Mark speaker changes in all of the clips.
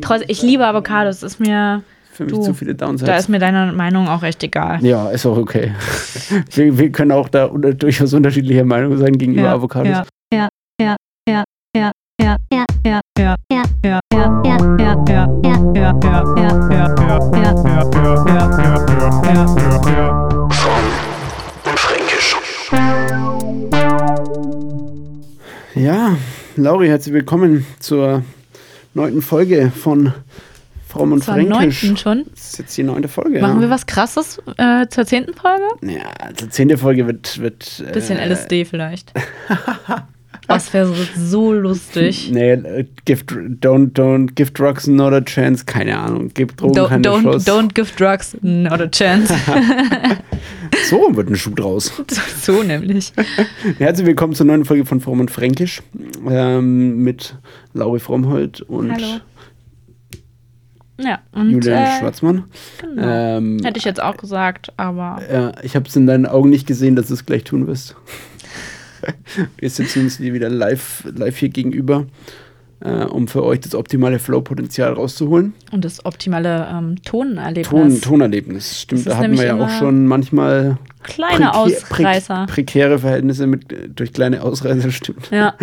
Speaker 1: Trotz, ich liebe Avocados, es ist mir.
Speaker 2: Für mich
Speaker 1: Du,
Speaker 2: zu viele Downsides.
Speaker 1: Da ist mir deine Meinung auch echt egal.
Speaker 2: Ja, ist auch okay. wir, wir können auch da unter, durchaus unterschiedlicher Meinung sein gegenüber
Speaker 1: ja,
Speaker 2: Avocados.
Speaker 1: Ja, ja, ja, ja, ja, ja, ja, ja, ja, ja, ja, ja, ja, ja, ja, ja, ja, ja, ja, ja, ja, ja, ja.
Speaker 2: Ja, Lauri, herzlich willkommen zur neunten Folge von Fromm und
Speaker 1: Zur
Speaker 2: Fränkisch.
Speaker 1: neunten schon.
Speaker 2: Das ist jetzt die neunte Folge.
Speaker 1: Machen
Speaker 2: ja.
Speaker 1: wir was Krasses äh, zur zehnten Folge?
Speaker 2: Ja, also zehnte Folge wird. wird
Speaker 1: Bisschen
Speaker 2: äh,
Speaker 1: LSD vielleicht. Das wäre so, so lustig.
Speaker 2: Nee, äh, give, dr- don't, don't, give drugs not a chance. Keine Ahnung. Gib Drogen
Speaker 1: Don't,
Speaker 2: keine
Speaker 1: don't,
Speaker 2: Chance.
Speaker 1: don't give drugs not a chance.
Speaker 2: So rum wird ein Schuh draus.
Speaker 1: so nämlich.
Speaker 2: Herzlich willkommen zur neuen Folge von Fromm und Fränkisch ähm, mit Lauri Frommhold und
Speaker 1: Hallo. Ja, und
Speaker 2: Julian
Speaker 1: äh,
Speaker 2: Schwarzmann.
Speaker 1: genau.
Speaker 2: Ähm,
Speaker 1: hätte ich jetzt auch gesagt, aber
Speaker 2: Ja, ich habe es in deinen Augen nicht gesehen, dass du es gleich tun wirst. Wir sitzen uns hier wieder live, live hier gegenüber, äh, um für euch das optimale Flow-Potenzial rauszuholen.
Speaker 1: und das optimale ähm, Tonerlebnis.
Speaker 2: Ton, Tonerlebnis,
Speaker 1: Das
Speaker 2: stimmt.
Speaker 1: ist
Speaker 2: Da hatten
Speaker 1: nämlich
Speaker 2: wir ja auch
Speaker 1: immer
Speaker 2: schon manchmal
Speaker 1: Kleine
Speaker 2: prekä- prek-
Speaker 1: Ausreißer.
Speaker 2: prekäre Verhältnisse mit, äh, durch kleine Ausreißer, stimmt.
Speaker 1: Ja.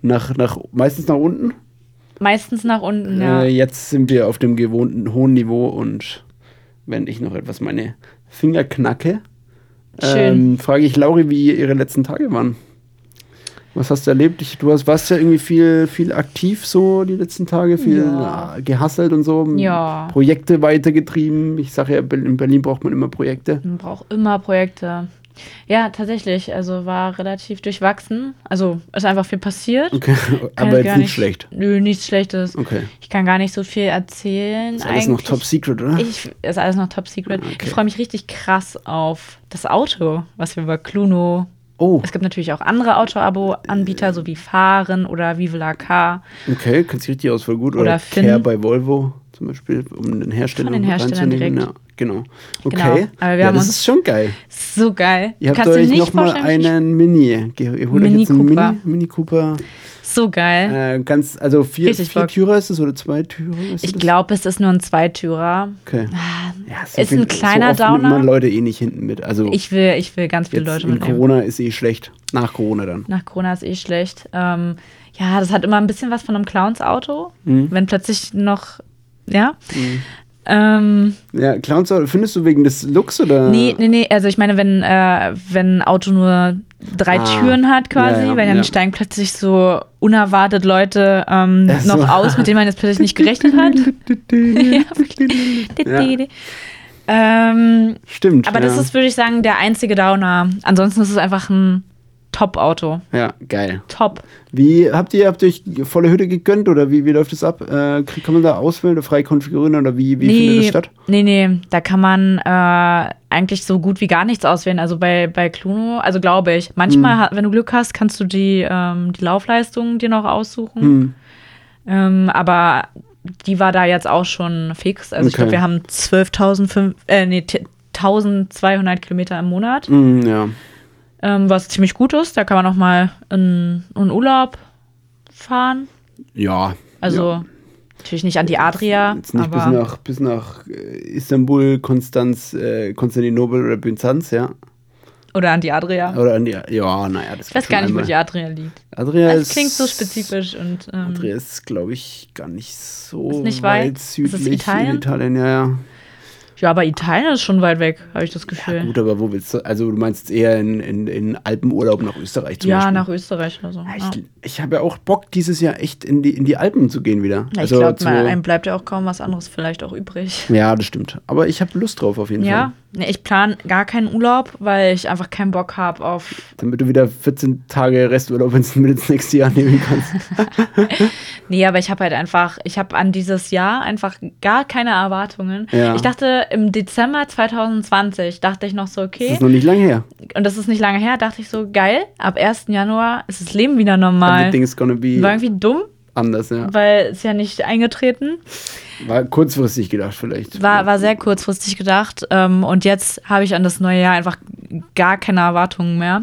Speaker 2: Nach, nach, meistens nach unten.
Speaker 1: Meistens nach unten, ja.
Speaker 2: Äh, jetzt sind wir auf dem gewohnten hohen Niveau und wenn ich noch etwas meine Finger knacke,
Speaker 1: Schön.
Speaker 2: ähm, frage ich Lauri, wie ihre letzten Tage waren. Was hast du erlebt? Ich, du hast, warst ja irgendwie viel, viel aktiv so die letzten Tage, viel
Speaker 1: Ja.
Speaker 2: äh, gehasselt und so, m-
Speaker 1: Ja.
Speaker 2: Projekte weitergetrieben. Ich sage ja, Ber- in Berlin braucht man immer Projekte.
Speaker 1: Man braucht immer Projekte. Ja, tatsächlich. Also war relativ durchwachsen. Also ist einfach viel passiert.
Speaker 2: Okay.
Speaker 1: Kann
Speaker 2: Mhm. Aber
Speaker 1: ich
Speaker 2: jetzt
Speaker 1: gar
Speaker 2: nicht schlecht.
Speaker 1: Nö, nichts Schlechtes.
Speaker 2: Okay.
Speaker 1: Ich kann gar nicht so viel erzählen.
Speaker 2: Ist alles noch
Speaker 1: eigentlich.
Speaker 2: top secret, oder?
Speaker 1: Ich, ist alles noch top secret.
Speaker 2: Okay.
Speaker 1: Ich freue mich richtig krass auf das Auto, was wir über Cluno.
Speaker 2: oh,
Speaker 1: Es gibt natürlich auch andere
Speaker 2: Äh.
Speaker 1: Auto-Abo-Anbieter, so wie Fahren oder Vive la Car.
Speaker 2: okay, kannst du richtig aus, voll gut. Oder,
Speaker 1: Oder
Speaker 2: Care
Speaker 1: Finn.
Speaker 2: bei Volvo zum Beispiel, um den Hersteller
Speaker 1: Von den Herstellern
Speaker 2: reinzunehmen.
Speaker 1: direkt.
Speaker 2: Ja, genau. Okay.
Speaker 1: Genau. Aber wir
Speaker 2: ja,
Speaker 1: haben
Speaker 2: das
Speaker 1: uns-
Speaker 2: ist schon geil.
Speaker 1: So geil.
Speaker 2: Ihr habt
Speaker 1: Kannst du
Speaker 2: euch
Speaker 1: nicht
Speaker 2: nochmal
Speaker 1: vorstellen, wie ich-
Speaker 2: einen Mini. ge- Ihr holt euch
Speaker 1: Mini
Speaker 2: jetzt einen
Speaker 1: Cooper.
Speaker 2: Mini, Mini Cooper.
Speaker 1: So geil.
Speaker 2: Äh, ganz, also vier,
Speaker 1: Richtig
Speaker 2: vier
Speaker 1: Bock.
Speaker 2: Türer ist es oder zwei Türer? Ist
Speaker 1: Ich
Speaker 2: das?
Speaker 1: glaube, es ist nur ein Zweitürer.
Speaker 2: Okay. Ja, so
Speaker 1: ist ein kleiner
Speaker 2: so oft
Speaker 1: Downer.
Speaker 2: nimmt man Leute eh nicht hinten mit. Also
Speaker 1: Ich will, ich will ganz viele
Speaker 2: jetzt
Speaker 1: Leute
Speaker 2: in
Speaker 1: mitnehmen.
Speaker 2: Corona ist eh schlecht. Nach Corona dann.
Speaker 1: Nach Corona ist eh schlecht. Ähm, ja, das hat immer ein bisschen was von einem Clowns-Auto,
Speaker 2: Mhm.
Speaker 1: wenn plötzlich noch, ja. Ähm,
Speaker 2: Ja, Clowns, findest du wegen des Looks oder?
Speaker 1: nee, nee, nee, also ich meine, wenn, äh, wenn ein Auto nur drei
Speaker 2: Ah,
Speaker 1: Türen hat quasi,
Speaker 2: ja, ja,
Speaker 1: weil dann
Speaker 2: ja.
Speaker 1: steigen plötzlich so unerwartet Leute ähm,
Speaker 2: Ach so.
Speaker 1: noch aus, mit denen man jetzt plötzlich nicht gerechnet hat.
Speaker 2: Ja.
Speaker 1: Ähm,
Speaker 2: Stimmt.
Speaker 1: aber
Speaker 2: ja.
Speaker 1: das ist, würde ich sagen, der einzige Downer. Ansonsten ist es einfach ein Top-Auto.
Speaker 2: Ja, geil.
Speaker 1: Top.
Speaker 2: Wie habt ihr, habt ihr euch volle Hütte gegönnt oder wie, wie läuft es ab? Äh, krieg- kann man da auswählen oder frei konfigurieren oder wie, wie findet das statt?
Speaker 1: Nee, nee, da kann man äh, eigentlich so gut wie gar nichts auswählen. Also bei, bei Cluno, also glaube ich,
Speaker 2: Hm.
Speaker 1: manchmal, ha- wenn du Glück hast, kannst du die, ähm, die Laufleistung dir noch
Speaker 2: Hm.
Speaker 1: aussuchen. Ähm, aber die war da jetzt auch schon fix. Also ich
Speaker 2: Okay.
Speaker 1: glaube, wir haben 12.000, äh, nee, t- 1200 Kilometer im Monat,
Speaker 2: Mm, ja.
Speaker 1: ähm, was ziemlich gut ist. Da kann man auch mal in, in Urlaub fahren.
Speaker 2: Ja.
Speaker 1: Also
Speaker 2: ja.
Speaker 1: natürlich nicht an die Adria,
Speaker 2: Jetzt nicht bis
Speaker 1: aber
Speaker 2: nach, bis nach äh, Istanbul, Konstanz, äh, Konstantinopel oder Byzanz, ja.
Speaker 1: oder an die Adria.
Speaker 2: Oder an die, ja, naja, das
Speaker 1: Ich weiß gar nicht, wo die Adria liegt.
Speaker 2: Adria
Speaker 1: Also,
Speaker 2: ist,
Speaker 1: es klingt so spezifisch und ähm,
Speaker 2: Adria ist, glaube ich, gar nicht so
Speaker 1: Ist nicht weit?
Speaker 2: weit
Speaker 1: Ist es
Speaker 2: südlich in
Speaker 1: Italien?
Speaker 2: Italien, ja, ja.
Speaker 1: ja, aber Italien ist schon weit weg, habe ich das
Speaker 2: Ja,
Speaker 1: Gefühl.
Speaker 2: gut, aber wo willst du, also du meinst eher in, in, in Alpenurlaub nach Österreich zum
Speaker 1: Ja,
Speaker 2: Beispiel?
Speaker 1: nach Österreich oder so. Ja,
Speaker 2: Ja, Ich, ich habe ja auch Bock, dieses Jahr echt in die, in die Alpen zu gehen wieder.
Speaker 1: ich
Speaker 2: also
Speaker 1: glaube,
Speaker 2: zu,
Speaker 1: einem bleibt ja auch kaum was anderes vielleicht auch übrig.
Speaker 2: ja, das stimmt. Aber ich habe Lust drauf auf jeden
Speaker 1: Ja,
Speaker 2: Fall.
Speaker 1: nee, ich plane gar keinen Urlaub, weil ich einfach keinen Bock habe auf.
Speaker 2: Damit du wieder 14 Tage Resturlaub ins, mit ins nächste Jahr nehmen kannst.
Speaker 1: Nee, aber ich habe halt einfach, ich habe an dieses Jahr einfach gar keine Erwartungen.
Speaker 2: Ja.
Speaker 1: Ich dachte im Dezember 2020, dachte ich noch so,
Speaker 2: Das
Speaker 1: okay,
Speaker 2: ist noch nicht lange her.
Speaker 1: und das ist nicht lange her, dachte ich so, geil, ab 1. Januar ist das Leben wieder normal.
Speaker 2: Everything's gonna be
Speaker 1: War irgendwie dumm,
Speaker 2: anders, ja.
Speaker 1: weil es ja nicht eingetreten
Speaker 2: War kurzfristig gedacht vielleicht.
Speaker 1: war. War sehr kurzfristig
Speaker 2: Hm.
Speaker 1: gedacht. Ähm, und jetzt habe ich an das neue Jahr einfach gar keine Erwartungen mehr.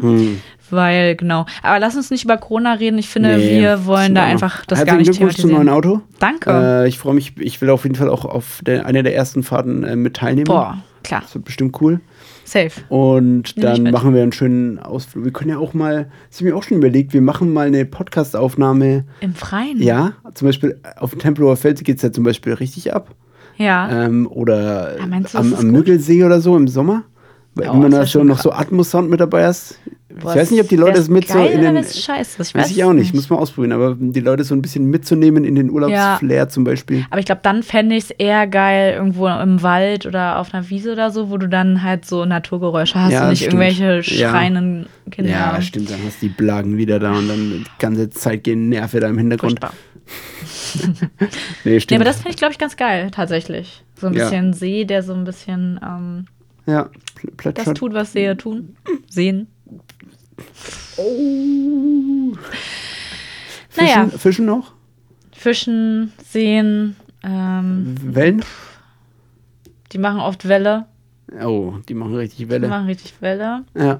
Speaker 1: weil, genau. Aber lass uns nicht über Corona reden. Ich finde,
Speaker 2: Nee,
Speaker 1: ne, wir wollen
Speaker 2: sind
Speaker 1: da
Speaker 2: wir noch.
Speaker 1: einfach das gar
Speaker 2: Herzlichen
Speaker 1: nicht
Speaker 2: Glückwunsch zum neuen
Speaker 1: thematisieren.
Speaker 2: Auto.
Speaker 1: Danke.
Speaker 2: Äh, ich freue mich, ich will auf jeden Fall auch auf der, einer der ersten Fahrten äh, mit teilnehmen.
Speaker 1: Boah, klar.
Speaker 2: Das wird bestimmt cool.
Speaker 1: Safe.
Speaker 2: Und
Speaker 1: Nehm ich
Speaker 2: dann
Speaker 1: mit.
Speaker 2: machen wir einen schönen Ausflug. Wir können ja auch mal, das habe ich mir auch schon überlegt, wir machen mal eine Podcast-Aufnahme.
Speaker 1: Im Freien.
Speaker 2: Ja, zum Beispiel auf dem Tempelhofer Feld geht es ja zum Beispiel richtig ab.
Speaker 1: Ja.
Speaker 2: Ähm, oder
Speaker 1: Ah, meinst du,
Speaker 2: am,
Speaker 1: das ist
Speaker 2: am
Speaker 1: gut?
Speaker 2: Müggelsee oder so im Sommer. Weil
Speaker 1: Oh,
Speaker 2: wenn man
Speaker 1: das
Speaker 2: da
Speaker 1: wär
Speaker 2: schon
Speaker 1: schon
Speaker 2: noch so Atmos-Sound mit dabei ist. ich weiß nicht, ob die Leute das mit so in den.
Speaker 1: Das scheiße. Ich weiß,
Speaker 2: Weiß ich
Speaker 1: es
Speaker 2: auch nicht, muss man ausprobieren, aber die Leute so ein bisschen mitzunehmen in den Urlaubsflair zum Beispiel.
Speaker 1: Aber ich glaube, dann fände ich es eher geil, irgendwo im Wald oder auf einer Wiese oder so, wo du dann halt so Naturgeräusche hast
Speaker 2: Ja,
Speaker 1: und nicht
Speaker 2: stimmt.
Speaker 1: irgendwelche
Speaker 2: Ja.
Speaker 1: schreienden Kinder.
Speaker 2: Ja, stimmt, dann hast du die Blagen wieder da und dann die ganze Zeit gehen Nerven da im Hintergrund.
Speaker 1: Furchtbar.
Speaker 2: Nee,
Speaker 1: Nee,
Speaker 2: stimmt.
Speaker 1: aber das finde ich, glaube ich, ganz geil, tatsächlich. So ein
Speaker 2: Ja.
Speaker 1: bisschen See, der so ein bisschen ähm,
Speaker 2: ja, pl-
Speaker 1: das
Speaker 2: plätschert.
Speaker 1: tut, was Sehe tun. Sehen.
Speaker 2: Fischen,
Speaker 1: naja.
Speaker 2: Fischen noch?
Speaker 1: Fischen, Seen, ähm,
Speaker 2: Wellen?
Speaker 1: die machen oft Welle.
Speaker 2: Oh, die machen richtig
Speaker 1: Die
Speaker 2: Welle.
Speaker 1: machen richtig Welle.
Speaker 2: Ja.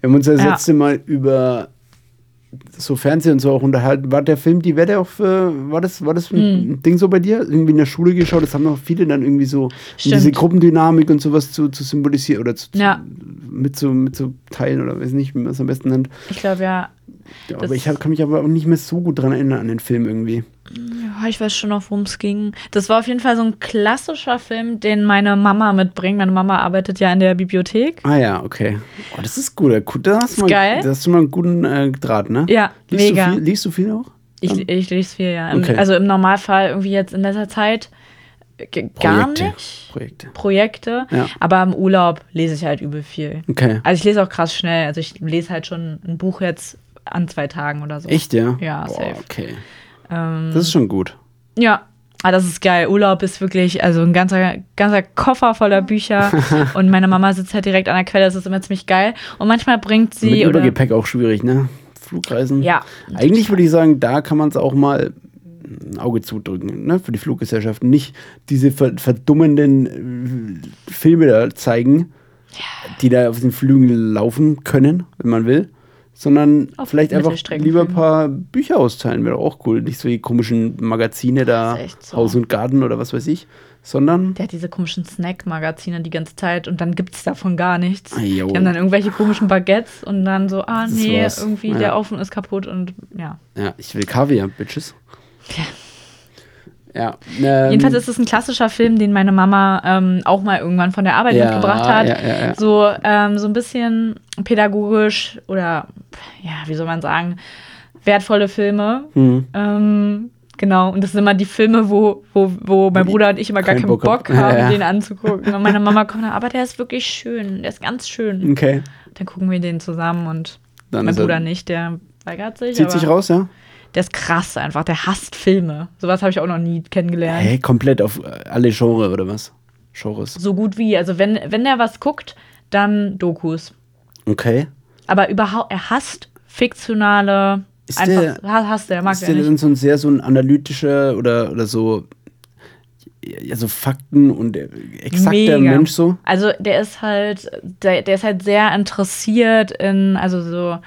Speaker 2: Wir haben uns das
Speaker 1: Ja.
Speaker 2: letzte Mal über so Fernsehen und so auch unterhalten. War der Film Die Welle auch für, war das, war das ein
Speaker 1: Hm.
Speaker 2: Ding so bei dir? Irgendwie in der Schule geschaut, das haben noch viele dann irgendwie so, um
Speaker 1: Stimmt.
Speaker 2: diese Gruppendynamik und sowas zu, zu symbolisieren oder zu,
Speaker 1: Ja.
Speaker 2: zu, mit, zu, mit zu teilen oder weiß nicht, wie man es am besten nennt.
Speaker 1: Ich glaube ja,
Speaker 2: Ja,
Speaker 1: Das-
Speaker 2: aber ich hab, kann mich aber auch nicht mehr so gut dran erinnern an den Film irgendwie.
Speaker 1: Ja, ich weiß schon noch, worum es ging. Das war auf jeden Fall so ein klassischer Film, den meine Mama mitbringt. Meine Mama arbeitet ja in der Bibliothek.
Speaker 2: Ah ja, okay. Oh, das ist gut. Gut, Da hast, du mal,
Speaker 1: geil.
Speaker 2: da hast du mal einen guten äh, Draht, ne?
Speaker 1: Ja,
Speaker 2: liest
Speaker 1: mega.
Speaker 2: Du viel, liest du viel auch?
Speaker 1: Ich, ich lese viel, ja. Im,
Speaker 2: Ähm, Okay.
Speaker 1: Also im Normalfall irgendwie jetzt in letzter Zeit g- gar
Speaker 2: Projekte.
Speaker 1: nicht.
Speaker 2: Projekte.
Speaker 1: Projekte.
Speaker 2: Ja.
Speaker 1: Aber im Urlaub lese ich halt übel viel.
Speaker 2: Okay.
Speaker 1: Also ich lese auch krass schnell. Also ich lese halt schon ein Buch jetzt an zwei Tagen oder so.
Speaker 2: Echt, ja?
Speaker 1: Ja, safe.
Speaker 2: Okay.
Speaker 1: Ähm,
Speaker 2: Das ist schon gut.
Speaker 1: Ja, ah, das ist geil. Urlaub ist wirklich, also ein ganzer, ganzer Koffer voller Bücher. und meine Mama sitzt halt direkt an der Quelle, das ist immer ziemlich geil. Und manchmal bringt sie.
Speaker 2: Mit
Speaker 1: oder,
Speaker 2: Übergepäck auch schwierig, ne? Flugreisen.
Speaker 1: Ja.
Speaker 2: Eigentlich würde ich sagen, da kann man es auch mal ein Auge zudrücken, ne? Für die Fluggesellschaften. Nicht diese ver verdummenden äh, Filme da zeigen, die da auf den Flügen laufen können, wenn man will. Sondern
Speaker 1: Auf
Speaker 2: vielleicht einfach lieber
Speaker 1: Mittelstreckenflügen.
Speaker 2: ein paar Bücher austeilen, wäre doch auch cool. Nicht so die komischen Magazine da,
Speaker 1: Das ist echt so.
Speaker 2: Haus und Garten oder was weiß ich, sondern.
Speaker 1: Der hat diese komischen Snack-Magazine die ganze Zeit und dann gibt es davon gar nichts.
Speaker 2: Ah, jo.
Speaker 1: Die haben dann irgendwelche komischen Baguettes und dann so, ah
Speaker 2: Das ist
Speaker 1: nee,
Speaker 2: was.
Speaker 1: irgendwie
Speaker 2: Ja.
Speaker 1: der Ofen ist kaputt und ja.
Speaker 2: Ja, ich will Kaviar, Bitches. Ja. ähm,
Speaker 1: Jedenfalls ist es ein klassischer Film, den meine Mama ähm, auch mal irgendwann von der Arbeit
Speaker 2: Ja,
Speaker 1: mitgebracht hat.
Speaker 2: ja, ja, ja.
Speaker 1: So, ähm, so ein bisschen pädagogisch oder, ja, wie soll man sagen, wertvolle Filme.
Speaker 2: Hm. mhm.
Speaker 1: Ähm, genau, und das sind immer die Filme, wo, wo, wo mein Bruder und ich immer gar
Speaker 2: Keinen
Speaker 1: keinen
Speaker 2: Bock
Speaker 1: Bock,
Speaker 2: hab.
Speaker 1: haben,
Speaker 2: Ja, ja.
Speaker 1: den anzugucken. Und meine Mama kommt dann, aber der ist wirklich schön, der ist ganz schön.
Speaker 2: Okay.
Speaker 1: Dann gucken wir den zusammen und
Speaker 2: Mhm. Dann
Speaker 1: mein
Speaker 2: ist er-
Speaker 1: Bruder nicht, der weigert sich.
Speaker 2: Zieht
Speaker 1: aber
Speaker 2: sich raus, ja?
Speaker 1: Der ist krass einfach, der hasst Filme. Sowas habe ich auch noch nie kennengelernt.
Speaker 2: Hey, komplett auf äh, alle Genre oder was? Genres.
Speaker 1: So gut wie. Also wenn, wenn er was guckt, dann Dokus.
Speaker 2: Okay.
Speaker 1: Aber überhaupt, er hasst fiktionale.
Speaker 2: Ist
Speaker 1: einfach,
Speaker 2: der-
Speaker 1: ha- hasst er, mag
Speaker 2: ist
Speaker 1: er
Speaker 2: der
Speaker 1: nicht.
Speaker 2: denn so ein sehr so ein analytischer oder, oder so, ja, so Fakten und äh, exakter
Speaker 1: Mega.
Speaker 2: Mensch so?
Speaker 1: Also der ist halt, der, der ist halt sehr interessiert in, also so.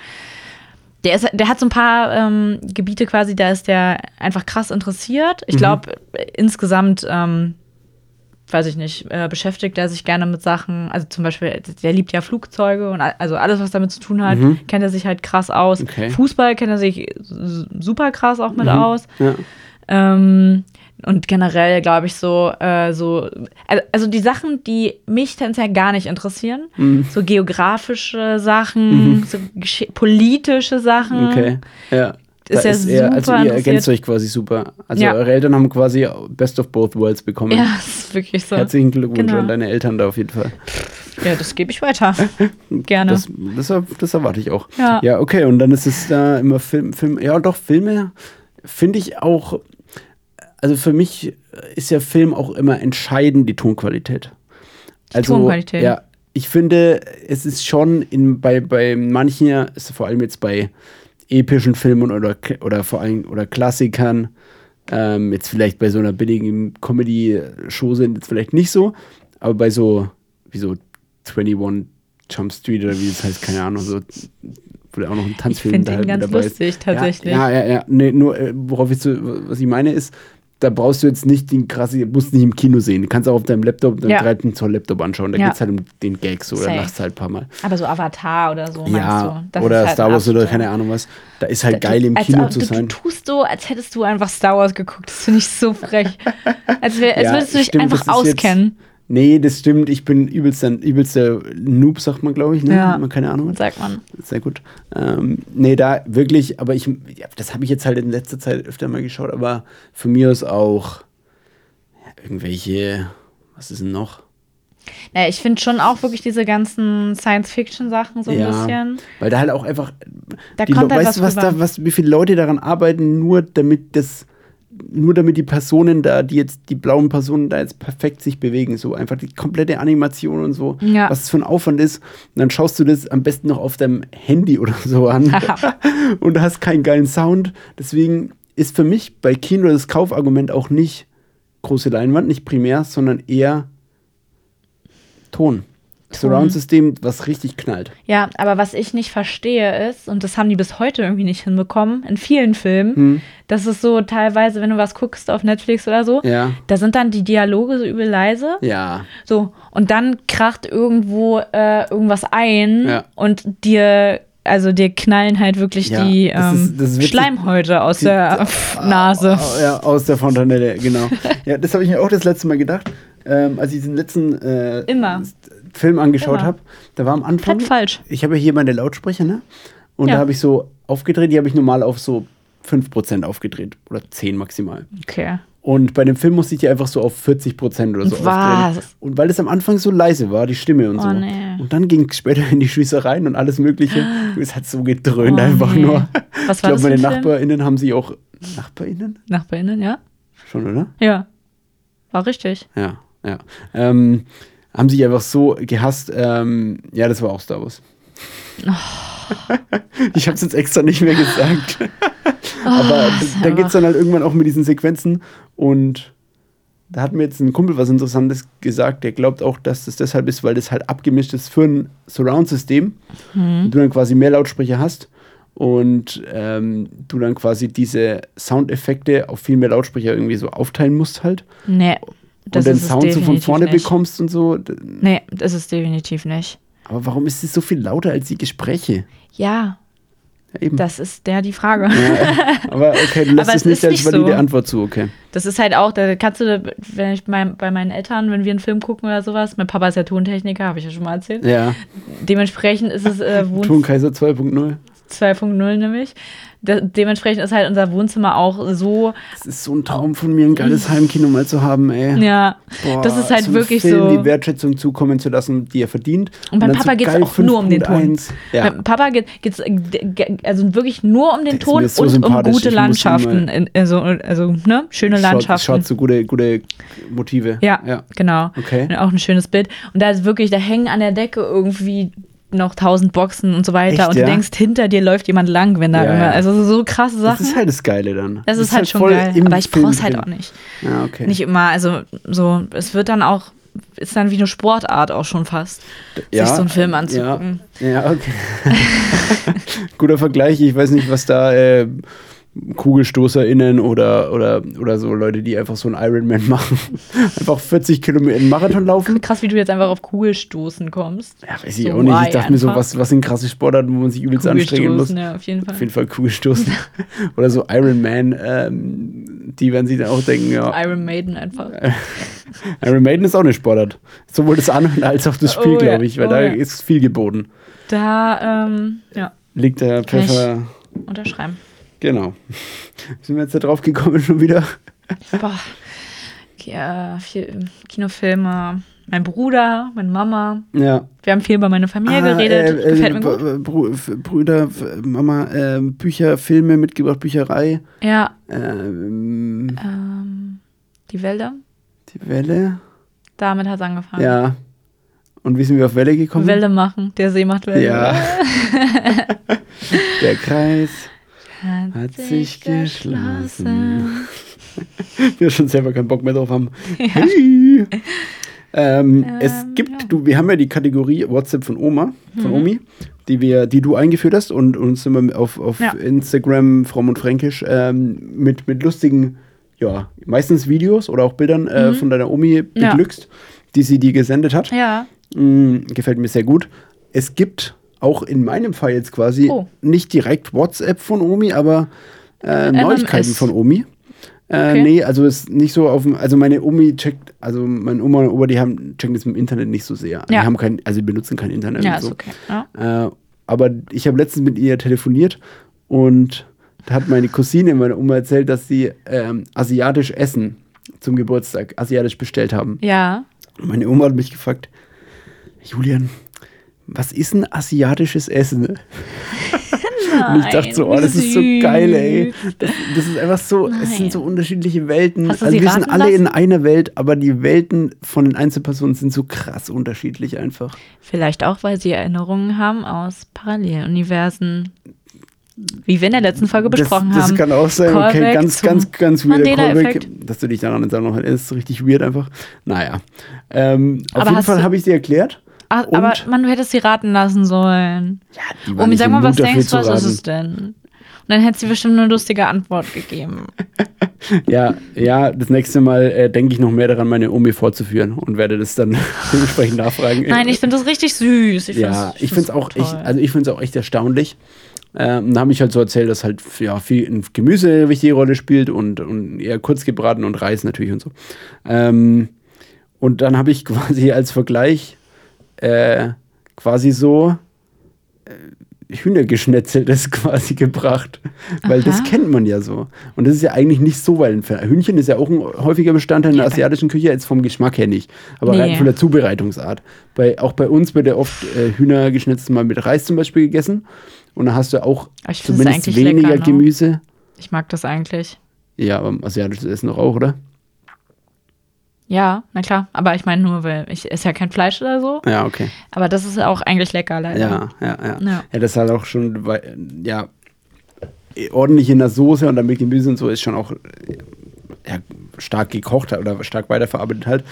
Speaker 1: Der, ist, der hat so ein paar ähm, Gebiete quasi, da ist der einfach krass interessiert.
Speaker 2: Mhm.
Speaker 1: Ich glaube, insgesamt, ähm, weiß ich nicht, äh, beschäftigt er sich gerne mit Sachen. Also zum Beispiel, der liebt ja Flugzeuge und a- also alles, was damit zu tun hat, kennt er sich halt krass aus.
Speaker 2: Mhm. Okay. Mhm.
Speaker 1: Fußball kennt er sich s- super krass auch mit aus.
Speaker 2: Ja.
Speaker 1: Ähm, und generell glaube ich so, äh, so, al- also die Sachen, die mich tendenziell gar nicht interessieren,
Speaker 2: Mhm.
Speaker 1: so geografische Sachen, so gesche- politische Sachen.
Speaker 2: Okay. Ja.
Speaker 1: Mhm. Ist
Speaker 2: Da
Speaker 1: ja
Speaker 2: er- also
Speaker 1: super
Speaker 2: ihr ergänzt
Speaker 1: interessiert.
Speaker 2: euch quasi super. Also
Speaker 1: Ja.
Speaker 2: eure Eltern haben quasi Best of Both Worlds bekommen.
Speaker 1: Ja, das ist wirklich so.
Speaker 2: Herzlichen Glückwunsch
Speaker 1: Genau.
Speaker 2: an deine Eltern da auf jeden Fall.
Speaker 1: Ja, das gebe ich weiter. Gerne.
Speaker 2: Das, das, er- das erwarte ich auch.
Speaker 1: Ja.
Speaker 2: okay, und dann ist es da immer Film, Film. Ja, doch, Filme finde ich auch. Also für mich ist ja Film auch immer entscheidend, die Tonqualität. Also,
Speaker 1: Tonqualität.
Speaker 2: Ja, ich finde, es ist schon in, bei, bei manchen, ist vor allem jetzt bei epischen Filmen oder, oder vor allem oder Klassikern, ähm, jetzt vielleicht bei so einer billigen Comedy-Show sind jetzt vielleicht nicht so, aber bei so, wie so 21 Jump Street oder wie das heißt, keine Ahnung, so Wurde auch noch ein
Speaker 1: Ich
Speaker 2: Tanzfilm
Speaker 1: finde
Speaker 2: da
Speaker 1: ihn
Speaker 2: halt mit
Speaker 1: ganz
Speaker 2: dabei ist.
Speaker 1: lustig, tatsächlich.
Speaker 2: Ja, ja, ja. ja. Nee, nur, äh, worauf ich zu, was ich meine ist, da brauchst du jetzt nicht den krasse, musst nicht im Kino sehen. Du kannst auch auf deinem Laptop, deinem
Speaker 1: Ja.
Speaker 2: 13 Zoll Laptop anschauen. Da
Speaker 1: Ja.
Speaker 2: geht's halt um den Gag so, da
Speaker 1: Safe.
Speaker 2: lachst halt ein paar Mal.
Speaker 1: Aber so Avatar oder so,
Speaker 2: Ja,
Speaker 1: meinst du? Das
Speaker 2: oder
Speaker 1: ist halt
Speaker 2: Star Wars
Speaker 1: ein
Speaker 2: oder
Speaker 1: absoluter-
Speaker 2: keine Ahnung was. Da ist halt
Speaker 1: Du-
Speaker 2: geil im
Speaker 1: als
Speaker 2: Kino
Speaker 1: ob-
Speaker 2: zu
Speaker 1: du,
Speaker 2: sein.
Speaker 1: Du tust so, als hättest du einfach Star Wars geguckt. Das finde ich so frech. Als, wär, als
Speaker 2: Ja,
Speaker 1: würdest du dich
Speaker 2: stimmt,
Speaker 1: einfach
Speaker 2: das ist jetzt-
Speaker 1: auskennen.
Speaker 2: Nee, das stimmt. Ich bin übelster, übelster Noob, sagt man, glaube ich. Ne?
Speaker 1: Ja.
Speaker 2: Hat man Keine Ahnung.
Speaker 1: Sagt man.
Speaker 2: Sehr gut. Ähm, nee, da wirklich, aber ich, ja, das habe ich jetzt halt in letzter Zeit öfter mal geschaut, aber von mir aus auch irgendwelche, was ist denn noch?
Speaker 1: Naja, ich finde schon auch wirklich diese ganzen Science-Fiction-Sachen so ein bisschen.
Speaker 2: Weil da halt auch einfach.
Speaker 1: Da
Speaker 2: die
Speaker 1: kommt
Speaker 2: Le-
Speaker 1: halt
Speaker 2: weißt du, was
Speaker 1: was
Speaker 2: da,
Speaker 1: rüber.
Speaker 2: was, wie viele Leute daran arbeiten, nur damit das, nur damit die Personen da, die jetzt, die blauen Personen da jetzt perfekt sich bewegen. So einfach die komplette Animation und so,
Speaker 1: Ja.
Speaker 2: was es für ein Aufwand ist. Und dann schaust du das am besten noch auf deinem Handy oder so an und hast keinen geilen Sound. Deswegen ist für mich bei Kino das Kaufargument auch nicht große Leinwand, nicht primär, sondern eher Ton. Surround-System, was richtig knallt.
Speaker 1: Ja, aber was ich nicht verstehe ist, und das haben die bis heute irgendwie nicht hinbekommen, in vielen Filmen,
Speaker 2: Hm.
Speaker 1: das ist so teilweise, wenn du was guckst auf Netflix oder so,
Speaker 2: Ja.
Speaker 1: da sind dann die Dialoge so übel leise.
Speaker 2: Ja,
Speaker 1: So, und dann kracht irgendwo äh, irgendwas ein
Speaker 2: Ja.
Speaker 1: und dir, also dir knallen halt wirklich
Speaker 2: Ja,
Speaker 1: die
Speaker 2: das
Speaker 1: ähm,
Speaker 2: ist- das ist wirklich-
Speaker 1: Schleimhäute aus
Speaker 2: die-
Speaker 1: der Nase.
Speaker 2: Au- ja, aus der Fontanelle, genau. ja, das habe ich mir auch das letzte Mal gedacht, ähm, als ich diesen letzten äh,
Speaker 1: Immer.
Speaker 2: Film angeschaut
Speaker 1: Immer.
Speaker 2: habe. Da war am Anfang.
Speaker 1: Fett falsch.
Speaker 2: Ich habe ja hier meine Lautsprecher, ne? Und
Speaker 1: Ja.
Speaker 2: da habe ich so aufgedreht, die habe ich normal auf so 5% aufgedreht oder 10 maximal.
Speaker 1: Okay.
Speaker 2: Und bei dem Film musste ich die einfach so auf 40% oder so
Speaker 1: Was?
Speaker 2: aufdrehen. Und weil es am Anfang so leise war, die Stimme und
Speaker 1: Oh,
Speaker 2: so.
Speaker 1: nee.
Speaker 2: Und dann ging es später in die Schießereien und alles Mögliche. Es hat so gedröhnt
Speaker 1: Oh,
Speaker 2: einfach
Speaker 1: nee.
Speaker 2: nur.
Speaker 1: Was
Speaker 2: ich
Speaker 1: war
Speaker 2: glaube,
Speaker 1: das
Speaker 2: meine
Speaker 1: für ein Film?
Speaker 2: NachbarInnen haben sich auch. NachbarInnen?
Speaker 1: NachbarInnen, ja?
Speaker 2: Schon, oder?
Speaker 1: Ja. War richtig.
Speaker 2: Ja, ja. Ähm, haben sich einfach so gehasst. Ähm, ja, das war auch Star Wars. ich habe es jetzt extra nicht mehr gesagt. Aber da geht es dann halt irgendwann auch mit diesen Sequenzen. Und da hat mir jetzt ein Kumpel was Interessantes gesagt. Der glaubt auch, dass das deshalb ist, weil das halt abgemischt ist für ein Surround-System. Und du dann quasi mehr Lautsprecher hast. Und ähm, du dann quasi diese Soundeffekte auf viel mehr Lautsprecher irgendwie so aufteilen musst halt
Speaker 1: Nee. Das
Speaker 2: und den
Speaker 1: ist es
Speaker 2: Sound so von
Speaker 1: definitiv
Speaker 2: vorne
Speaker 1: nicht.
Speaker 2: bekommst und so. D-
Speaker 1: Nee, das ist definitiv nicht.
Speaker 2: Aber warum ist es so viel lauter als die Gespräche?
Speaker 1: Ja,
Speaker 2: Ja, eben.
Speaker 1: das ist der die Frage.
Speaker 2: aber okay, du lässt
Speaker 1: Aber
Speaker 2: es
Speaker 1: es
Speaker 2: nicht
Speaker 1: ist
Speaker 2: als
Speaker 1: nicht
Speaker 2: valide
Speaker 1: so.
Speaker 2: Antwort zu, okay.
Speaker 1: Das ist halt auch, da kannst du, wenn ich mein, bei meinen Eltern, wenn wir einen Film gucken oder sowas, mein Papa ist ja Tontechniker, habe ich ja schon mal erzählt.
Speaker 2: Ja,
Speaker 1: Dementsprechend ist es äh, Wohnzimmer
Speaker 2: Tonkaiser 2.0.
Speaker 1: 2.0 nämlich. De dementsprechend ist halt unser Wohnzimmer auch so,
Speaker 2: Das ist so ein Traum von mir, ein geiles Heimkino mal zu haben, ey.
Speaker 1: ja,
Speaker 2: Boah,
Speaker 1: das ist halt
Speaker 2: so
Speaker 1: wirklich
Speaker 2: Film,
Speaker 1: so.
Speaker 2: die Wertschätzung zukommen zu lassen, die er verdient.
Speaker 1: und beim
Speaker 2: dann
Speaker 1: Papa
Speaker 2: so
Speaker 1: geht es
Speaker 2: geil
Speaker 1: auch nur um den Ton.
Speaker 2: 5.1. Ja.
Speaker 1: Beim Papa geht es also wirklich nur um den
Speaker 2: ist
Speaker 1: Ton
Speaker 2: mir so
Speaker 1: und um
Speaker 2: sympathisch,
Speaker 1: gute
Speaker 2: ich muss ihn
Speaker 1: Landschaften. In, also, also, ne? Schöne Landschaften.
Speaker 2: Schaut so gute, gute Motive.
Speaker 1: Ja,
Speaker 2: ja.
Speaker 1: genau.
Speaker 2: Okay.
Speaker 1: Und Auch ein schönes Bild. Und da ist wirklich, da hängen an der Decke irgendwie noch tausend Boxen und so weiter.
Speaker 2: Echt,
Speaker 1: und du
Speaker 2: ja?
Speaker 1: denkst, hinter dir läuft jemand lang, wenn da
Speaker 2: Ja,
Speaker 1: immer.
Speaker 2: ja.
Speaker 1: Also so krasse
Speaker 2: Das
Speaker 1: Sachen.
Speaker 2: ist halt das Geile dann.
Speaker 1: Das ist, halt schon
Speaker 2: voll
Speaker 1: geil.
Speaker 2: im
Speaker 1: Aber ich
Speaker 2: Film
Speaker 1: brauch's halt
Speaker 2: drin.
Speaker 1: auch nicht.
Speaker 2: Ja, okay.
Speaker 1: Nicht immer. Also so, es wird dann auch, ist dann wie eine Sportart auch schon fast, sich so einen Film anzugucken.
Speaker 2: Ja, ja okay. Guter Vergleich. Ich weiß nicht, was da äh, KugelstoßerInnen oder, oder, oder so Leute, die einfach so einen Ironman machen, einfach 40 Kilometer einen Marathon laufen.
Speaker 1: Krass, wie du jetzt einfach auf Kugelstoßen kommst.
Speaker 2: Ja, weiß ich
Speaker 1: So
Speaker 2: auch nicht. Ich
Speaker 1: why
Speaker 2: dachte mir so,
Speaker 1: einfach.
Speaker 2: was, was sind krasse Sportarten, wo man sich übelst anstrengen muss.
Speaker 1: ja, auf jeden Fall.
Speaker 2: Auf jeden Fall Kugelstoßen. oder so Ironman. Ähm, die werden sich dann auch denken, ja.
Speaker 1: Iron Maiden einfach.
Speaker 2: Iron Maiden ist auch eine Sportart. Sowohl das Anhören als auch das Spiel,
Speaker 1: Oh ja,
Speaker 2: glaube ich, weil
Speaker 1: oh
Speaker 2: da
Speaker 1: ja.
Speaker 2: ist viel geboten.
Speaker 1: Da, ähm, ja,
Speaker 2: Liegt der
Speaker 1: Kann ich-
Speaker 2: Pfeffer.
Speaker 1: unterschreiben.
Speaker 2: Genau. Sind wir jetzt da drauf gekommen schon wieder?
Speaker 1: Boah. Ki- äh, viel, Kinofilme. Mein Bruder, meine Mama.
Speaker 2: Ja.
Speaker 1: Wir haben viel über meine Familie geredet.
Speaker 2: äh, äh,
Speaker 1: Gefällt mir gut.
Speaker 2: Br- Br- F- Brüder, F- Mama, ähm, Bücher, Filme mitgebracht, Bücherei.
Speaker 1: Ja.
Speaker 2: Ähm,
Speaker 1: Ähm, die Wälder.
Speaker 2: die Welle.
Speaker 1: Damit hat es angefangen.
Speaker 2: Ja. Und wie sind wir auf Welle gekommen?
Speaker 1: Ah. Welle machen. Der See macht Welle.
Speaker 2: Ja. Der Kreis.
Speaker 1: Hat,
Speaker 2: Hat sich
Speaker 1: sich geschlossen.
Speaker 2: Wir schon selber keinen Bock mehr drauf haben. Hey. Ähm, es gibt, du, wir haben ja die Kategorie WhatsApp von Oma, von Omi, die wir, die du eingeführt hast und uns immer auf, auf
Speaker 1: Ja.
Speaker 2: Instagram, fromm und fränkisch, ähm, mit, mit lustigen, ja, meistens Videos oder auch Bildern äh, von deiner Omi
Speaker 1: Ja.
Speaker 2: beglückst, die sie dir gesendet hat.
Speaker 1: Ja.
Speaker 2: Mm, gefällt mir sehr gut. Es gibt auch in meinem Fall jetzt quasi
Speaker 1: Oh.
Speaker 2: nicht direkt WhatsApp von Omi, aber äh,
Speaker 1: MMS.
Speaker 2: Neuigkeiten von Omi. Äh,
Speaker 1: Okay.
Speaker 2: Nee, also ist nicht so auf dem, also meine Omi checkt, also meine Oma und Opa, die haben, checken das mit dem Internet nicht so sehr. Die
Speaker 1: Ja.
Speaker 2: haben kein, also die benutzen kein Internet.
Speaker 1: Ja,
Speaker 2: und so.
Speaker 1: ist okay. ne? Ja.
Speaker 2: Äh, aber ich habe letztens mit ihr telefoniert und da hat meine Cousine meiner Oma erzählt, dass sie ähm, asiatisch essen zum Geburtstag, asiatisch bestellt haben.
Speaker 1: Ja.
Speaker 2: Und Meine Oma hat mich gefragt, Julian, was ist ein asiatisches Essen? und ich dachte so, oh,
Speaker 1: Nein,
Speaker 2: das ist so
Speaker 1: süß.
Speaker 2: geil, ey. Das, das ist einfach so, es sind so unterschiedliche Welten.
Speaker 1: Hast du
Speaker 2: also
Speaker 1: sie
Speaker 2: wir sind
Speaker 1: raten
Speaker 2: alle in
Speaker 1: lassen?
Speaker 2: einer Welt, aber die Welten von den Einzelpersonen sind so krass unterschiedlich einfach.
Speaker 1: Vielleicht auch, weil sie Erinnerungen haben aus Paralleluniversen. Wie wir in der letzten Folge besprochen
Speaker 2: das, das
Speaker 1: haben.
Speaker 2: kann auch sein, okay,
Speaker 1: Callback
Speaker 2: ganz,
Speaker 1: zum
Speaker 2: ganz, ganz weird.
Speaker 1: Mandela-Effekt.
Speaker 2: dass du dich daran jetzt auch noch erinnerst, ist richtig weird einfach. Naja, ähm, auf
Speaker 1: Aber
Speaker 2: jeden
Speaker 1: hast
Speaker 2: Fall
Speaker 1: du-
Speaker 2: habe ich dir erklärt.
Speaker 1: Ah, aber
Speaker 2: Und-
Speaker 1: man hätte sie raten lassen sollen.
Speaker 2: Ja, die war
Speaker 1: Omi,
Speaker 2: nicht
Speaker 1: sag
Speaker 2: im
Speaker 1: mal,
Speaker 2: Mut
Speaker 1: was
Speaker 2: dafür
Speaker 1: denkst
Speaker 2: zu
Speaker 1: du, was ist
Speaker 2: raten.
Speaker 1: es denn? Und dann hätte sie bestimmt eine lustige Antwort gegeben.
Speaker 2: Ja, ja, das nächste Mal äh, denke ich noch mehr daran, meine Omi vorzuführen und werde das dann dementsprechend nachfragen.
Speaker 1: Nein, ich finde das richtig süß. Ich
Speaker 2: ja, ich finde es auch echt,
Speaker 1: toll.
Speaker 2: also ich finde es auch echt erstaunlich. Ähm, da habe ich halt so erzählt, dass halt ja, viel Gemüse eine wichtige Rolle spielt und, und eher kurz gebraten und Reis natürlich und so. Ähm, und dann habe ich quasi als Vergleich äh, quasi so äh, Hühnergeschnetzeltes quasi gebracht. Weil das
Speaker 1: Aha.
Speaker 2: kennt man ja so. Und das ist ja eigentlich nicht so weit entfernt. Hühnchen ist ja auch ein häufiger Bestandteil in der asiatischen Küche, jetzt vom Geschmack her nicht. Aber
Speaker 1: Nee.
Speaker 2: rein von der Zubereitungsart. Bei, auch bei uns wird ja oft äh, Hühner geschnitzt mal mit Reis zum Beispiel gegessen. Und dann hast du auch
Speaker 1: Aber ich find's
Speaker 2: zumindest
Speaker 1: eigentlich
Speaker 2: weniger
Speaker 1: lecker, ne?
Speaker 2: Gemüse.
Speaker 1: ich mag das eigentlich.
Speaker 2: Ja, aber asiatisches Essen doch auch, oder?
Speaker 1: Ja, na klar. Aber ich meine nur, weil ich esse ja kein Fleisch oder so.
Speaker 2: Ja, okay.
Speaker 1: Aber das ist auch eigentlich lecker, leider.
Speaker 2: Ja, ja, ja. Ja,
Speaker 1: Ja.
Speaker 2: das ist halt auch schon, wei- ja, ordentlich in der Soße und dann mit Gemüse und so ist schon auch äh, ja, stark gekocht halt oder stark weiterverarbeitet halt.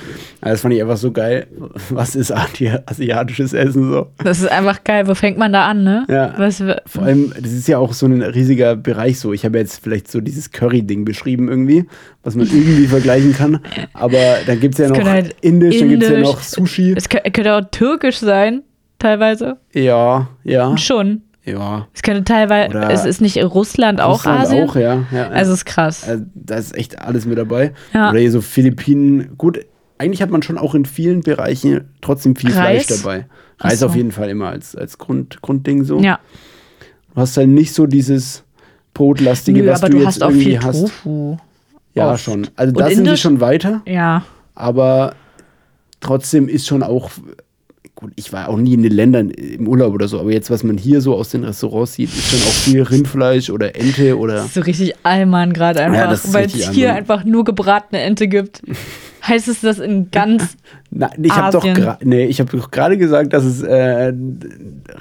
Speaker 2: Aber das fand ich einfach so geil. Was ist asi- asiatisches Essen so?
Speaker 1: Das ist einfach geil. Wo fängt man da an, ne?
Speaker 2: Ja.
Speaker 1: Was, wir-
Speaker 2: Vor allem, das ist ja auch so ein riesiger Bereich so. Ich habe jetzt vielleicht so dieses Curry-Ding beschrieben irgendwie, was man irgendwie vergleichen kann. Aber dann gibt es ja noch
Speaker 1: könnte halt
Speaker 2: Indisch, dann gibt es ja
Speaker 1: Indisch-
Speaker 2: noch Sushi.
Speaker 1: es kö- könnte auch türkisch sein, teilweise.
Speaker 2: Ja, ja,
Speaker 1: Schon.
Speaker 2: ja.
Speaker 1: Es könnte teilweise.
Speaker 2: Oder
Speaker 1: es ist nicht Russland auch
Speaker 2: Russland
Speaker 1: Asien?
Speaker 2: auch, ja. ja, ja.
Speaker 1: Also es ist krass.
Speaker 2: Also, da ist echt alles mit dabei.
Speaker 1: Ja.
Speaker 2: Oder hier so Philippinen. Gut, eigentlich hat man schon auch in vielen Bereichen trotzdem viel
Speaker 1: Reis?
Speaker 2: Fleisch dabei. Reis
Speaker 1: so.
Speaker 2: auf jeden Fall immer als, als Grund, Grundding so.
Speaker 1: ja.
Speaker 2: Du hast halt nicht so dieses Brotlastige,
Speaker 1: Nö,
Speaker 2: was
Speaker 1: aber
Speaker 2: du
Speaker 1: du
Speaker 2: jetzt
Speaker 1: hast auch
Speaker 2: irgendwie
Speaker 1: viel
Speaker 2: hast.
Speaker 1: Tofu.
Speaker 2: Ja,
Speaker 1: oft.
Speaker 2: schon. Also
Speaker 1: Und
Speaker 2: da sind sie
Speaker 1: Indisch?
Speaker 2: schon weiter,
Speaker 1: Ja.
Speaker 2: aber trotzdem ist schon auch. Gut, ich war auch nie in den Ländern im Urlaub oder so, aber jetzt, was man hier so aus den Restaurants sieht, ist schon auch viel Rindfleisch oder Ente oder.
Speaker 1: Das ist so richtig Allmann gerade einfach,
Speaker 2: das ist
Speaker 1: weil
Speaker 2: richtig
Speaker 1: es hier
Speaker 2: Allmann.
Speaker 1: einfach nur gebratene Ente gibt. Heißt es das in ganz
Speaker 2: Na, ich habe doch,
Speaker 1: Asien.
Speaker 2: gra- nee, ich hab doch gerade gesagt, dass es äh,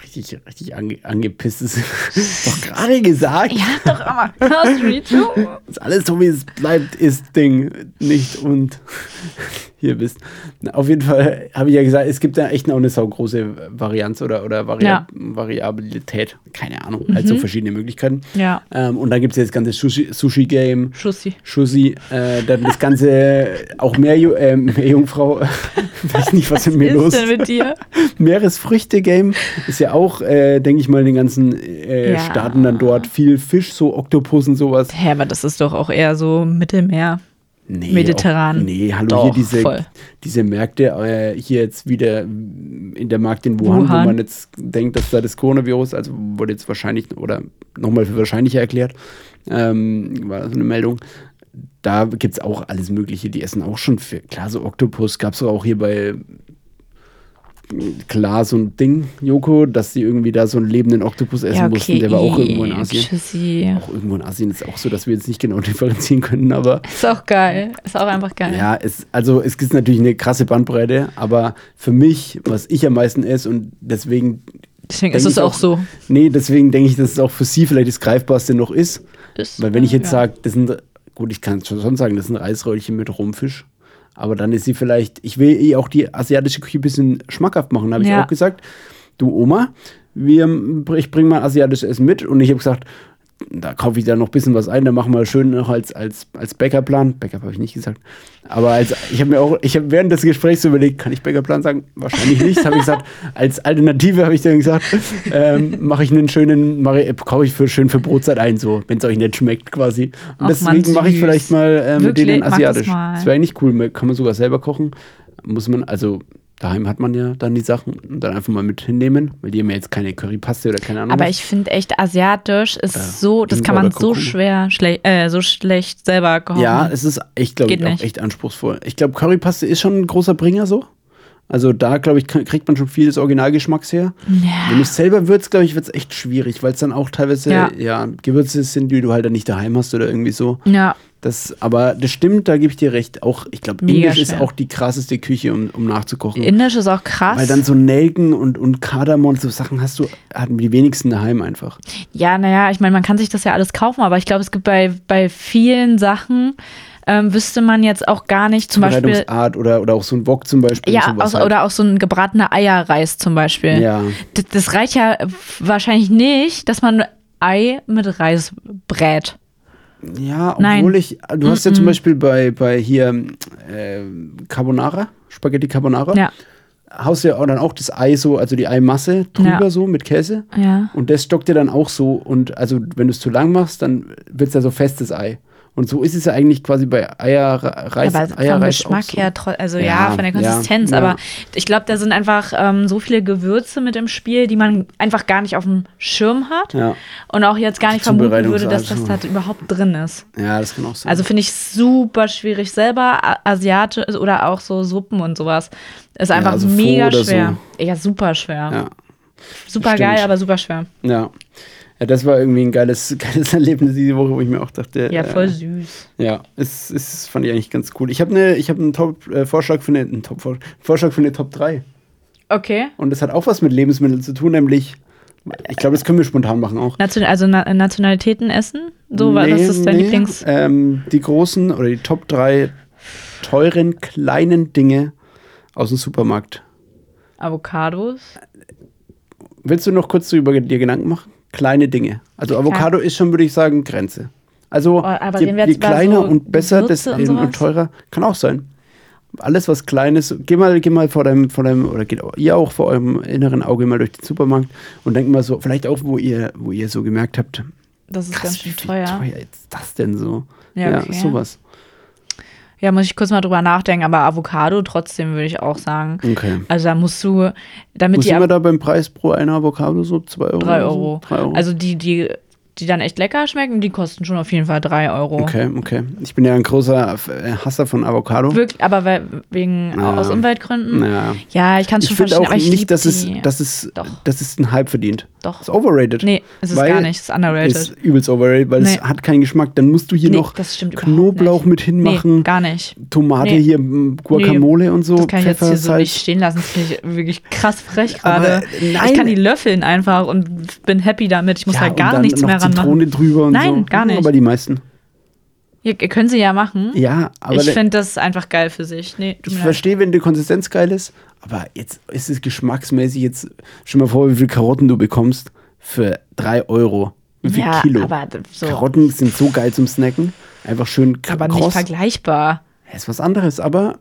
Speaker 2: richtig, richtig ange angepisst ist. doch gerade gesagt,
Speaker 1: Ja, doch, aber First Read.
Speaker 2: dass alles so wie es bleibt, ist Ding, nicht und hier bist. Na, auf jeden Fall habe ich ja gesagt, es gibt da echt noch eine saugroße Varianz oder, oder Vari
Speaker 1: Ja. Mhm.
Speaker 2: Variabilität. Keine Ahnung, also verschiedene Möglichkeiten.
Speaker 1: Ja.
Speaker 2: Ähm, und dann gibt es ja das ganze Sushi- Sushi-Game.
Speaker 1: Schussi.
Speaker 2: Schussi, äh, dann das ganze, auch mehr, Ju äh, mehr Jungfrau, weiß nicht, was, in mir
Speaker 1: ist
Speaker 2: los
Speaker 1: denn mit dir?
Speaker 2: Meeresfrüchte-Game ist ja auch, äh, denke ich mal, in den ganzen äh,
Speaker 1: Ja.
Speaker 2: Staaten dann dort viel Fisch, so Oktopus und sowas.
Speaker 1: Hä, aber das ist doch auch eher so Mittelmeer.
Speaker 2: Nee,
Speaker 1: Mediterran.
Speaker 2: Auch, nee, hallo,
Speaker 1: Doch,
Speaker 2: hier diese,
Speaker 1: voll.
Speaker 2: diese Märkte, äh, hier jetzt wieder mm, in der Markt in Wuhan, wo
Speaker 1: Wuhan.
Speaker 2: man jetzt denkt, dass da das Coronavirus, also wurde jetzt wahrscheinlich oder nochmal für wahrscheinlicher erklärt, ähm, war so eine Meldung. Da gibt es auch alles Mögliche, die essen auch schon viel. Klar, so Oktopus gab es auch hier bei klar so ein Ding, Joko, dass sie irgendwie da so einen lebenden Oktopus essen mussten. Der war auch irgendwo in Asien.
Speaker 1: Schussi.
Speaker 2: Auch irgendwo in Asien ist auch so, dass wir jetzt nicht genau differenzieren können, aber
Speaker 1: Ist auch geil. Ist auch einfach geil.
Speaker 2: ja, es, also es gibt natürlich eine krasse Bandbreite, aber für mich, was ich am meisten esse und deswegen.
Speaker 1: Deswegen
Speaker 2: denk
Speaker 1: ist es
Speaker 2: ich
Speaker 1: auch so.
Speaker 2: Nee, deswegen denke ich, dass es auch für sie vielleicht das Greifbarste noch ist.
Speaker 1: Ist-
Speaker 2: Weil wenn ich jetzt
Speaker 1: ja.
Speaker 2: sage, das sind, gut, ich kann es schon sagen, das sind Reisröllchen mit Rumfisch. Aber dann ist sie vielleicht, ich will ihr auch die asiatische Küche ein bisschen schmackhaft machen, habe ich
Speaker 1: Ja.
Speaker 2: auch gesagt. Du Oma, wir, ich bringe mal asiatisches Essen mit. Und ich habe gesagt, da kaufe ich dann noch ein bisschen was ein, dann machen wir schön noch als, als, als Bäckerplan. Bäcker habe ich nicht gesagt. Aber als, ich habe mir auch, ich habe während des Gesprächs so überlegt, kann ich Bäckerplan sagen? Wahrscheinlich nicht, habe ich gesagt. Als Alternative habe ich dann gesagt, ähm, mache ich einen schönen, mache- äh, kaufe ich für, schön für Brotzeit ein, so, wenn es euch nicht schmeckt quasi. Und
Speaker 1: Ach Mann,
Speaker 2: deswegen mache ich
Speaker 1: süß.
Speaker 2: vielleicht mal ähm, mit
Speaker 1: Wirklich,
Speaker 2: denen
Speaker 1: mach das
Speaker 2: asiatisch.
Speaker 1: mal.
Speaker 2: Das wäre eigentlich cool, man- kann man sogar selber kochen. Muss man, also daheim hat man ja dann die Sachen und dann einfach mal mit hinnehmen, weil die haben ja jetzt keine Currypaste oder keine Ahnung.
Speaker 1: Aber
Speaker 2: was.
Speaker 1: ich finde echt, asiatisch ist so, das
Speaker 2: Ingwer
Speaker 1: kann man
Speaker 2: hm. oder
Speaker 1: so
Speaker 2: Kurkuma.
Speaker 1: schwer, schle äh, so schlecht selber kochen.
Speaker 2: Ja, es ist, ich glaube,
Speaker 1: Geht
Speaker 2: ich, auch
Speaker 1: nicht.
Speaker 2: echt anspruchsvoll. Ich glaube, Currypaste ist schon ein großer Bringer so. Also da, glaube ich, k- kriegt man schon viel des Originalgeschmacks her. Wenn du es selber würzt, glaube ich, wird es echt schwierig, weil es dann auch teilweise ja.
Speaker 1: Ja.
Speaker 2: Gewürze sind, die du halt dann nicht daheim hast oder irgendwie so.
Speaker 1: ja.
Speaker 2: Das, aber das stimmt, da gebe ich dir recht. Auch, ich glaube,
Speaker 1: Mega
Speaker 2: Indisch ist
Speaker 1: schwer.
Speaker 2: auch die krasseste Küche, um, um nachzukochen.
Speaker 1: Indisch ist auch krass.
Speaker 2: weil dann so Nelken und, und Kardamom, so Sachen hast du, hatten die wenigsten daheim einfach.
Speaker 1: Ja, naja, ich meine, man kann sich das ja alles kaufen, aber ich glaube, es gibt bei, bei vielen Sachen, ähm, wüsste man jetzt auch gar nicht, zum Beispiel.
Speaker 2: Zubereitungsart oder, oder auch so ein Wok zum Beispiel.
Speaker 1: Ja, aus,
Speaker 2: sowas halt.
Speaker 1: oder auch so ein gebratener Eierreis zum Beispiel.
Speaker 2: Ja.
Speaker 1: D- Das reicht ja äh, wahrscheinlich nicht, dass man Ei mit Reis brät.
Speaker 2: Ja, obwohl
Speaker 1: Nein.
Speaker 2: ich, du hast ja zum Beispiel bei, bei hier äh, Carbonara, Spaghetti Carbonara,
Speaker 1: Ja.
Speaker 2: haust du ja auch dann auch das Ei so, also die Eimasse drüber
Speaker 1: Ja.
Speaker 2: so mit Käse.
Speaker 1: Ja.
Speaker 2: Und das stockt dir dann auch so. Und also, wenn du es zu lang machst, dann wird es ja so festes Ei. Und so ist es ja eigentlich quasi bei Eierreis.
Speaker 1: aber vom
Speaker 2: Eierreis auch
Speaker 1: Geschmack
Speaker 2: so.
Speaker 1: her, tro- also
Speaker 2: Ja,
Speaker 1: ja, von der
Speaker 2: ja,
Speaker 1: Konsistenz,
Speaker 2: ja.
Speaker 1: aber ich glaube, da sind einfach ähm, so viele Gewürze mit im Spiel, die man einfach gar nicht auf dem Schirm hat
Speaker 2: Ja.
Speaker 1: und auch jetzt gar nicht
Speaker 2: Die
Speaker 1: vermuten würde, dass das da
Speaker 2: Zubereitungsart.
Speaker 1: überhaupt drin ist.
Speaker 2: Ja, das kann auch sein.
Speaker 1: Also finde ich super schwierig. Selber A- Asiate also, oder auch so Suppen und sowas. Ist einfach
Speaker 2: also Pho
Speaker 1: mega
Speaker 2: oder
Speaker 1: schwer. Ja, super schwer.
Speaker 2: Ja.
Speaker 1: super
Speaker 2: stimmt.
Speaker 1: geil, aber super schwer.
Speaker 2: ja. ja, das war irgendwie ein geiles, geiles Erlebnis diese Woche, wo ich mir auch dachte.
Speaker 1: Ja,
Speaker 2: äh,
Speaker 1: voll süß.
Speaker 2: Ja, es, es fand ich eigentlich ganz cool. Ich habe ne, ich hab einen Top-Vorschlag für eine einen Top -Vorschlag, Vorschlag für eine Top 3.
Speaker 1: Okay.
Speaker 2: Und das hat auch was mit Lebensmitteln zu tun, nämlich, ich glaube, das können wir spontan machen auch.
Speaker 1: Nation also Na Nationalitäten essen? So, war das ist dein
Speaker 2: Nee, nee,
Speaker 1: Lieblings.
Speaker 2: Ähm, die großen oder die Top 3 teuren kleinen Dinge aus dem Supermarkt.
Speaker 1: Avocados?
Speaker 2: Willst du noch kurz darüber dir Gedanken machen? Kleine Dinge. Also Avocado ist schon, würde ich sagen, Grenze. Also
Speaker 1: Oh, aber
Speaker 2: je,
Speaker 1: reden wir
Speaker 2: je
Speaker 1: jetzt über
Speaker 2: kleiner
Speaker 1: so
Speaker 2: und besser
Speaker 1: Gewürze und
Speaker 2: desto und
Speaker 1: sowas?
Speaker 2: teurer kann auch sein. Alles was kleines, geh mal, geh mal vor deinem, vor deinem oder geht auch- ihr auch vor eurem inneren Auge mal durch den Supermarkt und denkt mal so, vielleicht auch wo ihr, wo ihr so gemerkt habt,
Speaker 1: Das ist ganz
Speaker 2: krass, wie
Speaker 1: schön
Speaker 2: viel
Speaker 1: teuer.
Speaker 2: ist das denn so?
Speaker 1: Ja,
Speaker 2: ja
Speaker 1: okay.
Speaker 2: sowas.
Speaker 1: Ja, muss ich kurz mal drüber nachdenken, aber Avocado trotzdem würde ich auch sagen.
Speaker 2: Okay.
Speaker 1: Also da musst du, damit
Speaker 2: Wo
Speaker 1: die
Speaker 2: sind wir da beim Preis pro einer Avocado so 2 Euro?
Speaker 1: 3
Speaker 2: oder so?
Speaker 1: Euro.
Speaker 2: Drei Euro.
Speaker 1: Also die, die, die dann echt lecker schmecken, die kosten schon auf jeden Fall 3 Euro.
Speaker 2: okay, okay. Ich bin ja ein großer äh, Hasser von Avocado.
Speaker 1: Wirklich, aber we- wegen
Speaker 2: Ja.
Speaker 1: aus Umweltgründen.
Speaker 2: Ja.
Speaker 1: Ja, ich kann es
Speaker 2: Ich
Speaker 1: schon
Speaker 2: finde
Speaker 1: verstehen,
Speaker 2: auch
Speaker 1: aber ich lieb
Speaker 2: nicht, dass es,
Speaker 1: die.
Speaker 2: dass, es,
Speaker 1: Doch.
Speaker 2: dass es einen Hype verdient.
Speaker 1: Doch.
Speaker 2: Ist overrated.
Speaker 1: Nee, es ist
Speaker 2: Weil
Speaker 1: gar nicht, es ist underrated.
Speaker 2: Ist übelst overrated, weil
Speaker 1: Nee.
Speaker 2: es hat keinen Geschmack. Dann musst du hier
Speaker 1: Nee,
Speaker 2: noch
Speaker 1: das stimmt überhaupt
Speaker 2: Knoblauch
Speaker 1: nicht.
Speaker 2: mit hinmachen,
Speaker 1: Nee, gar nicht.
Speaker 2: Tomate
Speaker 1: Nee.
Speaker 2: hier, mm, Guacamole und so.
Speaker 1: Das kann ich jetzt hier so
Speaker 2: Pfeffersalz.
Speaker 1: nicht stehen lassen. Das finde ich wirklich krass frech
Speaker 2: halt Aber,
Speaker 1: gerade.
Speaker 2: nein.
Speaker 1: Ich kann die löffeln einfach und bin happy damit. Ich muss
Speaker 2: Ja,
Speaker 1: da
Speaker 2: und
Speaker 1: gar
Speaker 2: dann
Speaker 1: nichts
Speaker 2: noch
Speaker 1: mehr ran
Speaker 2: Zitrone
Speaker 1: machen.
Speaker 2: drüber und so.
Speaker 1: Nein, gar nicht.
Speaker 2: Aber die meisten.
Speaker 1: Ihr, ihr können sie ja machen.
Speaker 2: Ja, aber
Speaker 1: ich
Speaker 2: da-
Speaker 1: finde das einfach geil für sich. Nee, tut
Speaker 2: Ich
Speaker 1: mir leid.
Speaker 2: verstehe, wenn die Konsistenz geil ist, aber jetzt ist es geschmacksmäßig jetzt. Stell dir mal vor, wie viel Karotten du bekommst für 3 Euro. Wie viel
Speaker 1: Ja,
Speaker 2: Kilo?
Speaker 1: aber so-
Speaker 2: Karotten sind so geil zum Snacken. Einfach schön k-
Speaker 1: Aber nicht
Speaker 2: kross.
Speaker 1: vergleichbar.
Speaker 2: Ja, Ist was anderes, aber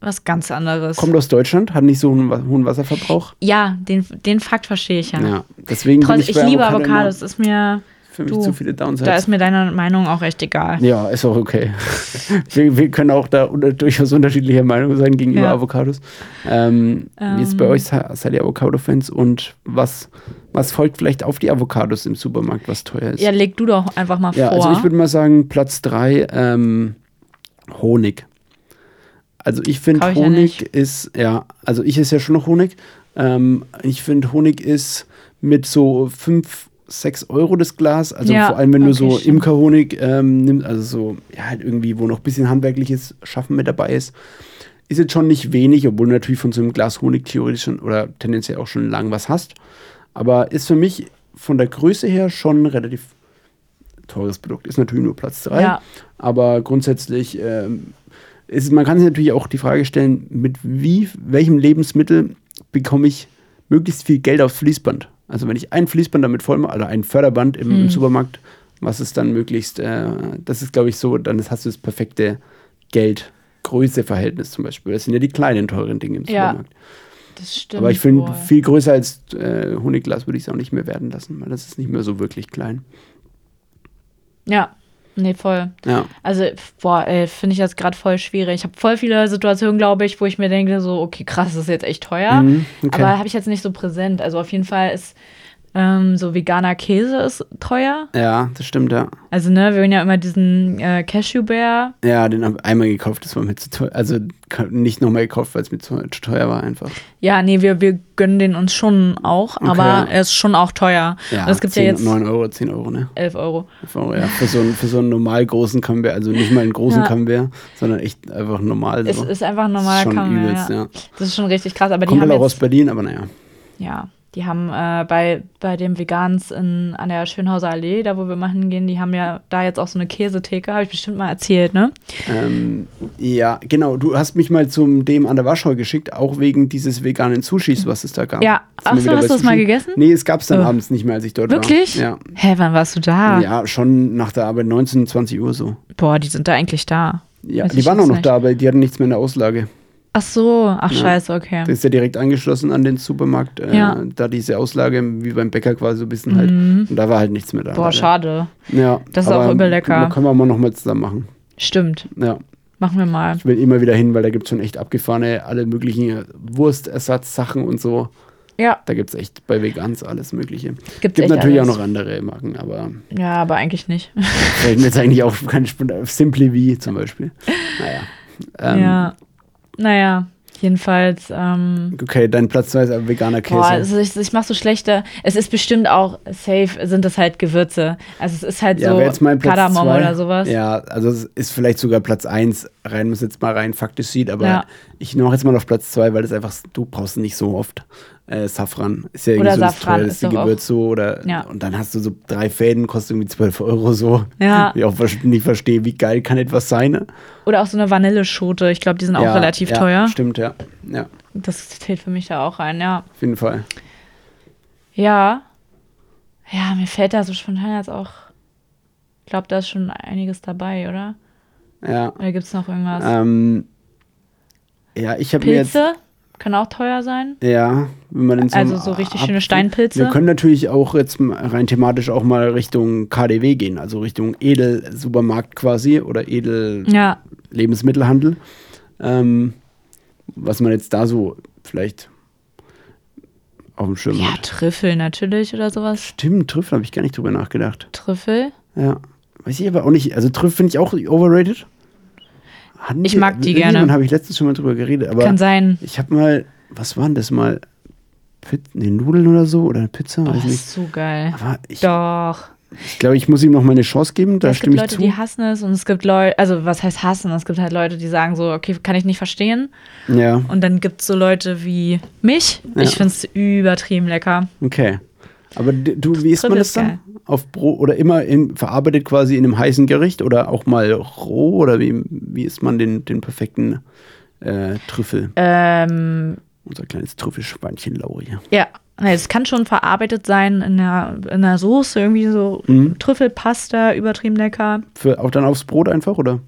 Speaker 1: Was ganz anderes.
Speaker 2: kommt aus Deutschland, hat nicht so einen wa- hohen Wasserverbrauch.
Speaker 1: ja, den, den Fakt verstehe ich ja.
Speaker 2: Ja, deswegen bin
Speaker 1: Trotz,
Speaker 2: ich,
Speaker 1: ich
Speaker 2: bei
Speaker 1: liebe
Speaker 2: Avocado
Speaker 1: Avocados. Ist mir.
Speaker 2: Immer, für mich
Speaker 1: Du,
Speaker 2: zu viele Downsides.
Speaker 1: Da ist mir deine Meinung auch echt egal.
Speaker 2: ja, ist auch okay. wir, wir können auch da unter, durchaus unterschiedlicher Meinung sein gegenüber
Speaker 1: Ja.
Speaker 2: Avocados. Ähm, Jetzt bei euch se- seid ihr Avocado-Fans und was, was folgt vielleicht auf die Avocados im Supermarkt, was teuer ist?
Speaker 1: Ja, leg du doch einfach mal
Speaker 2: Ja,
Speaker 1: vor.
Speaker 2: also ich würde mal sagen, Platz 3, ähm, Honig. Also ich finde
Speaker 1: Kauf ich ja
Speaker 2: Honig
Speaker 1: nicht.
Speaker 2: ist, ja, also ich esse ja schon noch Honig. Ähm, ich finde Honig ist mit so 5, 6 Euro das Glas. Also
Speaker 1: Ja,
Speaker 2: vor allem, wenn du
Speaker 1: okay,
Speaker 2: so
Speaker 1: stimmt.
Speaker 2: Imkerhonig ähm, nimmst, also so, ja, halt irgendwie, wo noch ein bisschen handwerkliches Schaffen mit dabei ist. Ist jetzt schon nicht wenig, obwohl du natürlich von so einem Glas Honig theoretisch schon oder tendenziell auch schon lang was hast. Aber ist für mich von der Größe her schon relativ teures Produkt. Ist natürlich nur Platz 3.
Speaker 1: Ja.
Speaker 2: Aber grundsätzlich ähm, ist, man kann sich natürlich auch die Frage stellen, mit wie, welchem Lebensmittel bekomme ich möglichst viel Geld aufs Fließband? Also wenn ich ein Fließband damit voll mache, also ein Förderband im,
Speaker 1: Hm.
Speaker 2: im Supermarkt, was ist dann möglichst, äh, das ist glaube ich so, dann hast du das perfekte Geld-Größe-Verhältnis zum Beispiel. Das sind ja die kleinen, teuren Dinge im
Speaker 1: Ja,
Speaker 2: Supermarkt.
Speaker 1: Das stimmt.
Speaker 2: Aber ich finde,
Speaker 1: wohl.
Speaker 2: viel größer als äh, Honigglas würde ich es auch nicht mehr werden lassen, weil das ist nicht mehr so wirklich klein.
Speaker 1: Ja, nee, voll.
Speaker 2: Ja.
Speaker 1: Also, pf, boah, ey, finde ich jetzt gerade voll schwierig. Ich habe voll viele Situationen, glaube ich, wo ich mir denke, so, okay, krass, das ist jetzt echt teuer.
Speaker 2: Mhm, okay.
Speaker 1: Aber habe ich jetzt nicht so präsent. Also, auf jeden Fall ist ähm, so veganer Käse ist teuer.
Speaker 2: Ja, das stimmt, ja.
Speaker 1: Also, ne, wir haben ja immer diesen äh, Cashew-Bär.
Speaker 2: Ja, den habe ich einmal gekauft, das war mir zu teuer. Also ka- nicht nochmal gekauft, weil es mir zu, zu teuer war einfach.
Speaker 1: Ja, nee, wir, wir gönnen den uns schon auch, aber er ist schon auch teuer.
Speaker 2: Ja,
Speaker 1: Und es gibt
Speaker 2: 10,
Speaker 1: ja jetzt
Speaker 2: 9 Euro, 10 Euro, ne?
Speaker 1: 11 Euro.
Speaker 2: 11 Euro, ja. Für so einen, für so einen normal großen Camembert, also nicht mal einen großen
Speaker 1: Ja.
Speaker 2: Camembert, sondern echt einfach normal
Speaker 1: Es
Speaker 2: so.
Speaker 1: ist einfach ein normaler
Speaker 2: Also, schon
Speaker 1: Kamm,
Speaker 2: übelst, ja.
Speaker 1: Das ist schon richtig krass, aber
Speaker 2: Kommt
Speaker 1: die
Speaker 2: halt auch
Speaker 1: haben
Speaker 2: aus
Speaker 1: jetzt,
Speaker 2: Berlin, aber naja.
Speaker 1: ja, die haben äh, bei, bei dem Vegans in, an der Schönhauser Allee, da wo wir mal hingehen, die haben ja da jetzt auch so eine Käsetheke, habe ich bestimmt mal erzählt, ne?
Speaker 2: Ähm, ja, genau. Du hast mich mal zum dem an der Warschau geschickt, auch wegen dieses veganen Sushis, was es da gab.
Speaker 1: Ja.
Speaker 2: Sind wir
Speaker 1: Ach so,
Speaker 2: wieder bei
Speaker 1: hast du das mal
Speaker 2: Sushi?
Speaker 1: gegessen?
Speaker 2: Nee, es gab es dann
Speaker 1: Oh.
Speaker 2: abends nicht mehr, als ich dort
Speaker 1: Wirklich? Ah.
Speaker 2: war.
Speaker 1: Hä, wann warst du da?
Speaker 2: Ja. ja, schon nach der Arbeit, 19, 20 Uhr so.
Speaker 1: Boah, die sind da eigentlich da.
Speaker 2: Ja,
Speaker 1: Weiß
Speaker 2: die
Speaker 1: ich
Speaker 2: waren auch
Speaker 1: jetzt
Speaker 2: noch
Speaker 1: nicht.
Speaker 2: da, aber die hatten nichts mehr in der Auslage.
Speaker 1: Ach so, ach scheiße, okay.
Speaker 2: Das ist ja direkt angeschlossen an den Supermarkt. Äh,
Speaker 1: Ja. Mhm.
Speaker 2: Da diese Auslage, wie beim Bäcker quasi so ein bisschen halt. Und da war halt nichts mehr da.
Speaker 1: Boah,
Speaker 2: leider.
Speaker 1: schade.
Speaker 2: Ja,
Speaker 1: Das ist auch
Speaker 2: aber
Speaker 1: übel lecker.
Speaker 2: Können wir mal nochmal zusammen machen.
Speaker 1: Stimmt,
Speaker 2: Ja.
Speaker 1: machen wir mal.
Speaker 2: Ich will immer wieder hin, weil da gibt es schon echt abgefahrene, alle möglichen Wurstersatzsachen und so.
Speaker 1: Ja,
Speaker 2: Da gibt es echt bei Vegans alles Mögliche.
Speaker 1: Gibt's
Speaker 2: gibt
Speaker 1: echt
Speaker 2: natürlich
Speaker 1: alles.
Speaker 2: auch noch andere Marken, aber
Speaker 1: ja, aber eigentlich nicht.
Speaker 2: fällt mir jetzt eigentlich auch keine Spende. Simply wie zum Beispiel. Naja. Ähm,
Speaker 1: ja, naja, jedenfalls, ähm,
Speaker 2: Okay, dein Platz 2 ist ein veganer Käse.
Speaker 1: Boah, also ich, ich mach so schlechte. Es ist bestimmt auch safe, sind das halt Gewürze. Also es ist halt
Speaker 2: ja,
Speaker 1: so
Speaker 2: wäre jetzt mein Platz
Speaker 1: Kardamom
Speaker 2: zwei.
Speaker 1: oder sowas.
Speaker 2: Ja, also es ist vielleicht sogar Platz 1 rein, muss jetzt mal rein faktisch sieht, aber
Speaker 1: Ja.
Speaker 2: ich mache jetzt mal auf Platz 2, weil das einfach, du brauchst nicht so oft äh, Safran. Ist ja irgendwie
Speaker 1: Oder
Speaker 2: so
Speaker 1: Safran
Speaker 2: das
Speaker 1: ist
Speaker 2: teuerste
Speaker 1: doch auch-
Speaker 2: Gewürz so oder
Speaker 1: Ja.
Speaker 2: und dann hast du so drei Fäden, kostet irgendwie 12 Euro so.
Speaker 1: Ja.
Speaker 2: Ich auch vers- nicht verstehe, wie geil kann etwas sein. ne?
Speaker 1: Oder auch so eine Vanilleschote. Ich glaube, die sind auch
Speaker 2: ja,
Speaker 1: relativ
Speaker 2: ja,
Speaker 1: teuer.
Speaker 2: Stimmt, ja. Ja, auf
Speaker 1: Das zählt für mich da auch rein, ja.
Speaker 2: jeden Fall.
Speaker 1: Ja. Ja, mir fällt da so spontan jetzt auch. Ich glaube, da ist schon einiges dabei, oder?
Speaker 2: Ja.
Speaker 1: Oder gibt es noch irgendwas?
Speaker 2: Ähm, ja, ich habe mir jetzt
Speaker 1: Pilze können auch teuer sein.
Speaker 2: Ja, wenn man in so einem
Speaker 1: Also so richtig
Speaker 2: Ab-
Speaker 1: schöne Steinpilze?
Speaker 2: Wir können natürlich auch jetzt m- rein thematisch auch mal Richtung KDW gehen, also Richtung Edelsupermarkt quasi oder Edel
Speaker 1: Ja.
Speaker 2: Lebensmittelhandel. Ähm, was man jetzt da so vielleicht auf dem Schirm
Speaker 1: Ja,
Speaker 2: hat.
Speaker 1: Trüffel natürlich oder sowas.
Speaker 2: Stimmt, Trüffel habe ich gar nicht drüber nachgedacht.
Speaker 1: Trüffel.
Speaker 2: Ja. Weiß ich aber auch nicht. Also Trüffel finde ich auch overrated. Hatten
Speaker 1: Ich
Speaker 2: wir-
Speaker 1: mag die
Speaker 2: mit
Speaker 1: gerne.
Speaker 2: jemandem habe ich letztens schon mal drüber geredet. Aber
Speaker 1: Kann sein.
Speaker 2: ich habe mal, was waren das mal? Pit, nee, Nudeln oder so? Oder Pizza?
Speaker 1: Oh,
Speaker 2: Weiß
Speaker 1: das
Speaker 2: nicht.
Speaker 1: ist so geil.
Speaker 2: Aber ich,
Speaker 1: Doch.
Speaker 2: ich glaube, ich muss ihm noch mal eine Chance geben. Da
Speaker 1: es gibt
Speaker 2: stimme ich
Speaker 1: Leute,
Speaker 2: zu.
Speaker 1: die hassen es und es gibt Leute, also was heißt hassen? Es gibt halt Leute, die sagen so, okay, kann ich nicht verstehen.
Speaker 2: ja,
Speaker 1: Und dann gibt es so Leute wie mich.
Speaker 2: Ja.
Speaker 1: Ich finde es übertrieben lecker.
Speaker 2: okay. Aber d- du, wie isst man
Speaker 1: Trüffel
Speaker 2: das
Speaker 1: ist
Speaker 2: dann?
Speaker 1: geil.
Speaker 2: Auf Brot oder immer in, verarbeitet quasi in einem heißen Gericht oder auch mal roh? Oder wie, wie isst man den, den perfekten äh, Trüffel?
Speaker 1: Ähm,
Speaker 2: Unser kleines Trüffelschweinchen Lauri.
Speaker 1: ja, Na, es kann schon verarbeitet sein in einer, in einer Soße, irgendwie so
Speaker 2: Hm?
Speaker 1: Trüffelpasta, übertrieben lecker.
Speaker 2: Für, auch dann aufs Brot einfach, oder?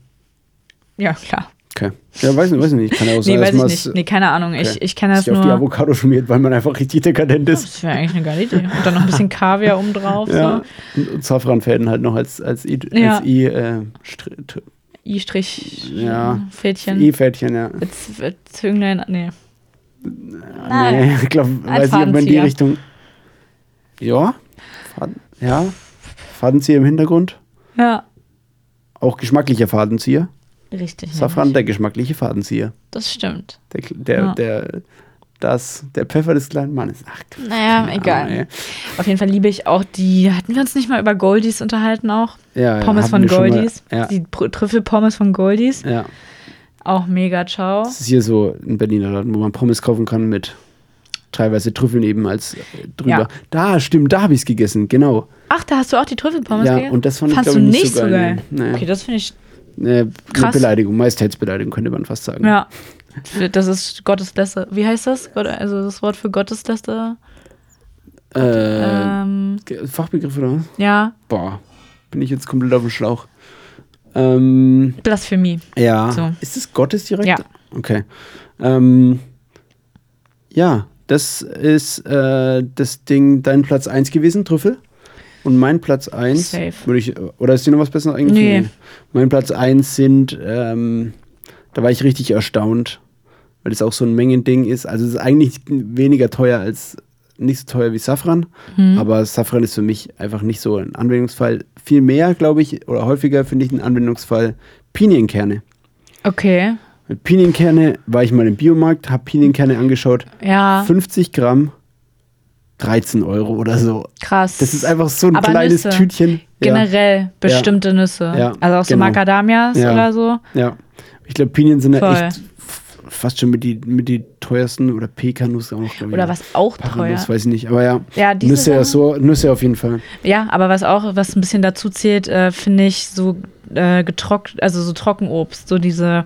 Speaker 1: Ja, klar.
Speaker 2: Okay. Ja, weiß nicht, weiß nicht. Kann ja auch sein,
Speaker 1: Nee,
Speaker 2: dass
Speaker 1: weiß ich
Speaker 2: man's-
Speaker 1: nicht. Nee, keine Ahnung.
Speaker 2: Also okay.
Speaker 1: Ich, ich kenne das
Speaker 2: sich auf die
Speaker 1: nur.
Speaker 2: Avocado schmiert, weil man einfach richtig dekadent ist.
Speaker 1: Das wäre eigentlich eine geile Idee. Und dann noch ein bisschen Kaviar oben drauf.
Speaker 2: Ja.
Speaker 1: So.
Speaker 2: Und, und Safranfäden halt noch als, als I,
Speaker 1: Ja.
Speaker 2: als I äh, Str- Tr-
Speaker 1: I-Fädchen.
Speaker 2: Ja.
Speaker 1: Fädchen.
Speaker 2: E-Fädchen, ja.
Speaker 1: Jetzt wird Zünglein. Nee.
Speaker 2: Ah, Nee, ich glaube, weiß nicht, ob man in die
Speaker 1: Fadenzieher.
Speaker 2: Richtung. Ja, Faden, ja. Fadenzieher im Hintergrund.
Speaker 1: Ja.
Speaker 2: Auch geschmacklicher Fadenzieher.
Speaker 1: Richtig.
Speaker 2: Safran,
Speaker 1: nämlich.
Speaker 2: der geschmackliche Fadenzieher.
Speaker 1: Das stimmt.
Speaker 2: Der, der,
Speaker 1: Ja.
Speaker 2: der, das, der Pfeffer des kleinen Mannes. Ach,
Speaker 1: Naja,
Speaker 2: keine
Speaker 1: egal.
Speaker 2: Ahnung,
Speaker 1: Auf jeden Fall liebe ich auch die. Hatten wir uns nicht mal über Goldies unterhalten auch?
Speaker 2: ey. ja, ja,
Speaker 1: Pommes
Speaker 2: Äh, hatten
Speaker 1: von
Speaker 2: wir schon mal.
Speaker 1: Goldies.
Speaker 2: Ja,
Speaker 1: Die Pr- Trüffelpommes von Goldies.
Speaker 2: ja.
Speaker 1: Auch mega ciao.
Speaker 2: Das ist hier so ein Berliner Laden, wo man Pommes kaufen kann mit teilweise Trüffeln eben als äh, drüber.
Speaker 1: Ja.
Speaker 2: Da, stimmt, da habe ich es gegessen, genau.
Speaker 1: Ach, da hast du auch die Trüffelpommes
Speaker 2: Ja,
Speaker 1: gegessen?
Speaker 2: und das fand ich,
Speaker 1: Fandst
Speaker 2: glaub ich,
Speaker 1: du
Speaker 2: nicht so geil, nee. Nee.
Speaker 1: Okay, das finde ich
Speaker 2: Äh, Eine
Speaker 1: Krass.
Speaker 2: Beleidigung, Majestätsbeleidigung könnte man fast sagen.
Speaker 1: Ja. Das ist Gottesläster. Wie heißt das? Gott, also das Wort für Gottesläster.
Speaker 2: Äh,
Speaker 1: Ähm,
Speaker 2: Ge- Fachbegriff oder was?
Speaker 1: ja,
Speaker 2: Boah, bin ich jetzt komplett auf dem Schlauch. Ähm,
Speaker 1: Blasphemie.
Speaker 2: ja.
Speaker 1: So.
Speaker 2: Ist es Gottes direkt?
Speaker 1: Ja.
Speaker 2: Okay. Ähm, ja, das ist äh, das Ding, dein Platz 1 gewesen, Trüffel. Und mein Platz 1,
Speaker 1: Safe.
Speaker 2: würde ich, oder ist dir noch was Besseres eingefallen?
Speaker 1: Nee.
Speaker 2: Mein Platz 1 sind, ähm, da war ich richtig erstaunt, weil es auch so ein Mengending ist. Also es ist eigentlich weniger teuer als, nicht so teuer wie Safran,
Speaker 1: Mhm.
Speaker 2: aber Safran ist für mich einfach nicht so ein Anwendungsfall. Viel mehr, glaube ich, oder häufiger finde ich einen Anwendungsfall Pinienkerne.
Speaker 1: Okay.
Speaker 2: Mit Pinienkerne war ich mal im Biomarkt, habe Pinienkerne angeschaut.
Speaker 1: Ja,
Speaker 2: 50 Gramm, 13 Euro oder so.
Speaker 1: krass.
Speaker 2: Das ist einfach so ein
Speaker 1: Aber
Speaker 2: kleines
Speaker 1: Nüsse.
Speaker 2: Tütchen.
Speaker 1: Generell bestimmte Nüsse.
Speaker 2: Ja,
Speaker 1: Also auch so
Speaker 2: genau.
Speaker 1: Macadamias
Speaker 2: Ja.
Speaker 1: oder so.
Speaker 2: Ja. ja. Ich glaube, Pinien sind
Speaker 1: Voll.
Speaker 2: ja echt f- fast schon mit die, mit die teuersten oder Pekanuss auch noch. glaub ich,
Speaker 1: Oder
Speaker 2: ja.
Speaker 1: was auch teuer.
Speaker 2: Paranuss, weiß ich nicht. Aber ja,
Speaker 1: Ja, diese
Speaker 2: Nüsse, ja so, Nüsse auf jeden Fall.
Speaker 1: Ja, aber was auch, was ein bisschen dazu zählt, äh, finde ich so äh, getrocknet, also so Trockenobst, so diese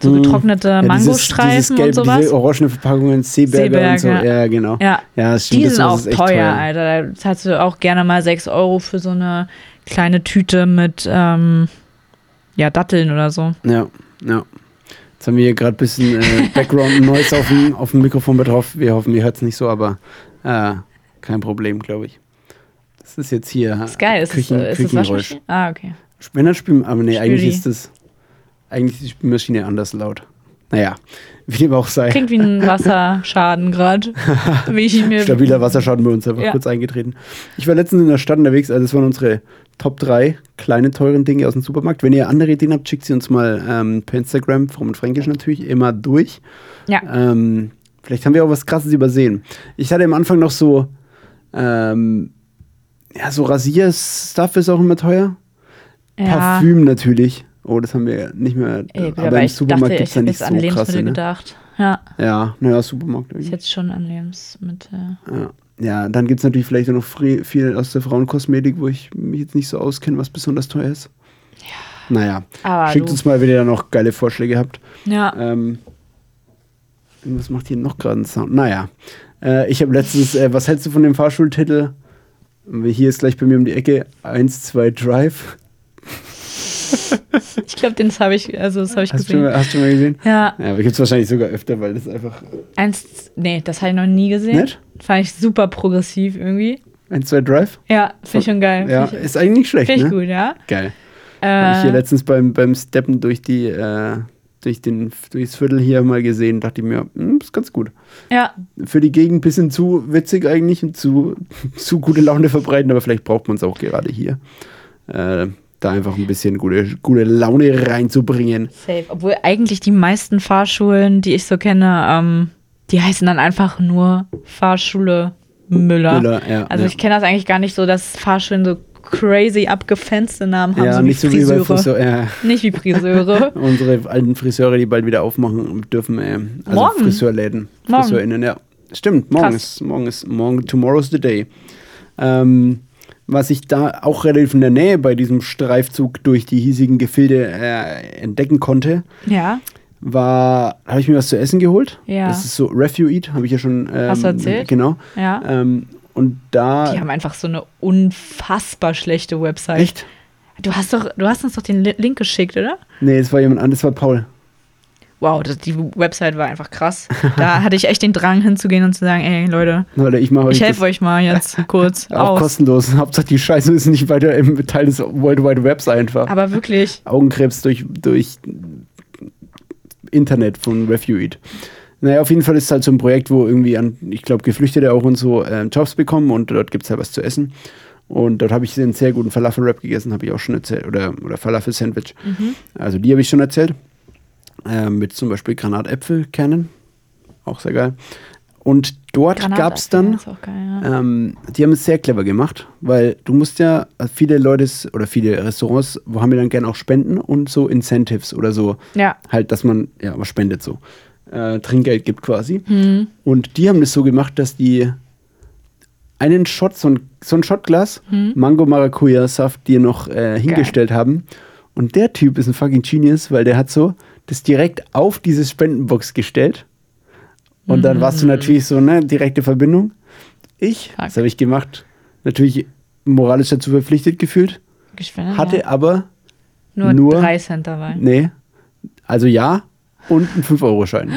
Speaker 1: so
Speaker 2: Hm.
Speaker 1: getrocknete
Speaker 2: Ja, dieses-
Speaker 1: Mangostreifen
Speaker 2: dieses Gelbe, oh,
Speaker 1: und sowas.
Speaker 2: Diese orangene Verpackungen, Seeberger, und so.
Speaker 1: Seeberger.
Speaker 2: Ja, genau.
Speaker 1: ja.
Speaker 2: ja das stimmt,
Speaker 1: Die
Speaker 2: das
Speaker 1: sind auch
Speaker 2: ist
Speaker 1: teuer,
Speaker 2: echt
Speaker 1: Alter. Da zahlst du auch gerne mal 6 Euro für so eine kleine Tüte mit ähm, ja, Datteln oder so.
Speaker 2: Ja, ja. Jetzt haben wir hier gerade ein bisschen äh, Background-Noise auf, dem- auf dem Mikrofon mit drauf. Wir hoffen, ihr hört es nicht so, aber äh, kein Problem, glaube ich. Das ist jetzt hier
Speaker 1: Ist geil, ist,
Speaker 2: Küchen,
Speaker 1: es, äh, ist es
Speaker 2: Küchengeräusch.
Speaker 1: Waschmaschine? Ah, okay.
Speaker 2: Wenn dann spülen, aber nee, eigentlich
Speaker 1: Spüli.
Speaker 2: ist das eigentlich ist die Spülmaschine anders laut. Naja, wie dem auch sei.
Speaker 1: Klingt wie ein Wasserschaden gerade. wie ich ihn mir.
Speaker 2: Stabiler Wasserschaden bei uns einfach
Speaker 1: Ja.
Speaker 2: kurz eingetreten. Ich war letztens in der Stadt unterwegs, also das waren unsere Top 3 kleine teuren Dinge aus dem Supermarkt. Wenn ihr andere Ideen habt, schickt sie uns mal ähm, per Instagram, Fromm und Fränkisch natürlich, immer durch.
Speaker 1: Ja.
Speaker 2: Ähm, vielleicht haben wir auch was Krasses übersehen. Ich hatte am Anfang noch so, ähm, ja, so Rasier-Stuff ist auch immer teuer.
Speaker 1: ja.
Speaker 2: Parfüm natürlich. Oh, das haben wir nicht mehr.
Speaker 1: Ey, gut,
Speaker 2: aber,
Speaker 1: aber,
Speaker 2: im
Speaker 1: ich dachte,
Speaker 2: Supermarkt
Speaker 1: ich
Speaker 2: gibt es ja
Speaker 1: hätte
Speaker 2: nicht
Speaker 1: jetzt
Speaker 2: so
Speaker 1: an Lebensmittel
Speaker 2: krasse. Ne?
Speaker 1: gedacht. Ja,
Speaker 2: Ja, naja, Supermarkt
Speaker 1: ist
Speaker 2: irgendwie.
Speaker 1: jetzt schon an Lebensmittel.
Speaker 2: Ja. ja, dann gibt es natürlich vielleicht auch noch fri- viel aus der Frauenkosmetik, wo ich mich jetzt nicht so auskenne, was besonders teuer ist. Ja. Naja,
Speaker 1: Aber
Speaker 2: schickt
Speaker 1: Ah, du-
Speaker 2: uns mal, wenn ihr da noch geile Vorschläge habt.
Speaker 1: Ja.
Speaker 2: Ähm, irgendwas macht hier noch gerade einen Sound. Naja, äh, ich habe letztens, äh, was hältst du von dem Fahrschultitel? Hier ist gleich bei mir um die Ecke 1, 2, Drive.
Speaker 1: Ich glaube, den habe ich, also das habe ich
Speaker 2: Hast du, schon
Speaker 1: gesehen.
Speaker 2: mal, hast du schon mal gesehen?
Speaker 1: Ja,
Speaker 2: Ja, aber gibt es wahrscheinlich sogar öfter, weil das einfach
Speaker 1: eins, nee, das habe ich noch nie gesehen.
Speaker 2: Nett?
Speaker 1: Fand ich super progressiv irgendwie.
Speaker 2: 1, 2, Drive.
Speaker 1: Ja, finde ich schon geil.
Speaker 2: Ja,
Speaker 1: Finde ich,
Speaker 2: ist eigentlich nicht schlecht,
Speaker 1: find ich
Speaker 2: ne?
Speaker 1: gut, ja.
Speaker 2: Geil. Habe ich hier
Speaker 1: Äh,
Speaker 2: letztens beim, beim Steppen durch die, äh, durch den, durchs Viertel hier mal gesehen, dachte ich mir, hm, ist ganz gut.
Speaker 1: ja,
Speaker 2: Für die Gegend ein bisschen zu witzig eigentlich und zu, zu gute Laune verbreiten, aber vielleicht braucht man es auch gerade hier. Äh, da einfach ein bisschen gute, gute Laune reinzubringen.
Speaker 1: safe. Obwohl eigentlich die meisten Fahrschulen, die ich so kenne, ähm, die heißen dann einfach nur Fahrschule Müller.
Speaker 2: Müller, ja,
Speaker 1: also
Speaker 2: ja.
Speaker 1: ich kenne das eigentlich gar nicht so, dass Fahrschulen so crazy abgefanzte Namen haben,
Speaker 2: ja,
Speaker 1: so
Speaker 2: nicht
Speaker 1: wie
Speaker 2: so wie bei
Speaker 1: Friseure.
Speaker 2: Friseur, ja.
Speaker 1: Nicht wie Friseure.
Speaker 2: Unsere alten Friseure, die bald wieder aufmachen dürfen, äh, also
Speaker 1: Morgen?
Speaker 2: Friseurläden,
Speaker 1: Morgen.
Speaker 2: Friseurinnen, ja. Stimmt, morgen
Speaker 1: Krass.
Speaker 2: ist, morgen ist, morgen, tomorrow's the day. Ähm, was ich da auch relativ in der Nähe bei diesem Streifzug durch die hiesigen Gefilde äh, entdecken konnte,
Speaker 1: ja.
Speaker 2: war, habe ich mir was zu essen geholt.
Speaker 1: Ja.
Speaker 2: Das ist so Refuge Eat, habe ich ja schon. Ähm,
Speaker 1: Hast du erzählt?
Speaker 2: Genau.
Speaker 1: Ja.
Speaker 2: Ähm, und da.
Speaker 1: Die haben einfach so eine unfassbar schlechte Website.
Speaker 2: echt?
Speaker 1: Du hast doch, du hast uns doch den Li- Link geschickt, oder?
Speaker 2: Nee, es war jemand anderes, das war Paul.
Speaker 1: Wow, das, die Website war einfach krass. Da hatte ich echt den Drang hinzugehen und zu sagen, ey Leute,
Speaker 2: Leute, ich mache euch
Speaker 1: ich
Speaker 2: das-
Speaker 1: helfe euch mal jetzt kurz
Speaker 2: Auch
Speaker 1: aus.
Speaker 2: kostenlos. Hauptsache die Scheiße ist nicht weiter im Teil des World Wide Webs einfach.
Speaker 1: Aber wirklich,
Speaker 2: Augenkrebs durch, durch Internet von Refueed. Naja, auf jeden Fall ist es halt so ein Projekt, wo irgendwie an, ich glaube, Geflüchtete auch und so äh, Jobs bekommen und dort gibt es halt was zu essen. Und dort habe ich einen sehr guten Falafel-Wrap gegessen, habe ich auch schon erzählt. Oder, oder Falafel-Sandwich. Also die habe ich schon erzählt. Äh, mit zum Beispiel Granatäpfelkernen. Auch sehr geil. Und dort
Speaker 1: Granat-
Speaker 2: gab es dann.
Speaker 1: ist auch geil, ja.
Speaker 2: Ähm, die haben es sehr clever gemacht, weil du musst ja, äh, viele Leute s- oder viele Restaurants wo haben ja dann gerne auch Spenden und so Incentives oder so.
Speaker 1: Ja.
Speaker 2: Halt, dass man, ja, was spendet so. Äh, Trinkgeld gibt quasi.
Speaker 1: Hm.
Speaker 2: Und die haben das so gemacht, dass die einen
Speaker 1: Hm.
Speaker 2: Shot, so ein, so ein Shotglas Mango-Maracuja-Saft dir noch äh, hingestellt haben. Und der Typ ist ein fucking Genius, weil der hat so das direkt auf diese Spendenbox gestellt. Und dann warst du natürlich so, ne, direkte Verbindung. Ich,
Speaker 1: Hm. Fuck.
Speaker 2: das habe ich gemacht, natürlich moralisch dazu verpflichtet gefühlt,
Speaker 1: Geschwindet,
Speaker 2: hatte
Speaker 1: ja.
Speaker 2: aber,
Speaker 1: nur,
Speaker 2: nur-
Speaker 1: drei Cent dabei.
Speaker 2: nee, also ja und einen 5-Euro-Schein.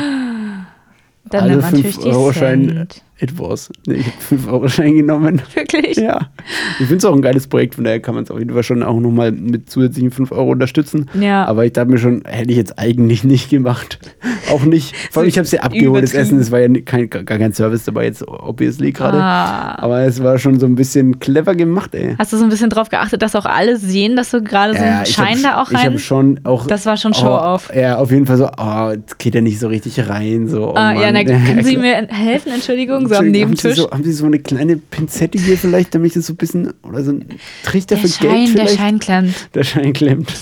Speaker 1: Dann
Speaker 2: also
Speaker 1: nimmt man natürlich die
Speaker 2: Euro-Schein,
Speaker 1: Cent.
Speaker 2: it was. Nee, ich habe 5-Euro-Schein genommen.
Speaker 1: Wirklich?
Speaker 2: Ja, ich finde es auch ein geiles Projekt, von daher kann man es auf jeden Fall schon auch nochmal mit zusätzlichen 5 Euro unterstützen.
Speaker 1: Ja.
Speaker 2: Aber ich dachte mir schon, hätte ich jetzt eigentlich nicht gemacht. Auch nicht. Vor allem, ich habe es ja abgeholt, das
Speaker 1: Übertrieben.
Speaker 2: Essen. Es war ja kein, gar kein Service dabei, jetzt obviously gerade.
Speaker 1: Ah.
Speaker 2: Aber es war schon so ein bisschen clever gemacht, ey.
Speaker 1: Hast du so ein bisschen drauf geachtet, dass auch alle sehen, dass du gerade so einen
Speaker 2: ich
Speaker 1: Schein
Speaker 2: hab-
Speaker 1: da auch
Speaker 2: Ich
Speaker 1: rein?
Speaker 2: habe schon auch.
Speaker 1: Das war schon Show-off.
Speaker 2: Oh, ja, auf jeden Fall so, oh, jetzt geht er nicht so richtig rein. So, oh
Speaker 1: ah, ja, na,
Speaker 2: Mann.
Speaker 1: können Sie mir helfen? Entschuldigung, so am
Speaker 2: Entschuldigung,
Speaker 1: Nebentisch.
Speaker 2: Haben Sie, so, haben Sie so eine kleine Pinzette hier vielleicht, damit ich das so ein bisschen, oder so ein Trichter
Speaker 1: der
Speaker 2: für Geld
Speaker 1: Schein, der
Speaker 2: vielleicht?
Speaker 1: Schein klemmt.
Speaker 2: Der Schein klemmt.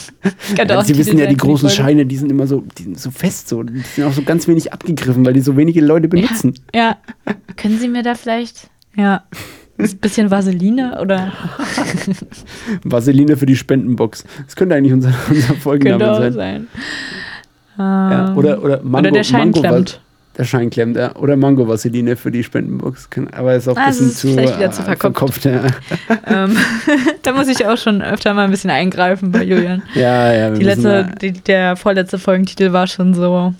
Speaker 1: Könnte
Speaker 2: Ja,
Speaker 1: auch
Speaker 2: Sie
Speaker 1: Titel
Speaker 2: wissen ja,
Speaker 1: sein
Speaker 2: die
Speaker 1: für
Speaker 2: großen
Speaker 1: Folge.
Speaker 2: Scheine, die sind immer so, die sind so fest, so. die sind auch so ganz wenig abgegriffen, weil die so wenige Leute benutzen.
Speaker 1: Ja. Können Sie mir da vielleicht? Ja. Ein bisschen Vaseline oder
Speaker 2: Vaseline für die Spendenbox. Das könnte eigentlich unser, unser
Speaker 1: könnte
Speaker 2: Folgenname
Speaker 1: auch
Speaker 2: sein.
Speaker 1: sein.
Speaker 2: Ja,
Speaker 1: Ähm,
Speaker 2: oder, oder Mango.
Speaker 1: oder der Schein
Speaker 2: Mango
Speaker 1: klemmt.
Speaker 2: Der Schein klemmt, ja. Oder Mango-Vaseline für die Spendenbox. Kann- Aber ist auch ein
Speaker 1: Ah, das
Speaker 2: bisschen
Speaker 1: ist
Speaker 2: zu,
Speaker 1: vielleicht wieder
Speaker 2: äh,
Speaker 1: zu verkopft.
Speaker 2: ja.
Speaker 1: Ähm, da muss ich auch schon öfter mal ein bisschen eingreifen bei Julian.
Speaker 2: ja, ja. wir
Speaker 1: Die
Speaker 2: müssen
Speaker 1: letzte,
Speaker 2: da-
Speaker 1: die, der vorletzte Folgentitel war schon so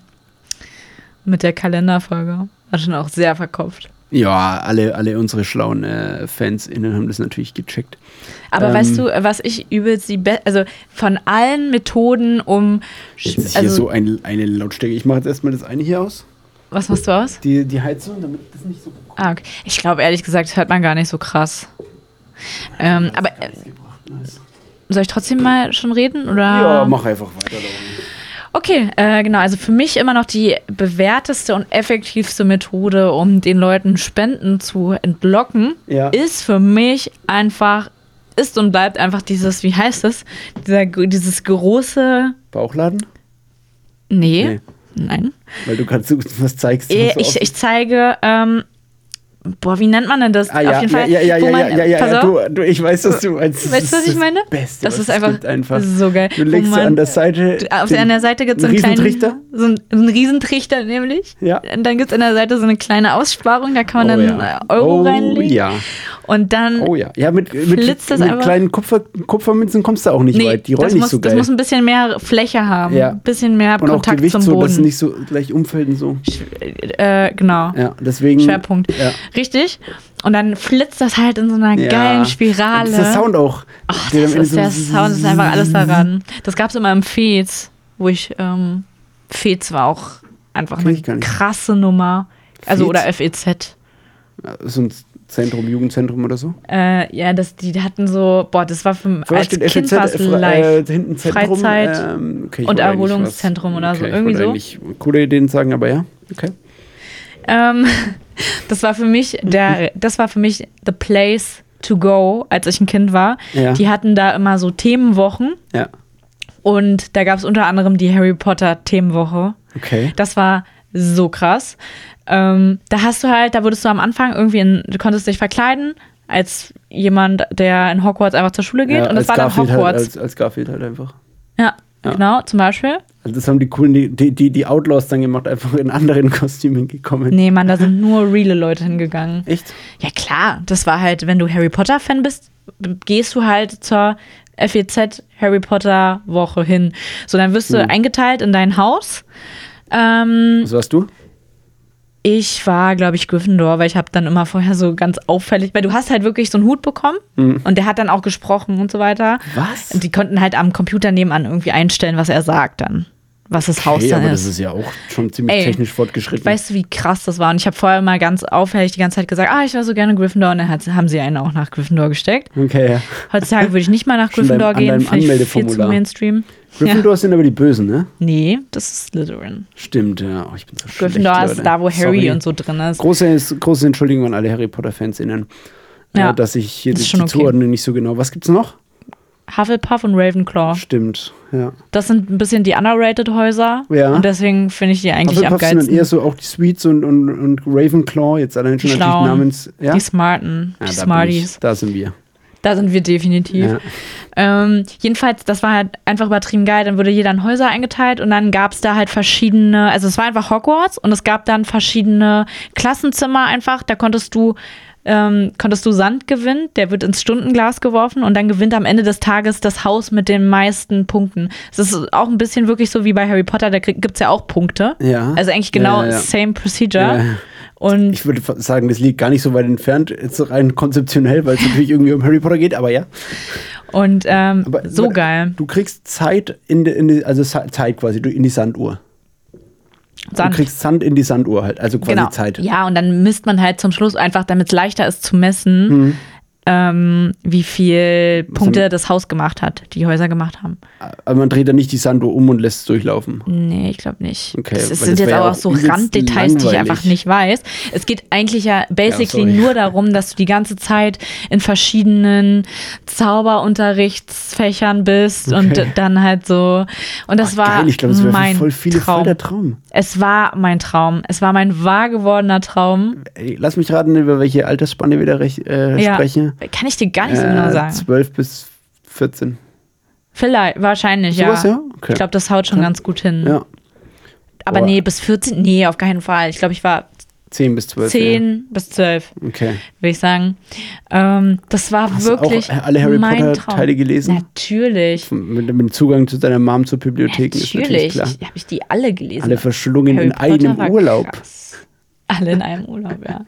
Speaker 1: mit der Kalenderfolge. War schon auch sehr verkopft.
Speaker 2: ja, alle, alle unsere schlauen äh, FansInnen haben das natürlich gecheckt.
Speaker 1: Aber
Speaker 2: Ähm,
Speaker 1: weißt du, was ich übelst die beste, also von allen Methoden um,
Speaker 2: Jetzt ist hier
Speaker 1: also,
Speaker 2: so ein, eine Lautstärke. Ich mache jetzt erstmal das eine hier aus.
Speaker 1: was machst du aus?
Speaker 2: Die, die Heizung, damit das nicht so.
Speaker 1: Ah, okay. Ich glaube, ehrlich gesagt, hört man gar nicht so krass. Ähm, aber äh, soll ich trotzdem mal schon reden? Oder?
Speaker 2: Ja, mach einfach weiter. Lauren.
Speaker 1: Okay, äh, genau. Also für mich immer noch die bewährteste und effektivste Methode, um den Leuten Spenden zu entlocken,
Speaker 2: Ja.
Speaker 1: ist für mich einfach, ist und bleibt einfach dieses, wie heißt es, dieser, dieses große,
Speaker 2: Bauchladen?
Speaker 1: nee,
Speaker 2: Nee.
Speaker 1: nein.
Speaker 2: Weil du gerade so was zeigst.
Speaker 1: Äh,
Speaker 2: was so
Speaker 1: ich, ich zeige, ähm, boah, wie nennt man denn das?
Speaker 2: Ah, ja,
Speaker 1: Auf jeden Fall,
Speaker 2: ja, ja,
Speaker 1: wo
Speaker 2: ja,
Speaker 1: man,
Speaker 2: ja, ja, ja,
Speaker 1: pass
Speaker 2: ja
Speaker 1: auf,
Speaker 2: du, du, ich weiß, dass du meinst. das
Speaker 1: Weißt du,
Speaker 2: ist
Speaker 1: was ich
Speaker 2: das
Speaker 1: meine?
Speaker 2: Beste,
Speaker 1: das
Speaker 2: was
Speaker 1: ist
Speaker 2: es
Speaker 1: einfach,
Speaker 2: gibt einfach.
Speaker 1: Das ist so geil.
Speaker 2: Du
Speaker 1: Wo
Speaker 2: legst
Speaker 1: man-
Speaker 2: an der Seite.
Speaker 1: Auf
Speaker 2: den-
Speaker 1: der anderen Seite gibt es so
Speaker 2: einen
Speaker 1: einen kleinen
Speaker 2: Riesentrichter.
Speaker 1: So einen, so einen Riesentrichter nämlich.
Speaker 2: Ja.
Speaker 1: Und dann gibt es an der Seite so eine kleine Aussparung, da kann man
Speaker 2: Oh,
Speaker 1: dann
Speaker 2: ja.
Speaker 1: äh, Euro
Speaker 2: oh,
Speaker 1: reinlegen.
Speaker 2: Ja.
Speaker 1: Und dann.
Speaker 2: Oh ja. Ja, mit, mit,
Speaker 1: Flitzt das
Speaker 2: mit
Speaker 1: einfach?
Speaker 2: kleinen Kupfer, Kupfermünzen kommst du auch nicht
Speaker 1: Nee,
Speaker 2: weit. Die rollen
Speaker 1: das,
Speaker 2: nicht
Speaker 1: muss,
Speaker 2: so
Speaker 1: das
Speaker 2: geil.
Speaker 1: muss ein bisschen mehr Fläche haben.
Speaker 2: Ja.
Speaker 1: Ein bisschen mehr
Speaker 2: und auch
Speaker 1: Kontakt
Speaker 2: Gewicht
Speaker 1: zum
Speaker 2: so, dass es
Speaker 1: Boden.
Speaker 2: nicht so gleich umfällt und so.
Speaker 1: äh, genau.
Speaker 2: Ja, deswegen.
Speaker 1: Schwerpunkt.
Speaker 2: Ja.
Speaker 1: Richtig. Und dann flitzt das halt in so einer
Speaker 2: Ja.
Speaker 1: geilen
Speaker 2: Und
Speaker 1: Spirale.
Speaker 2: ist der Sound auch.
Speaker 1: Ach, das ist der Sound, das ist einfach alles daran. Das gab es immer im Fez, wo ich, ähm, Fez war auch einfach
Speaker 2: Kenn
Speaker 1: eine
Speaker 2: ich gar nicht.
Speaker 1: krasse Nummer. Also,
Speaker 2: Fez?
Speaker 1: oder FEZ.
Speaker 2: So ein Zentrum, Jugendzentrum oder so.
Speaker 1: Äh, ja, das, die hatten so, boah, das war für
Speaker 2: Vorher
Speaker 1: als
Speaker 2: steht
Speaker 1: Kind
Speaker 2: FEZ,
Speaker 1: war es
Speaker 2: äh,
Speaker 1: live.
Speaker 2: äh, hinten Zentrum,
Speaker 1: Freizeit
Speaker 2: ähm, okay, ich
Speaker 1: und
Speaker 2: wollte eigentlich was-
Speaker 1: Erholungszentrum oder so,
Speaker 2: Okay, ich
Speaker 1: irgendwie
Speaker 2: wollte
Speaker 1: so.
Speaker 2: eigentlich Coole Ideen sagen, aber ja. Okay.
Speaker 1: Ähm, das war für mich
Speaker 2: Hm,
Speaker 1: der, das war für mich the place to go, als ich ein Kind war.
Speaker 2: Ja.
Speaker 1: Die hatten da immer so Themenwochen
Speaker 2: Ja.
Speaker 1: und da gab es unter anderem die Harry Potter Themenwoche.
Speaker 2: Okay.
Speaker 1: Das war so krass. Ähm, da hast du halt, da wurdest du am Anfang irgendwie, in, du konntest dich verkleiden als jemand, der in Hogwarts einfach zur Schule geht und das
Speaker 2: als
Speaker 1: war dann
Speaker 2: Garfield Halt,
Speaker 1: Hogwarts.
Speaker 2: als, als Garfield halt einfach.
Speaker 1: ja,
Speaker 2: ja.
Speaker 1: genau, zum Beispiel.
Speaker 2: Also das haben die coolen, die, die- die, die Outlaws dann gemacht, einfach in anderen Kostümen gekommen.
Speaker 1: Nee, Mann, da sind nur reale Leute hingegangen.
Speaker 2: Echt?
Speaker 1: Ja klar, das war halt, wenn du Harry Potter Fan bist, b- gehst du halt zur FEZ Harry Potter Woche hin. So, dann wirst
Speaker 2: Hm.
Speaker 1: du eingeteilt in dein Haus. Ähm,
Speaker 2: Was Also warst du?
Speaker 1: ich war, glaube ich, Gryffindor, weil ich habe dann immer vorher so ganz auffällig, weil du hast halt wirklich so einen Hut bekommen
Speaker 2: Mhm.
Speaker 1: und der hat dann auch gesprochen und so weiter.
Speaker 2: Was?
Speaker 1: Und die konnten halt am Computer nebenan irgendwie einstellen, was er sagt dann, was das Haus
Speaker 2: Hey,
Speaker 1: dann
Speaker 2: aber
Speaker 1: ist.
Speaker 2: das ist ja auch schon ziemlich
Speaker 1: Ey,
Speaker 2: technisch fortgeschritten.
Speaker 1: Weißt du, wie krass das war? Und ich habe vorher mal ganz auffällig die ganze Zeit gesagt, ah, ich wäre so gerne Gryffindor. Und dann hat, haben sie einen auch nach Gryffindor gesteckt.
Speaker 2: okay, ja.
Speaker 1: Heutzutage würde ich nicht mal nach
Speaker 2: Schon
Speaker 1: Gryffindor
Speaker 2: beim- an
Speaker 1: gehen.
Speaker 2: deinem
Speaker 1: Finde ich viel zu
Speaker 2: Anmeldeformular.
Speaker 1: Mainstream.
Speaker 2: Gryffindor sind aber die Bösen, ne?
Speaker 1: Nee, das ist Slytherin.
Speaker 2: Stimmt, ja. Oh, ich bin so schlecht.
Speaker 1: Gryffindor
Speaker 2: Leute.
Speaker 1: ist da, wo Harry
Speaker 2: Sorry.
Speaker 1: und so drin ist.
Speaker 2: Große, große Entschuldigung an alle Harry Potter-Fans innen,
Speaker 1: Ja,
Speaker 2: äh, dass ich hier
Speaker 1: ist
Speaker 2: die,
Speaker 1: schon
Speaker 2: die
Speaker 1: okay.
Speaker 2: Zuordnung nicht so genau. Was gibt's noch?
Speaker 1: Hufflepuff und Ravenclaw.
Speaker 2: Stimmt, ja.
Speaker 1: Das sind ein bisschen die underrated Häuser.
Speaker 2: Ja.
Speaker 1: Und deswegen finde ich die eigentlich am
Speaker 2: Hufflepuff sind dann
Speaker 1: geilsten.
Speaker 2: eher so auch die Sweets und, und, und Ravenclaw, jetzt allein schon
Speaker 1: Die
Speaker 2: natürlich
Speaker 1: Schlauen,
Speaker 2: namens. Ja?
Speaker 1: Die Smarten, die
Speaker 2: Ja, da, bin ich,
Speaker 1: Smarties.
Speaker 2: da sind wir.
Speaker 1: Da sind wir definitiv.
Speaker 2: Ja.
Speaker 1: Ähm, jedenfalls, das war halt einfach übertrieben geil. Dann wurde jeder in Häuser eingeteilt und dann gab es da halt verschiedene, also es war einfach Hogwarts und es gab dann verschiedene Klassenzimmer einfach. Da konntest du, ähm, konntest du Sand gewinnen, der wird ins Stundenglas geworfen und dann gewinnt am Ende des Tages das Haus mit den meisten Punkten. Es ist auch ein bisschen wirklich so wie bei Harry Potter, da gibt es ja auch Punkte.
Speaker 2: Ja.
Speaker 1: Also eigentlich genau
Speaker 2: Ja, ja, ja.
Speaker 1: same procedure.
Speaker 2: Ja.
Speaker 1: Und
Speaker 2: Ich würde fa- sagen, das liegt gar nicht so weit entfernt, jetzt rein konzeptionell, weil es natürlich irgendwie um Harry Potter geht, aber ja.
Speaker 1: Und ähm,
Speaker 2: Aber,
Speaker 1: so
Speaker 2: aber
Speaker 1: geil.
Speaker 2: Du kriegst Zeit in die, in die also Sa- Zeit quasi du- in die Sanduhr.
Speaker 1: Sand.
Speaker 2: Du kriegst Sand in die Sanduhr halt, also quasi
Speaker 1: genau.
Speaker 2: Zeit.
Speaker 1: Ja, und dann misst man halt zum Schluss einfach, damit es leichter ist zu messen,
Speaker 2: Mhm.
Speaker 1: ähm, wie viel Punkte das Haus gemacht hat, die Häuser gemacht haben.
Speaker 2: Aber man dreht dann nicht die Sanduhr um und lässt es durchlaufen.
Speaker 1: Nee, ich glaube nicht.
Speaker 2: Okay,
Speaker 1: das
Speaker 2: weil
Speaker 1: sind jetzt
Speaker 2: das wär ja
Speaker 1: aber auch
Speaker 2: auch
Speaker 1: so
Speaker 2: übelst
Speaker 1: Randdetails, die ich
Speaker 2: langweilig.
Speaker 1: einfach nicht weiß. Es geht eigentlich ja basically
Speaker 2: sorry.
Speaker 1: nur darum, dass du die ganze Zeit in verschiedenen Zauberunterrichtsfächern bist und
Speaker 2: Okay.
Speaker 1: dann halt so. Und das
Speaker 2: Ach,
Speaker 1: war
Speaker 2: geil, ich glaube, das wäre
Speaker 1: mein
Speaker 2: für voll viele
Speaker 1: Traum.
Speaker 2: voll der Traum.
Speaker 1: Es war mein Traum. Es war mein wahr gewordener Traum.
Speaker 2: Ey, lass mich raten, über welche Altersspanne wir da rech- äh, sprechen.
Speaker 1: Kann ich dir gar nicht so genau
Speaker 2: Äh,
Speaker 1: sagen.
Speaker 2: 12 bis 14.
Speaker 1: Vielleicht, wahrscheinlich, ja.
Speaker 2: Sowas, ja? Okay.
Speaker 1: Ich glaube, das haut schon ganz gut hin.
Speaker 2: Ja,
Speaker 1: Aber
Speaker 2: Boah.
Speaker 1: nee, bis 14, nee, auf keinen Fall. Ich glaube, ich war
Speaker 2: 10 bis 12.
Speaker 1: 10 bis 12,
Speaker 2: Ja. Okay.
Speaker 1: würde ich sagen. Ähm, das war
Speaker 2: Hast du auch
Speaker 1: wirklich
Speaker 2: alle Harry
Speaker 1: mein
Speaker 2: Potter
Speaker 1: Traum.
Speaker 2: Teile gelesen?
Speaker 1: Natürlich.
Speaker 2: Mit, mit dem Zugang zu deiner Mom zur Bibliothek ist natürlich
Speaker 1: Natürlich.
Speaker 2: klar.
Speaker 1: Habe ich die alle gelesen.
Speaker 2: Alle verschlungen
Speaker 1: Harry
Speaker 2: in
Speaker 1: Potter war
Speaker 2: einem Urlaub.
Speaker 1: krass. Alle in einem Urlaub, ja.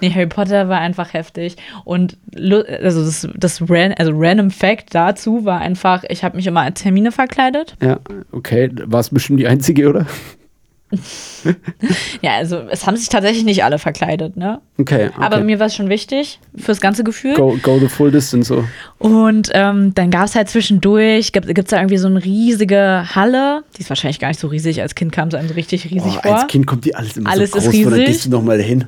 Speaker 1: Nee, Harry Potter war einfach heftig. Und lu- also das, das ran, also Random Fact dazu war einfach, ich habe mich immer als Hermine verkleidet.
Speaker 2: Ja, okay, war es bestimmt die einzige, oder?
Speaker 1: Ja, also es haben sich tatsächlich nicht alle verkleidet, ne?
Speaker 2: Okay. okay.
Speaker 1: Aber mir war es schon wichtig fürs ganze Gefühl.
Speaker 2: go, go the full distance so.
Speaker 1: Und ähm, dann gab es halt zwischendurch, gibt es da irgendwie so eine riesige Halle. Die ist wahrscheinlich gar nicht so riesig. Als Kind kam es einem so richtig riesig
Speaker 2: Boah,
Speaker 1: vor.
Speaker 2: Oh, als Kind kommt die alles immer
Speaker 1: Alles
Speaker 2: so
Speaker 1: ist
Speaker 2: groß vor, da
Speaker 1: riesig.
Speaker 2: gehst du nochmal hin.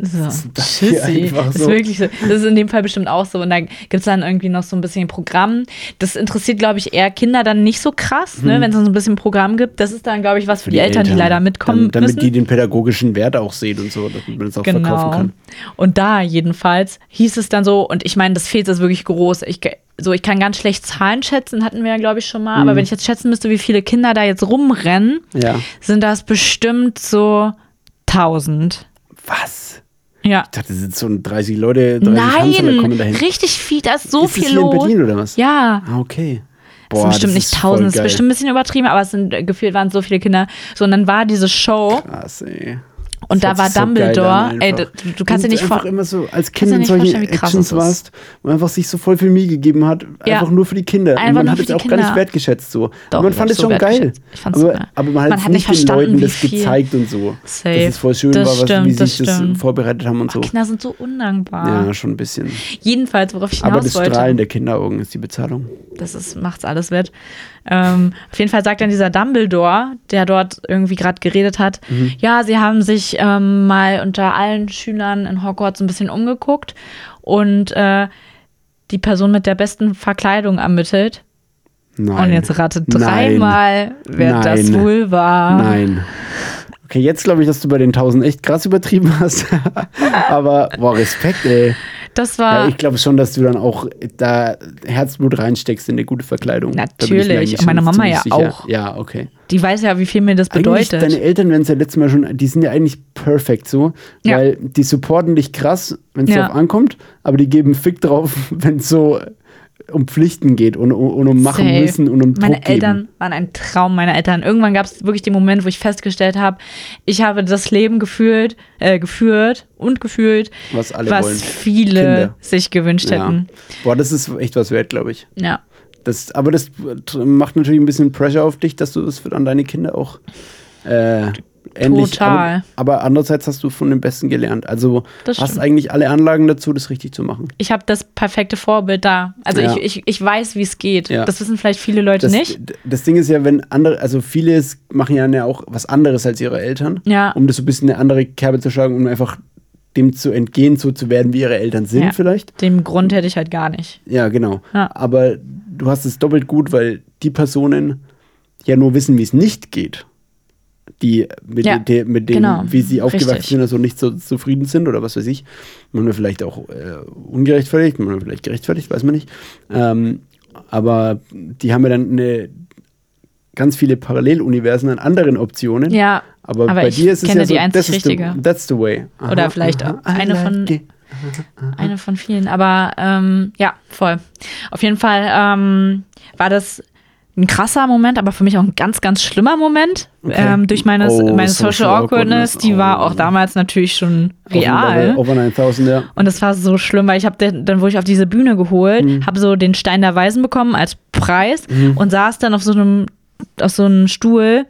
Speaker 1: So,
Speaker 2: das hier
Speaker 1: tschüssi.
Speaker 2: einfach
Speaker 1: Das ist
Speaker 2: so?
Speaker 1: wirklich so. Das ist in dem Fall bestimmt auch so. Und da gibt es dann irgendwie noch so ein bisschen Programm. Das interessiert, glaube ich, eher Kinder dann nicht so krass,
Speaker 2: Mhm.
Speaker 1: ne, wenn es dann so ein bisschen Programm gibt. Das ist dann, glaube ich, was für, die, Eltern, die leider mitkommen
Speaker 2: Damit, damit
Speaker 1: müssen. Genau.
Speaker 2: die den pädagogischen Wert auch sehen und so, damit man es auch verkaufen kann.
Speaker 1: Und da jedenfalls hieß es dann so, und ich meine, das Feld ist wirklich groß. Ich, ge- so, ich kann ganz schlecht Zahlen schätzen, hatten wir ja, glaube ich, schon mal. Aber wenn ich jetzt schätzen müsste, wie viele Kinder da jetzt rumrennen,
Speaker 2: Mhm. Ja.
Speaker 1: sind das bestimmt so 1000.
Speaker 2: Was?
Speaker 1: Ja.
Speaker 2: Ich dachte, es sind so 30 Leute, 30 Hansaler kommen
Speaker 1: Nein,
Speaker 2: dahin.
Speaker 1: richtig viel, da ist so
Speaker 2: ist
Speaker 1: viel
Speaker 2: das hier
Speaker 1: los.
Speaker 2: in Berlin oder was?
Speaker 1: Ja.
Speaker 2: Ah, okay.
Speaker 1: Das sind bestimmt nicht
Speaker 2: voll
Speaker 1: tausend, das ist
Speaker 2: geil.
Speaker 1: bestimmt ein bisschen übertrieben, aber es sind äh, gefühlt waren so viele Kinder. So, und dann war diese Show
Speaker 2: Krass, ey.
Speaker 1: und da
Speaker 2: Das
Speaker 1: war
Speaker 2: hört sich so geil
Speaker 1: Dumbledore.
Speaker 2: an
Speaker 1: Ey,
Speaker 2: einfach.
Speaker 1: du, du kannst dir
Speaker 2: Und
Speaker 1: nicht
Speaker 2: einfach
Speaker 1: vor.
Speaker 2: immer so als
Speaker 1: dir
Speaker 2: Kind in
Speaker 1: nicht
Speaker 2: solchen
Speaker 1: vorstellen, wie krass
Speaker 2: Actions
Speaker 1: es ist.
Speaker 2: warst und einfach sich so voll viel Mühe gegeben hat,
Speaker 1: Ja.
Speaker 2: einfach nur für die Kinder.
Speaker 1: Einfach
Speaker 2: und man
Speaker 1: nur
Speaker 2: hat
Speaker 1: für
Speaker 2: es
Speaker 1: die
Speaker 2: auch gar
Speaker 1: Kinder.
Speaker 2: nicht wertgeschätzt so.
Speaker 1: Doch,
Speaker 2: aber man
Speaker 1: ich
Speaker 2: fand
Speaker 1: hab's
Speaker 2: es
Speaker 1: so
Speaker 2: schon geil.
Speaker 1: wertgeschätzt. Ich fand's
Speaker 2: aber,
Speaker 1: super.
Speaker 2: aber man hat,
Speaker 1: Man
Speaker 2: jetzt
Speaker 1: hat nicht
Speaker 2: nicht den
Speaker 1: verstanden,
Speaker 2: Leuten
Speaker 1: wie
Speaker 2: das
Speaker 1: viel-
Speaker 2: gezeigt und so.
Speaker 1: Safe.
Speaker 2: Dass es voll schön
Speaker 1: Das
Speaker 2: war, was, wie
Speaker 1: stimmt,
Speaker 2: sich
Speaker 1: das
Speaker 2: das
Speaker 1: stimmt.
Speaker 2: vorbereitet haben und so.
Speaker 1: Kinder sind so undankbar.
Speaker 2: Ja, schon ein bisschen.
Speaker 1: Jedenfalls, worauf ich
Speaker 2: Aber
Speaker 1: hinaus
Speaker 2: das
Speaker 1: wollte,
Speaker 2: Strahlen der Kinderaugen ist die Bezahlung.
Speaker 1: das ist, macht's alles wett. Ähm, auf jeden Fall sagt dann dieser Dumbledore, der dort irgendwie gerade geredet hat,
Speaker 2: Mhm.
Speaker 1: ja, sie haben sich ähm, mal unter allen Schülern in Hogwarts ein bisschen umgeguckt und äh, die Person mit der besten Verkleidung ermittelt.
Speaker 2: Nein.
Speaker 1: Und jetzt ratet
Speaker 2: Nein.
Speaker 1: dreimal, wer
Speaker 2: Nein.
Speaker 1: das wohl war.
Speaker 2: Nein. Okay, jetzt glaube ich, dass du bei den 1000 echt krass übertrieben hast. Aber, boah, Respekt, ey.
Speaker 1: Das
Speaker 2: Ja,
Speaker 1: war
Speaker 2: ich glaube schon, dass du dann auch da Herzblut reinsteckst in eine gute Verkleidung. Da bin ich mir
Speaker 1: Natürlich.
Speaker 2: eigentlich
Speaker 1: Und meine
Speaker 2: schon
Speaker 1: Mama
Speaker 2: ziemlich
Speaker 1: ja auch.
Speaker 2: Ja, okay.
Speaker 1: die weiß ja, wie viel mir das
Speaker 2: Eigentlich,
Speaker 1: bedeutet.
Speaker 2: deine Eltern werden es ja letztes Mal schon, die sind ja eigentlich perfekt so,
Speaker 1: Ja.
Speaker 2: weil die supporten dich krass, wenn es
Speaker 1: Ja.
Speaker 2: drauf ankommt, aber die geben Fick drauf, wenn es so um Pflichten geht und, und, und um machen
Speaker 1: Safe.
Speaker 2: müssen und um
Speaker 1: Meine
Speaker 2: Druck
Speaker 1: Eltern
Speaker 2: geben.
Speaker 1: waren ein Traum, meine Eltern. Irgendwann gab es wirklich den Moment, wo ich festgestellt habe, ich habe das Leben gefühlt, äh, geführt und gefühlt,
Speaker 2: Was alle
Speaker 1: was
Speaker 2: wollen.
Speaker 1: viele
Speaker 2: Kinder.
Speaker 1: sich gewünscht
Speaker 2: Ja.
Speaker 1: hätten.
Speaker 2: Boah, das ist echt was wert, glaube ich.
Speaker 1: Ja.
Speaker 2: Das, aber das macht natürlich ein bisschen Pressure auf dich, dass du das für- an deine Kinder auch äh, ähnlich.
Speaker 1: Total.
Speaker 2: Aber, aber andererseits hast du von den Besten gelernt. Also
Speaker 1: Das
Speaker 2: hast
Speaker 1: stimmt.
Speaker 2: eigentlich alle Anlagen dazu, das richtig zu machen.
Speaker 1: Ich habe das perfekte Vorbild da. Also
Speaker 2: Ja.
Speaker 1: ich, ich, ich weiß, wie es geht.
Speaker 2: Ja.
Speaker 1: Das wissen vielleicht viele Leute
Speaker 2: Das,
Speaker 1: nicht.
Speaker 2: d- das Ding ist ja, wenn andere, also viele s- machen ja ja auch was anderes als ihre Eltern,
Speaker 1: Ja.
Speaker 2: um das so ein bisschen eine andere Kerbe zu schlagen, um einfach dem zu entgehen, so zu werden, wie ihre Eltern sind
Speaker 1: Ja.
Speaker 2: vielleicht.
Speaker 1: Dem Grund hätte ich halt gar nicht.
Speaker 2: Ja, genau.
Speaker 1: Ja.
Speaker 2: Aber du hast es doppelt gut, weil die Personen ja nur wissen, wie es nicht geht. die mit,
Speaker 1: Ja,
Speaker 2: de, mit dem,
Speaker 1: genau.
Speaker 2: wie sie aufgewachsen
Speaker 1: Richtig.
Speaker 2: sind, also nicht so zufrieden sind oder was weiß ich. Manchmal vielleicht auch äh, ungerechtfertigt, manchmal vielleicht gerechtfertigt, weiß man nicht. Ähm, aber die haben ja dann eine, ganz viele Paralleluniversen an anderen Optionen.
Speaker 1: Ja,
Speaker 2: Aber,
Speaker 1: aber
Speaker 2: bei
Speaker 1: ich
Speaker 2: dir ist es
Speaker 1: kenne
Speaker 2: ja so,
Speaker 1: die einzig
Speaker 2: das ist the,
Speaker 1: richtige.
Speaker 2: that's the way. Aha,
Speaker 1: Oder vielleicht
Speaker 2: I
Speaker 1: eine von-
Speaker 2: it.
Speaker 1: eine von vielen. Aber ähm, ja, voll. Auf jeden Fall ähm, war das ein krasser Moment, aber für mich auch ein ganz, ganz schlimmer Moment.
Speaker 2: Okay.
Speaker 1: Ähm, durch meine,
Speaker 2: Oh,
Speaker 1: meine
Speaker 2: Social
Speaker 1: Social, Awkwardness,
Speaker 2: Awkwardness.
Speaker 1: die war
Speaker 2: Oh.
Speaker 1: auch damals natürlich schon
Speaker 2: Auf
Speaker 1: real.
Speaker 2: dem Level Over 9000, ja.
Speaker 1: Und das war so schlimm, weil ich habe dann wurde ich auf diese Bühne geholt,
Speaker 2: Mhm.
Speaker 1: habe so den Stein der Weisen bekommen als Preis und saß dann auf so einem auf so einem Stuhl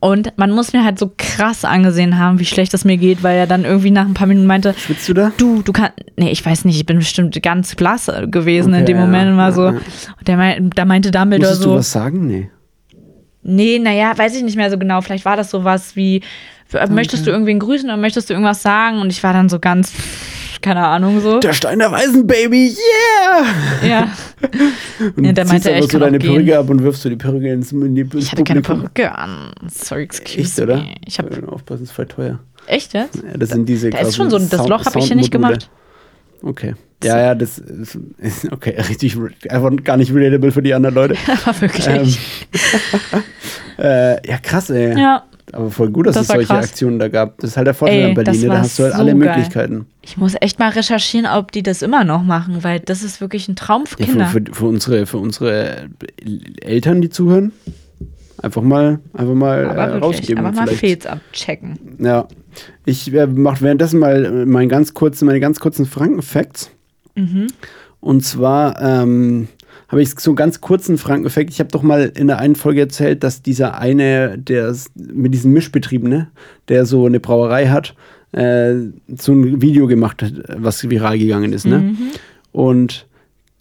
Speaker 1: und man muss mir halt so krass angesehen haben, wie schlecht es mir geht, weil er dann irgendwie nach ein paar Minuten meinte,
Speaker 2: Schwitzt du da?
Speaker 1: du, du kannst, nee, ich weiß nicht, ich bin bestimmt ganz blass gewesen in
Speaker 2: Okay,
Speaker 1: dem
Speaker 2: ja,
Speaker 1: Moment und war
Speaker 2: ja,
Speaker 1: so,
Speaker 2: ja.
Speaker 1: und der mein, da meinte Dumbledore
Speaker 2: Musstest du
Speaker 1: so,
Speaker 2: was sagen? Nee.
Speaker 1: nee, naja, weiß ich nicht mehr so genau, vielleicht war das sowas wie, äh, möchtest du irgendwen grüßen oder möchtest du irgendwas sagen? Und ich war dann so ganz, keine Ahnung, so.
Speaker 2: Der Stein der Weisen, Baby, yeah!
Speaker 1: Ja.
Speaker 2: Und
Speaker 1: Ja, der
Speaker 2: ziehst
Speaker 1: meinte, er,
Speaker 2: einfach
Speaker 1: ich
Speaker 2: so
Speaker 1: kann
Speaker 2: deine
Speaker 1: auch gehen.
Speaker 2: Perücke ab und wirfst du die Perücke ins, in die, ins
Speaker 1: Ich hatte keine
Speaker 2: Publikum.
Speaker 1: Perücke an. Sorry, excuse
Speaker 2: Echt, oder?
Speaker 1: me. Ich habe
Speaker 2: Ja, Aufpassen, ist voll teuer.
Speaker 1: echt jetzt?
Speaker 2: Ja, das sind diese
Speaker 1: Da ist
Speaker 2: krassen
Speaker 1: schon so ein, das
Speaker 2: Sound-
Speaker 1: Loch habe ich hier nicht
Speaker 2: Soundmodule.
Speaker 1: gemacht.
Speaker 2: Okay. Ja, ja, das ist, ist okay, richtig, einfach gar nicht relatable für die anderen Leute.
Speaker 1: Aber wirklich.
Speaker 2: Ähm, äh, ja, krass, ey.
Speaker 1: ja,
Speaker 2: Aber voll gut, dass
Speaker 1: Das
Speaker 2: es
Speaker 1: war
Speaker 2: solche
Speaker 1: krass.
Speaker 2: Aktionen da gab. Das ist halt der Vorteil
Speaker 1: Ey,
Speaker 2: in Berlin,
Speaker 1: das
Speaker 2: ne? da
Speaker 1: war
Speaker 2: hast du halt
Speaker 1: so
Speaker 2: alle
Speaker 1: geil.
Speaker 2: Möglichkeiten.
Speaker 1: ich muss echt mal recherchieren, ob die das immer noch machen, weil das ist wirklich ein Traum für
Speaker 2: Ja,
Speaker 1: Kinder.
Speaker 2: Für, für, für, unsere, für unsere Eltern, die zuhören, einfach mal, einfach mal
Speaker 1: aber
Speaker 2: äh,
Speaker 1: wirklich,
Speaker 2: rausgeben.
Speaker 1: aber mal
Speaker 2: vielleicht.
Speaker 1: Fails abchecken.
Speaker 2: Ja. Ich äh, mache währenddessen mal äh, mein ganz kurzen, meine ganz kurzen Franken-Facts.
Speaker 1: Mhm.
Speaker 2: Und zwar ähm, habe ich so einen ganz kurzen Franken-Fact. Ich habe doch mal in der einen Folge erzählt, dass dieser eine, der s- mit diesen Mischbetrieben, ne, der so eine Brauerei hat, äh, so ein Video gemacht hat, was viral gegangen ist. Ne?
Speaker 1: Mhm.
Speaker 2: Und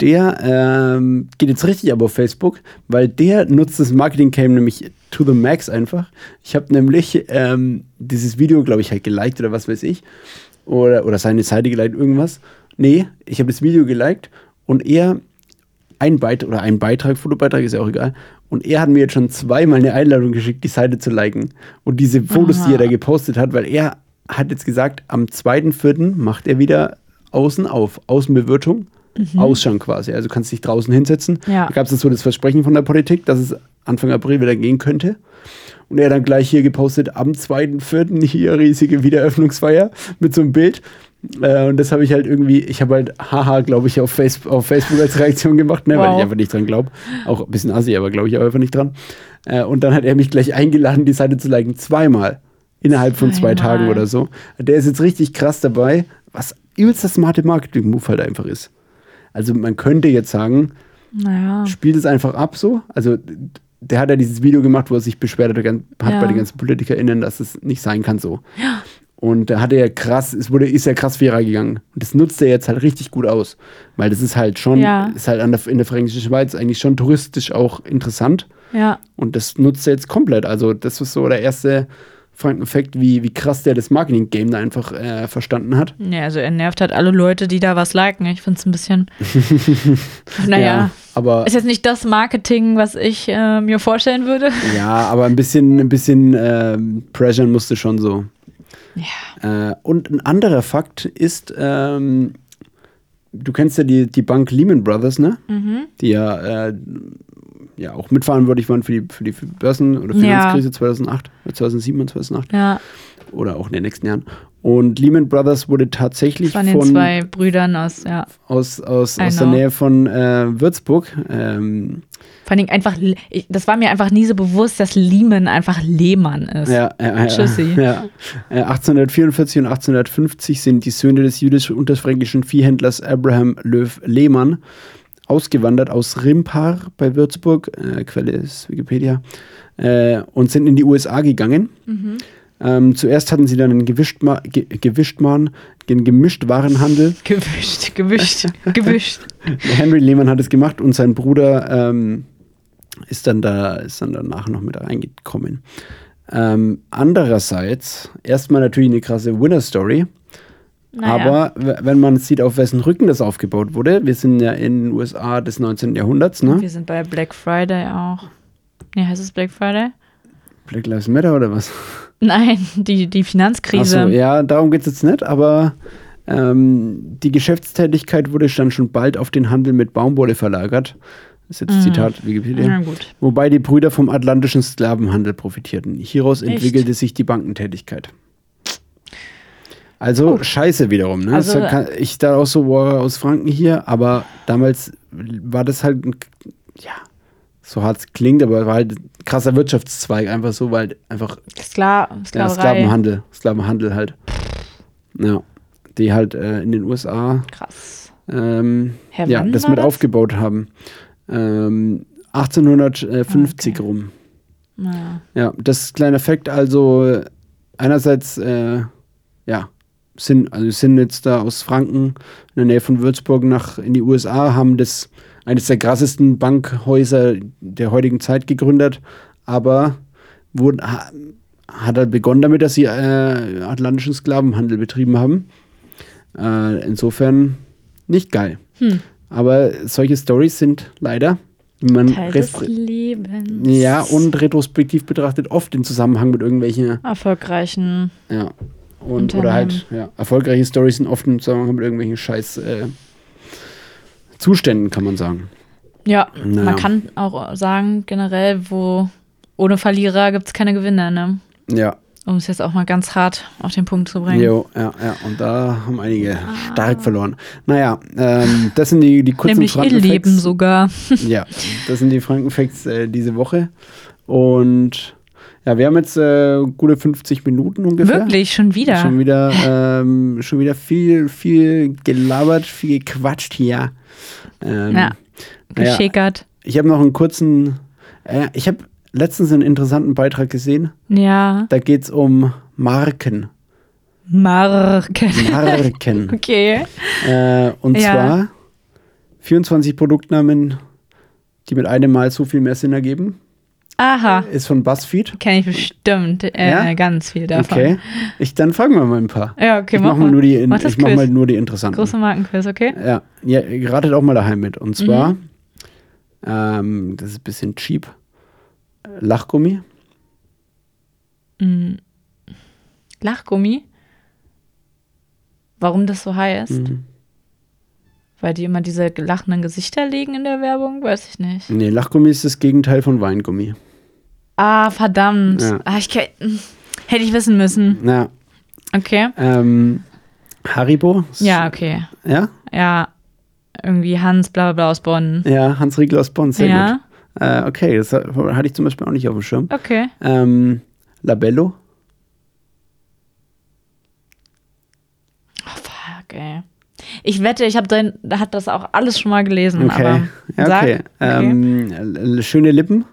Speaker 2: der ähm, geht jetzt richtig aber auf Facebook, weil der nutzt das Marketing-Cam nämlich to the max einfach. Ich habe nämlich ähm, dieses Video, glaube ich, halt geliked oder was weiß ich. Oder, oder seine Seite geliked, irgendwas. Nee, ich habe das Video geliked und er ein Beitrag oder ein Beitrag, Fotobeitrag ist ja auch egal. Und er hat mir jetzt schon zweimal eine Einladung geschickt, die Seite zu liken. Und diese Fotos, die er da gepostet hat, weil er hat jetzt gesagt, am 2.4. macht er wieder außen auf, Außenbewirtung, Ausschank quasi. Also kannst dich draußen hinsetzen.
Speaker 1: Ja.
Speaker 2: Da gab es so das Versprechen von der Politik, dass es Anfang April wieder gehen könnte. Und er dann gleich hier gepostet, am 2.4. hier riesige Wiedereröffnungsfeier mit so einem Bild. Äh, und das habe ich halt irgendwie, ich habe halt haha, glaube ich, auf Facebook, auf Facebook als Reaktion gemacht, ne, weil
Speaker 1: Wow.
Speaker 2: ich einfach nicht dran glaube. Auch ein bisschen assi, aber glaube ich auch einfach nicht dran. Äh, und dann hat er mich gleich eingeladen, die Seite zu liken, zweimal. Innerhalb von zwei
Speaker 1: Zweimal.
Speaker 2: Tagen oder so. Der ist jetzt richtig krass dabei, was übelst das smarte Marketing-Move halt einfach ist. Also man könnte jetzt sagen,
Speaker 1: Naja.
Speaker 2: spielt es einfach ab so. Also der hat ja dieses Video gemacht, wo er sich beschwert hat, gan- hat
Speaker 1: Ja.
Speaker 2: bei den ganzen PolitikerInnen, dass es nicht sein kann so. Und da hat er krass, es wurde, ist ja krass viral gegangen. Und das nutzt er jetzt halt richtig gut aus. Weil das ist halt schon,
Speaker 1: Ja.
Speaker 2: ist halt an der, in der Fränkischen Schweiz eigentlich schon touristisch auch interessant.
Speaker 1: Ja.
Speaker 2: Und das nutzt er jetzt komplett. Also, das ist so der erste Franken-Effekt, wie, wie krass der das Marketing-Game da einfach äh, verstanden hat.
Speaker 1: Nee, also er nervt halt alle Leute, die da was liken. Ich finde es ein bisschen. naja.
Speaker 2: aber
Speaker 1: Ist jetzt nicht das Marketing, was ich äh, mir vorstellen würde.
Speaker 2: Ja, aber ein bisschen, ein bisschen ähm, pressuren musste schon so. Ja. Äh, und ein anderer Fakt ist, ähm, du kennst ja die, die Bank Lehman Brothers, ne?
Speaker 1: Mhm.
Speaker 2: Die ja, äh, ja auch mitverantwortlich waren für die, für die Börsen- oder
Speaker 1: Ja.
Speaker 2: Finanzkrise 2008, 2007 und 2008
Speaker 1: Ja,
Speaker 2: oder auch in den nächsten Jahren. Und Lehman Brothers wurde tatsächlich
Speaker 1: von
Speaker 2: von,
Speaker 1: den zwei Brüdern aus, ja.
Speaker 2: aus, aus,
Speaker 1: I
Speaker 2: aus der
Speaker 1: know.
Speaker 2: Nähe von äh, Würzburg ähm,
Speaker 1: Vor allen Dingen einfach, ich- das war mir einfach nie so bewusst, dass Lehman einfach Lehmann ist.
Speaker 2: Ja, ja, ja,
Speaker 1: Tschüssi.
Speaker 2: Ja. Äh, 1844 und 1850 sind die Söhne des jüdisch-unterfränkischen Viehhändlers Abraham Löw Lehmann ausgewandert aus Rimpar bei Würzburg, äh, Quelle ist Wikipedia, äh, und sind in die USA gegangen.
Speaker 1: Mhm.
Speaker 2: Ähm, zuerst hatten sie dann einen Gewischtma Ge Gewischtmann, den Gemischtwarenhandel.
Speaker 1: Gewischt, gewischt, gewischt.
Speaker 2: Henry Lehmann hat es gemacht und sein Bruder ähm, ist, dann da, ist dann danach noch mit reingekommen. Ähm, andererseits, erstmal natürlich eine krasse Winner-Story,
Speaker 1: Naja.
Speaker 2: aber w- wenn man sieht, auf wessen Rücken das aufgebaut wurde, wir sind ja in den USA des 19. Jahrhunderts, ne?
Speaker 1: Wir sind bei Black Friday auch. Nee, heißt es Black Friday?
Speaker 2: Black Lives Matter oder was?
Speaker 1: Nein, die, die Finanzkrise.
Speaker 2: Ach so, ja, darum geht es jetzt nicht, aber ähm, die Geschäftstätigkeit wurde dann schon bald auf den Handel mit Baumwolle verlagert. Das ist jetzt Zitat Wikipedia.
Speaker 1: Na gut.
Speaker 2: Wobei die Brüder vom atlantischen Sklavenhandel profitierten. Hieraus
Speaker 1: Echt?
Speaker 2: entwickelte sich die Bankentätigkeit. Also scheiße wiederum. Ne?
Speaker 1: Also-
Speaker 2: Also, kann, ich da auch so boah, aus Franken hier, aber damals war das halt, ein, ja, so hart es klingt, aber war halt ein krasser Wirtschaftszweig, einfach so, weil einfach
Speaker 1: Skla
Speaker 2: ja,
Speaker 1: Sklaverei.
Speaker 2: Sklavenhandel, Sklavenhandel halt. Ja, die halt äh, in den USA
Speaker 1: Krass.
Speaker 2: ähm,
Speaker 1: Herr,
Speaker 2: ja,
Speaker 1: wann
Speaker 2: das
Speaker 1: war
Speaker 2: mit
Speaker 1: das?
Speaker 2: aufgebaut haben. Ähm, 1850
Speaker 1: Ah,
Speaker 2: rum.
Speaker 1: Naja.
Speaker 2: Ja, das ist ein kleiner Fakt. Also äh, einerseits, äh, ja, sind, also sind jetzt da aus Franken in der Nähe von Würzburg nach in die USA, haben das eines der krassesten Bankhäuser der heutigen Zeit gegründet, aber wurden, ha, hat halt begonnen damit, dass sie äh, atlantischen Sklavenhandel betrieben haben. Äh, insofern nicht geil.
Speaker 1: Hm.
Speaker 2: Aber solche Stories sind leider, wenn man
Speaker 1: Teil des
Speaker 2: retro-
Speaker 1: Lebens.
Speaker 2: Hm, ja, und retrospektiv betrachtet oft in Zusammenhang mit irgendwelchen,
Speaker 1: Erfolgreichen.
Speaker 2: ja, und oder halt, ja, erfolgreiche Stories sind oft im Zusammenhang mit irgendwelchen scheiß äh, Zuständen, kann man sagen.
Speaker 1: Ja,
Speaker 2: Naja.
Speaker 1: man kann auch sagen, generell, wo ohne Verlierer gibt es keine Gewinner, ne?
Speaker 2: Ja,
Speaker 1: Um es jetzt auch mal ganz hart auf den Punkt zu bringen. Ah.
Speaker 2: jo, ja, ja, und da haben einige stark verloren. Naja, ähm, das sind die, die kurzen
Speaker 1: Nämlich ihr
Speaker 2: Franken-Facts.
Speaker 1: Leben sogar.
Speaker 2: Ja, das sind die Frankenfacts äh, diese Woche. Und ja, wir haben jetzt äh, gute 50 Minuten ungefähr.
Speaker 1: Wirklich, schon wieder.
Speaker 2: Schon wieder, ähm, schon wieder viel, viel gelabert, viel gequatscht hier. Ähm,
Speaker 1: Ja,
Speaker 2: naja,
Speaker 1: Geschickert.
Speaker 2: ich habe noch einen kurzen, äh, ich habe letztens einen interessanten Beitrag gesehen.
Speaker 1: Ja.
Speaker 2: Da geht es um Marken.
Speaker 1: Marken.
Speaker 2: Marken.
Speaker 1: Okay.
Speaker 2: äh, und
Speaker 1: Ja.
Speaker 2: zwar 24 Produktnamen, die mit einem Mal so viel mehr Sinn ergeben.
Speaker 1: Aha.
Speaker 2: Ist von BuzzFeed.
Speaker 1: Kenne ich bestimmt äh,
Speaker 2: Ja?
Speaker 1: ganz viel davon.
Speaker 2: Okay. Ich, dann fragen wir mal ein paar.
Speaker 1: Ja, okay,
Speaker 2: ich
Speaker 1: mach
Speaker 2: mach mal
Speaker 1: mal.
Speaker 2: nur die,
Speaker 1: Mach das
Speaker 2: ich mach
Speaker 1: Quiz.
Speaker 2: mal nur die interessanten.
Speaker 1: Große Markenquiz, okay?
Speaker 2: Ja, ja, ihr ratet auch mal daheim mit. Und zwar,
Speaker 1: Mhm.
Speaker 2: ähm, das ist ein bisschen cheap. Lachgummi,
Speaker 1: Mm. Lachgummi. Warum das so heißt?
Speaker 2: Mm.
Speaker 1: Weil die immer diese lachenden Gesichter legen in der Werbung? Weiß ich nicht.
Speaker 2: Nee, Lachgummi ist das Gegenteil von Weingummi.
Speaker 1: Ah, verdammt.
Speaker 2: Ja.
Speaker 1: Ah, ich ke- hm. Hätte ich wissen müssen.
Speaker 2: Na,
Speaker 1: Okay.
Speaker 2: ähm, Haribo? ist-
Speaker 1: Ja, okay.
Speaker 2: Ja?
Speaker 1: Ja. Irgendwie Hans, bla bla bla aus Bonn.
Speaker 2: Ja, Hans Riegel aus Bonn, sehr
Speaker 1: Ja.
Speaker 2: gut. Äh, okay, das hat- hatte ich zum Beispiel auch nicht auf dem Schirm.
Speaker 1: Okay.
Speaker 2: Ähm, Labello?
Speaker 1: Oh, fuck, ey. Ich wette, ich habe dein, hat das auch alles schon mal gelesen,
Speaker 2: Okay.
Speaker 1: aber.
Speaker 2: ja, okay.
Speaker 1: Sag, okay.
Speaker 2: Ähm, l- l- schöne Lippen,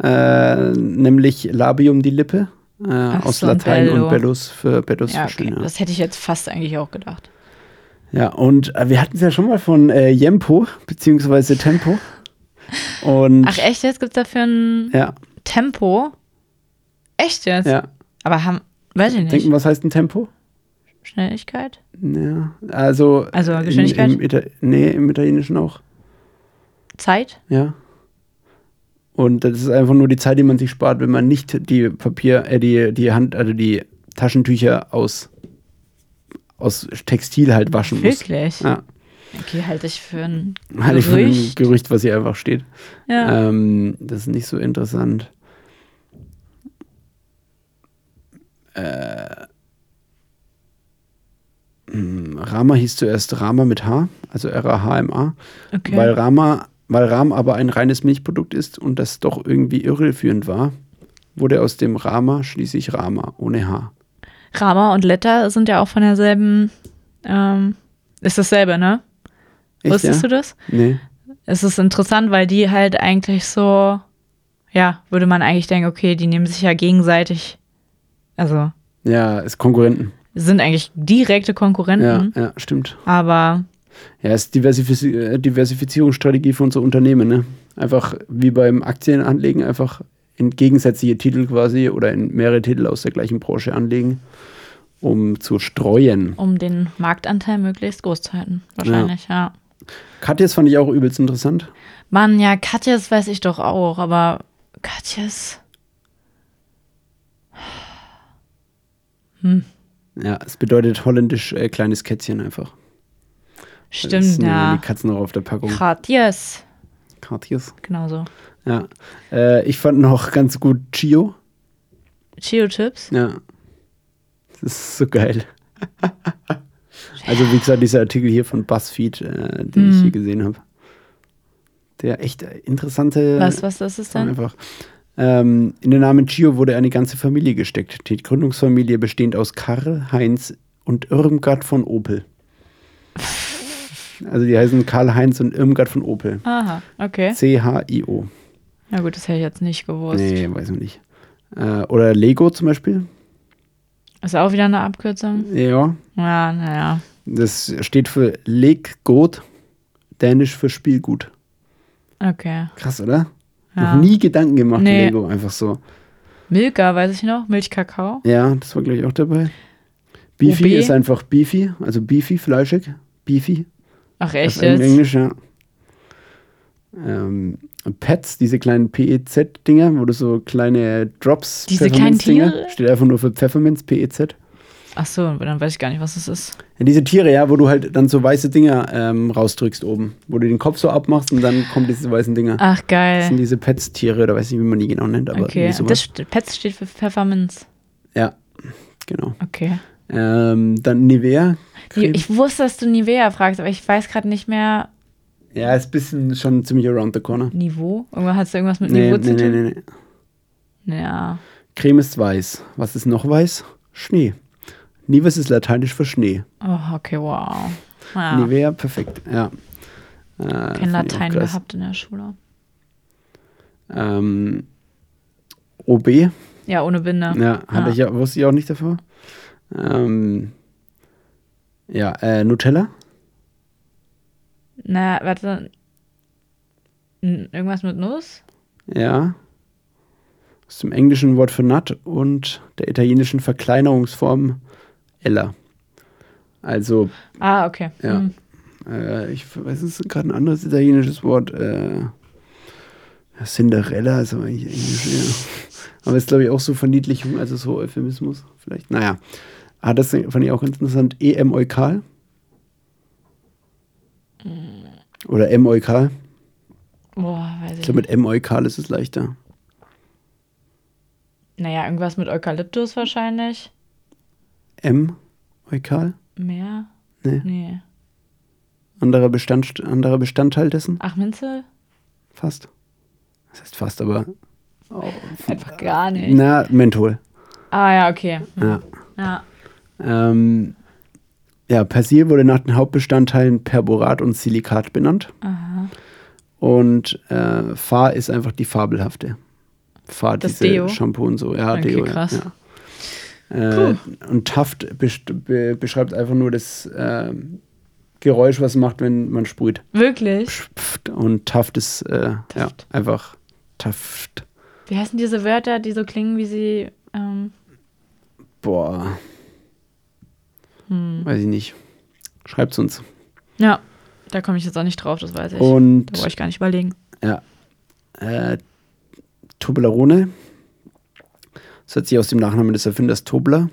Speaker 2: äh, nämlich Labium die Lippe, äh, aus
Speaker 1: so, und
Speaker 2: Latein
Speaker 1: Bello.
Speaker 2: und Bellus für Bellus
Speaker 1: ja,
Speaker 2: für schön.
Speaker 1: okay.
Speaker 2: ja.
Speaker 1: Das hätte ich jetzt fast eigentlich auch gedacht.
Speaker 2: Ja, und äh, wir hatten es ja schon mal von äh, Jempo, beziehungsweise Tempo. Und
Speaker 1: Ach, echt? Jetzt gibt's dafür ein
Speaker 2: ja,
Speaker 1: Tempo? Echt jetzt?
Speaker 2: ja.
Speaker 1: Aber haben. Weiß ich
Speaker 2: Denken,
Speaker 1: nicht.
Speaker 2: was heißt ein Tempo?
Speaker 1: Schnelligkeit?
Speaker 2: Ja, also.
Speaker 1: Also
Speaker 2: in-
Speaker 1: Geschwindigkeit?
Speaker 2: Im Ita nee, im Italienischen auch.
Speaker 1: Zeit?
Speaker 2: Ja. Und das ist einfach nur die Zeit, die man sich spart, wenn man nicht die Papier, äh, die, die Hand, also die Taschentücher aus, aus Textil halt waschen muss.
Speaker 1: Wirklich?
Speaker 2: Ja,
Speaker 1: Okay, halte ich halt für ein
Speaker 2: halte ich für ein
Speaker 1: Gerücht.
Speaker 2: Gerücht, was hier einfach steht.
Speaker 1: ja.
Speaker 2: Ähm, das ist nicht so interessant. Äh, hm, Rama hieß zuerst Rama mit H, also R-A-H-M-A,
Speaker 1: Okay.
Speaker 2: weil Rama, weil Ram aber ein reines Milchprodukt ist und das doch irgendwie irreführend war, wurde aus dem Rama schließlich Rama ohne H.
Speaker 1: Rama und Letter sind ja auch von derselben. Ähm, ist dasselbe, ne? Wusstest du das?
Speaker 2: du? Nee.
Speaker 1: Es ist interessant, weil die halt eigentlich so. Ja, würde man eigentlich denken, okay, die nehmen sich ja gegenseitig. Also,
Speaker 2: Ja, ist Konkurrenten.
Speaker 1: sind eigentlich direkte
Speaker 2: Ja,
Speaker 1: Konkurrenten,
Speaker 2: ja, stimmt.
Speaker 1: aber
Speaker 2: Ja, ist Diversifiz äh, Diversifizierungsstrategie für unser Unternehmen, ne? Einfach wie beim Aktienanlegen einfach in gegensätzliche Titel quasi oder in mehrere Titel aus der gleichen Branche anlegen, um zu streuen.
Speaker 1: um den Marktanteil möglichst groß zu halten. Wahrscheinlich, ja.
Speaker 2: Katjes fand ich auch übelst interessant.
Speaker 1: Mann, ja, Katjes weiß ich doch auch, aber Katjes. Hm.
Speaker 2: Ja, es bedeutet holländisch äh, kleines Kätzchen einfach. Das
Speaker 1: Stimmt,
Speaker 2: sind
Speaker 1: ja.
Speaker 2: Die Katzen auch auf der Packung.
Speaker 1: Gratias.
Speaker 2: Kartiers.
Speaker 1: Genau so.
Speaker 2: Ja. Äh, ich fand noch ganz gut Chio.
Speaker 1: Chio-Chips.
Speaker 2: Ja. Das ist so geil. also, wie gesagt, dieser Artikel hier von BuzzFeed, äh, den
Speaker 1: Mhm.
Speaker 2: ich hier gesehen habe. Der echt äh, interessante.
Speaker 1: Was, was ist es denn?
Speaker 2: Einfach. Ähm, in den Namen Chio wurde eine ganze Familie gesteckt. Die Gründungsfamilie bestehend aus Karl, Heinz und Irmgard von Opel. Also die heißen Karl, Heinz und Irmgard von Opel.
Speaker 1: Aha, okay.
Speaker 2: C-H-I-O.
Speaker 1: Na gut, das hätte ich jetzt nicht gewusst.
Speaker 2: Nee, weiß ich nicht. Äh, oder Lego zum Beispiel.
Speaker 1: Ist auch wieder eine Abkürzung?
Speaker 2: Ja.
Speaker 1: Ja, naja.
Speaker 2: Das steht für Leggot, dänisch für Spielgut.
Speaker 1: Okay.
Speaker 2: Krass, oder?
Speaker 1: Ja.
Speaker 2: Noch nie Gedanken gemacht,
Speaker 1: Nee.
Speaker 2: Lego, einfach so.
Speaker 1: Milka, weiß ich noch. Milchkakao.
Speaker 2: Ja, das war glaube ich auch dabei. Beefy
Speaker 1: OB?
Speaker 2: ist einfach Beefy, also Beefy, fleischig. Beefy.
Speaker 1: Ach,
Speaker 2: Auf
Speaker 1: echt
Speaker 2: Eng-
Speaker 1: jetzt?
Speaker 2: Englisch, ja. Ähm, Pets, diese kleinen PEZ-Dinger, wo du so kleine Drops,
Speaker 1: Diese kleinen
Speaker 2: Pfefferminz-Dinger,
Speaker 1: Tiere?
Speaker 2: steht einfach nur für Pfefferminz, PEZ.
Speaker 1: Ach so, dann weiß ich gar nicht, was es ist.
Speaker 2: Ja, diese Tiere, ja, wo du halt dann so weiße Dinger ähm, rausdrückst oben, wo du den Kopf so abmachst und dann kommen diese weißen Dinger.
Speaker 1: Ach,
Speaker 2: Das
Speaker 1: geil.
Speaker 2: sind diese Pets-Tiere, oder weiß nicht, wie man die genau nennt, aber
Speaker 1: Äh. Okay.
Speaker 2: irgendwie sowas.
Speaker 1: Das st- Pets steht für Pfefferminz.
Speaker 2: ja, genau.
Speaker 1: Okay.
Speaker 2: Ähm, dann Nivea.
Speaker 1: Die- Ich wusste, dass du Nivea fragst, aber ich weiß gerade nicht mehr.
Speaker 2: Ja, ist ein bisschen schon ziemlich around the corner.
Speaker 1: Niveau? Irgendwann hat es irgendwas mit
Speaker 2: Nee,
Speaker 1: Niveau
Speaker 2: nee,
Speaker 1: zu
Speaker 2: nee,
Speaker 1: tun?
Speaker 2: nee, nee.
Speaker 1: Ja.
Speaker 2: Creme ist weiß. Was ist noch weiß? Schnee. Nives ist lateinisch für Schnee.
Speaker 1: Oh, okay, wow. Ja.
Speaker 2: Nivea, perfekt. Ja. Äh,
Speaker 1: Ah. Kein
Speaker 2: fand ich auch
Speaker 1: Latein
Speaker 2: krass.
Speaker 1: gehabt in der Schule.
Speaker 2: Ähm, OB,
Speaker 1: Ja, ohne Binde.
Speaker 2: ja, hatte
Speaker 1: Ah.
Speaker 2: Ich ja, wusste ich auch nicht davor. Ähm, ja, äh, Nutella.
Speaker 1: Na, warte. N- Irgendwas mit Nuss?
Speaker 2: Ja. Aus dem englischen Wort für Nut und der italienischen Verkleinerungsform Ella. Also,
Speaker 1: Ah, okay.
Speaker 2: Ja.
Speaker 1: Hm.
Speaker 2: äh, ich weiß es ist gerade ein anderes italienisches Wort. Äh, Cinderella ist aber eigentlich englisch. Ja. Aber ist, glaube ich, auch so Verniedlichung, also so Euphemismus vielleicht. Naja. Ah, das fand ich auch ganz interessant. E E.M. Eukal. Oder M. Eukal.
Speaker 1: Boah, weiß
Speaker 2: Ich
Speaker 1: ich
Speaker 2: glaube,
Speaker 1: nicht.
Speaker 2: mit M. Eukal ist es leichter.
Speaker 1: Naja, irgendwas mit Eukalyptus wahrscheinlich.
Speaker 2: M. E Eukal?
Speaker 1: Mehr?
Speaker 2: Nee.
Speaker 1: Nee.
Speaker 2: Anderer, Bestand, anderer Bestandteil dessen?
Speaker 1: Ach, Minze?
Speaker 2: Fast. Das heißt fast, aber. Oh,
Speaker 1: Einfach gar nicht.
Speaker 2: na, Menthol.
Speaker 1: Ah, ja, okay.
Speaker 2: Ja.
Speaker 1: Ja.
Speaker 2: Ähm, ja, Persil wurde nach den Hauptbestandteilen Perborat und Silikat benannt.
Speaker 1: Aha.
Speaker 2: Und äh, Fa ist einfach die fabelhafte. Fa,
Speaker 1: Das
Speaker 2: diese
Speaker 1: Deo?
Speaker 2: Shampoo und so. Ja,
Speaker 1: Okay,
Speaker 2: Deo.
Speaker 1: krass.
Speaker 2: Ja, ja. Äh, und Taft best- be beschreibt einfach nur das ähm, Geräusch, was es macht, wenn man sprüht.
Speaker 1: Wirklich?
Speaker 2: Pft, und Taft ist äh, Ja,
Speaker 1: Taft.
Speaker 2: einfach Taft.
Speaker 1: Wie heißen diese Wörter, die so klingen, wie sie. Ähm,
Speaker 2: Boah,
Speaker 1: hm.
Speaker 2: weiß ich nicht. Schreibt's uns.
Speaker 1: Ja, da komme ich jetzt auch nicht drauf, das weiß ich.
Speaker 2: Und
Speaker 1: da wollte ich gar nicht überlegen.
Speaker 2: Ja. Äh, Toblerone. Das hat sich aus dem Nachnamen des Erfinders Tobler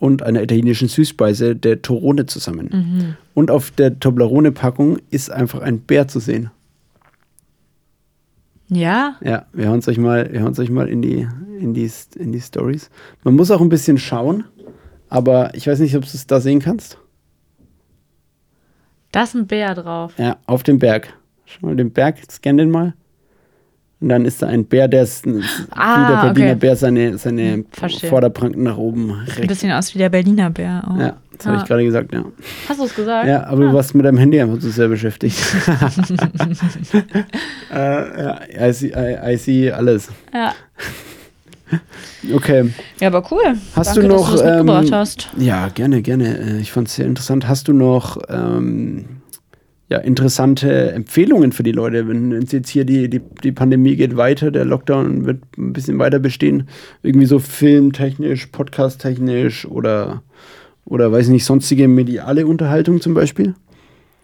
Speaker 2: und einer italienischen Süßspeise, der Torone, zusammen.
Speaker 1: Mhm.
Speaker 2: Und auf der Toblerone-Packung ist einfach ein Bär zu sehen.
Speaker 1: Ja?
Speaker 2: Ja, wir hören es euch mal, wir hören's euch mal in, die, in, die, in die Stories. Man muss auch ein bisschen schauen, aber ich weiß nicht, ob du es da sehen kannst.
Speaker 1: Da ist ein Bär drauf.
Speaker 2: Ja, auf dem Berg. Schau mal den Berg, scan den mal. Und dann ist da ein Bär, der ist ein
Speaker 1: Ah,
Speaker 2: wie
Speaker 1: okay.
Speaker 2: der Berliner
Speaker 1: Hm,
Speaker 2: Bär seine, seine
Speaker 1: Verstehe.
Speaker 2: Vorderpranken nach oben
Speaker 1: Ein
Speaker 2: reckt.
Speaker 1: bisschen aus wie der Berliner Bär. Auch.
Speaker 2: Ja, das habe
Speaker 1: Ah.
Speaker 2: ich gerade gesagt, ja.
Speaker 1: Hast du es gesagt?
Speaker 2: Ja, aber du warst mit deinem Handy einfach zu sehr beschäftigt. äh, ja, I see, I, I see alles.
Speaker 1: Ja,
Speaker 2: Okay.
Speaker 1: ja aber cool.
Speaker 2: Hast
Speaker 1: Danke,
Speaker 2: du
Speaker 1: dass
Speaker 2: noch.
Speaker 1: das mitgebracht
Speaker 2: ähm,
Speaker 1: hast.
Speaker 2: Ja, gerne, gerne. Äh, Ich fand es sehr interessant. Hast du noch ähm, ja, interessante Empfehlungen für die Leute, wenn es jetzt hier die, die, die Pandemie geht weiter, der Lockdown wird ein bisschen weiter bestehen? Irgendwie so filmtechnisch, podcasttechnisch oder, oder weiß nicht, sonstige mediale Unterhaltung zum Beispiel?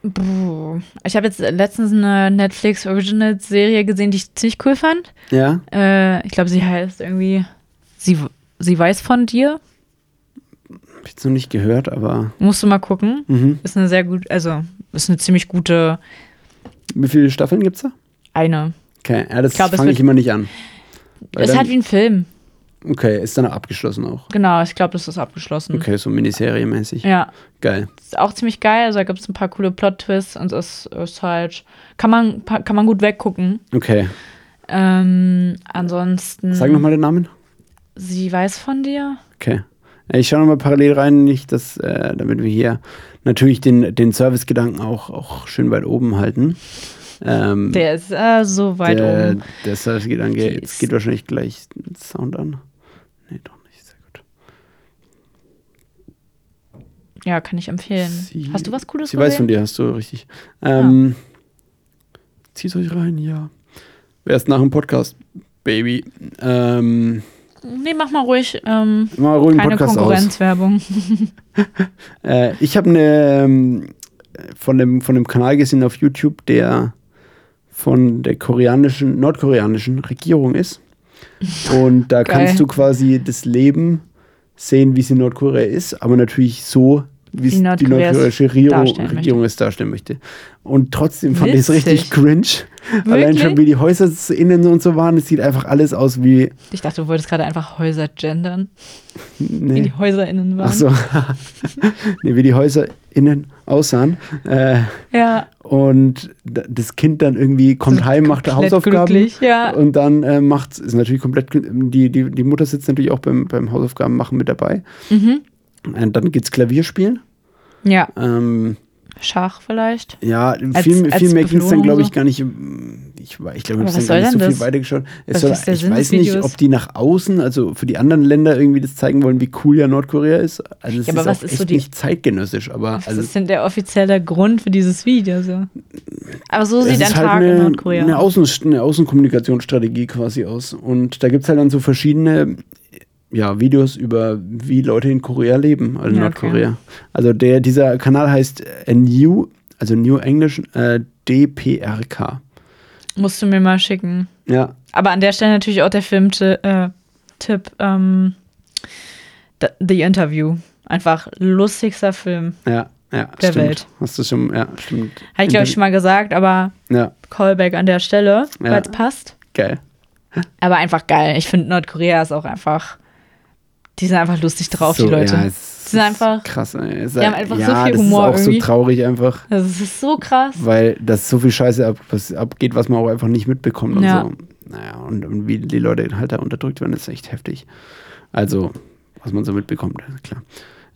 Speaker 1: Puh. Ich habe jetzt letztens eine Netflix Original Serie gesehen, die ich ziemlich cool fand.
Speaker 2: Ja,
Speaker 1: Äh, ich glaube, sie heißt irgendwie sie, sie weiß von dir.
Speaker 2: Hab ich jetzt noch nicht gehört, aber
Speaker 1: Musst du mal gucken.
Speaker 2: Mhm.
Speaker 1: Ist eine sehr gut, also ist eine ziemlich gute
Speaker 2: wie viele Staffeln gibt's da?
Speaker 1: eine.
Speaker 2: Okay, ja, das
Speaker 1: glaub, es
Speaker 2: fange
Speaker 1: wird-
Speaker 2: ich immer nicht an. Weil
Speaker 1: ist
Speaker 2: dann,
Speaker 1: halt wie ein Film.
Speaker 2: okay, ist dann abgeschlossen auch. Mhm.
Speaker 1: Genau, ich glaube, das ist abgeschlossen.
Speaker 2: Okay, so Miniserie-mäßig.
Speaker 1: Ja,
Speaker 2: Geil.
Speaker 1: ist auch ziemlich geil. Also da gibt es ein paar coole Plot-Twists und es ist halt, kann man, pa- kann man gut weggucken.
Speaker 2: Okay.
Speaker 1: Ähm, ansonsten,
Speaker 2: Sag nochmal den Namen.
Speaker 1: sie weiß von dir.
Speaker 2: Okay. Äh, Ich schaue nochmal parallel rein, nicht, dass, äh, damit wir hier natürlich den, den Service-Gedanken auch, auch schön weit oben halten. Ähm,
Speaker 1: Der ist äh, so weit
Speaker 2: der,
Speaker 1: oben.
Speaker 2: Der Service-Gedanke,
Speaker 1: Die
Speaker 2: jetzt
Speaker 1: ist-
Speaker 2: geht wahrscheinlich gleich Sound an. Nee, doch nicht. Sehr gut.
Speaker 1: Ja, kann ich empfehlen.
Speaker 2: Sie-
Speaker 1: Hast du was Cooles
Speaker 2: Sie
Speaker 1: gesehen?
Speaker 2: weiß von dir, hast du richtig. Ähm, Zieht euch rein, ja. Erst nach dem Podcast, Baby. Ähm,
Speaker 1: Nee, mach mal ruhig. Ähm,
Speaker 2: mal ruhig den
Speaker 1: keine
Speaker 2: Podcast aus.
Speaker 1: Konkurrenzwerbung.
Speaker 2: Äh, ich habe eine ähm, von dem, von dem Kanal gesehen auf YouTube, der von der koreanischen, nordkoreanischen Regierung ist. Und da
Speaker 1: Geil.
Speaker 2: kannst du quasi das Leben sehen, wie es in Nordkorea ist, aber natürlich so, wie es
Speaker 1: Wie
Speaker 2: die
Speaker 1: Nordkorea es
Speaker 2: nordkoreanische Regierung,
Speaker 1: darstellen möchte.
Speaker 2: Regierung es darstellen möchte. Und trotzdem fand ich es
Speaker 1: Witzig.
Speaker 2: richtig cringe. Allein schon,
Speaker 1: Wirklich?
Speaker 2: wie die Häuser so innen und so waren. Es sieht einfach alles aus wie.
Speaker 1: Ich dachte, du wolltest gerade einfach Häuser gendern, wie
Speaker 2: Nee.
Speaker 1: die HäuserInnen waren.
Speaker 2: ne, Ach so. nee, wie die Häuser innen aussahen. Äh,
Speaker 1: Ja,
Speaker 2: Und d- das Kind dann irgendwie kommt
Speaker 1: So
Speaker 2: heim, macht
Speaker 1: komplett
Speaker 2: Hausaufgaben.
Speaker 1: glücklich, ja.
Speaker 2: Und dann äh, macht ist natürlich komplett, gl- die, die, die Mutter sitzt natürlich auch beim, beim Hausaufgaben machen mit dabei.
Speaker 1: Mhm.
Speaker 2: Und dann geht's Klavierspielen.
Speaker 1: ja.
Speaker 2: Ähm,
Speaker 1: Schach vielleicht.
Speaker 2: ja,
Speaker 1: Als-
Speaker 2: viel,
Speaker 1: als
Speaker 2: viel mehr ging es
Speaker 1: Belohnung
Speaker 2: dann, glaube ich,
Speaker 1: so?
Speaker 2: gar nicht. im- Ich, war- ich glaube,
Speaker 1: Aber
Speaker 2: ich habe
Speaker 1: was
Speaker 2: dann gar nicht
Speaker 1: soll
Speaker 2: so
Speaker 1: denn
Speaker 2: viel
Speaker 1: das?
Speaker 2: weitergeschaut. Es
Speaker 1: Was
Speaker 2: soll,
Speaker 1: ist der
Speaker 2: ich
Speaker 1: Sinn
Speaker 2: weiß
Speaker 1: des
Speaker 2: nicht,
Speaker 1: Videos?
Speaker 2: ob die nach außen, also für die anderen Länder irgendwie das zeigen wollen, wie cool ja Nordkorea ist. Also es
Speaker 1: Ja, aber
Speaker 2: ist
Speaker 1: was
Speaker 2: auch
Speaker 1: ist
Speaker 2: echt
Speaker 1: so die-
Speaker 2: nicht zeitgenössisch, aber
Speaker 1: Was
Speaker 2: also,
Speaker 1: ist denn der offizielle Grund für dieses Video? So? Aber so sieht
Speaker 2: Das
Speaker 1: ein
Speaker 2: ist
Speaker 1: Tag
Speaker 2: halt
Speaker 1: in
Speaker 2: eine,
Speaker 1: Nordkorea
Speaker 2: Eine,
Speaker 1: aus.
Speaker 2: Außen, eine Außenkommunikationsstrategie quasi aus. Und da gibt es halt dann so verschiedene ja, Videos über, wie Leute in Korea leben, also
Speaker 1: Ja,
Speaker 2: Nordkorea. Also der, dieser Kanal heißt äh, New, also New English, äh, DPRK.
Speaker 1: Musst du mir mal schicken.
Speaker 2: Ja,
Speaker 1: Aber an der Stelle natürlich auch der Film-Tipp, äh, Tipp, ähm, The- The Interview. Einfach lustigster Film.
Speaker 2: ja, ja.
Speaker 1: Der
Speaker 2: stimmt.
Speaker 1: Welt. Halt
Speaker 2: Hast du schon, ja, stimmt.
Speaker 1: Habe ich, glaube ich, schon mal gesagt, aber
Speaker 2: Ja,
Speaker 1: Callback an der Stelle,
Speaker 2: Ja.
Speaker 1: weil es passt.
Speaker 2: geil.
Speaker 1: Aber einfach geil. Ich finde, Nordkorea ist auch einfach, die sind einfach lustig drauf, die Leute.
Speaker 2: Ja, es
Speaker 1: Die sind
Speaker 2: ist
Speaker 1: einfach-
Speaker 2: Krass, ey. Es-
Speaker 1: die haben einfach so
Speaker 2: ja,
Speaker 1: viel
Speaker 2: das
Speaker 1: Humor
Speaker 2: ist auch
Speaker 1: irgendwie.
Speaker 2: so traurig einfach.
Speaker 1: Also, es ist so krass.
Speaker 2: weil das so viel Scheiße ab, was abgeht, was man auch einfach nicht mitbekommt und
Speaker 1: Ja.
Speaker 2: so. Naja, und, und wie die Leute halt da unterdrückt werden, ist echt heftig. Also, was man so mitbekommt, klar.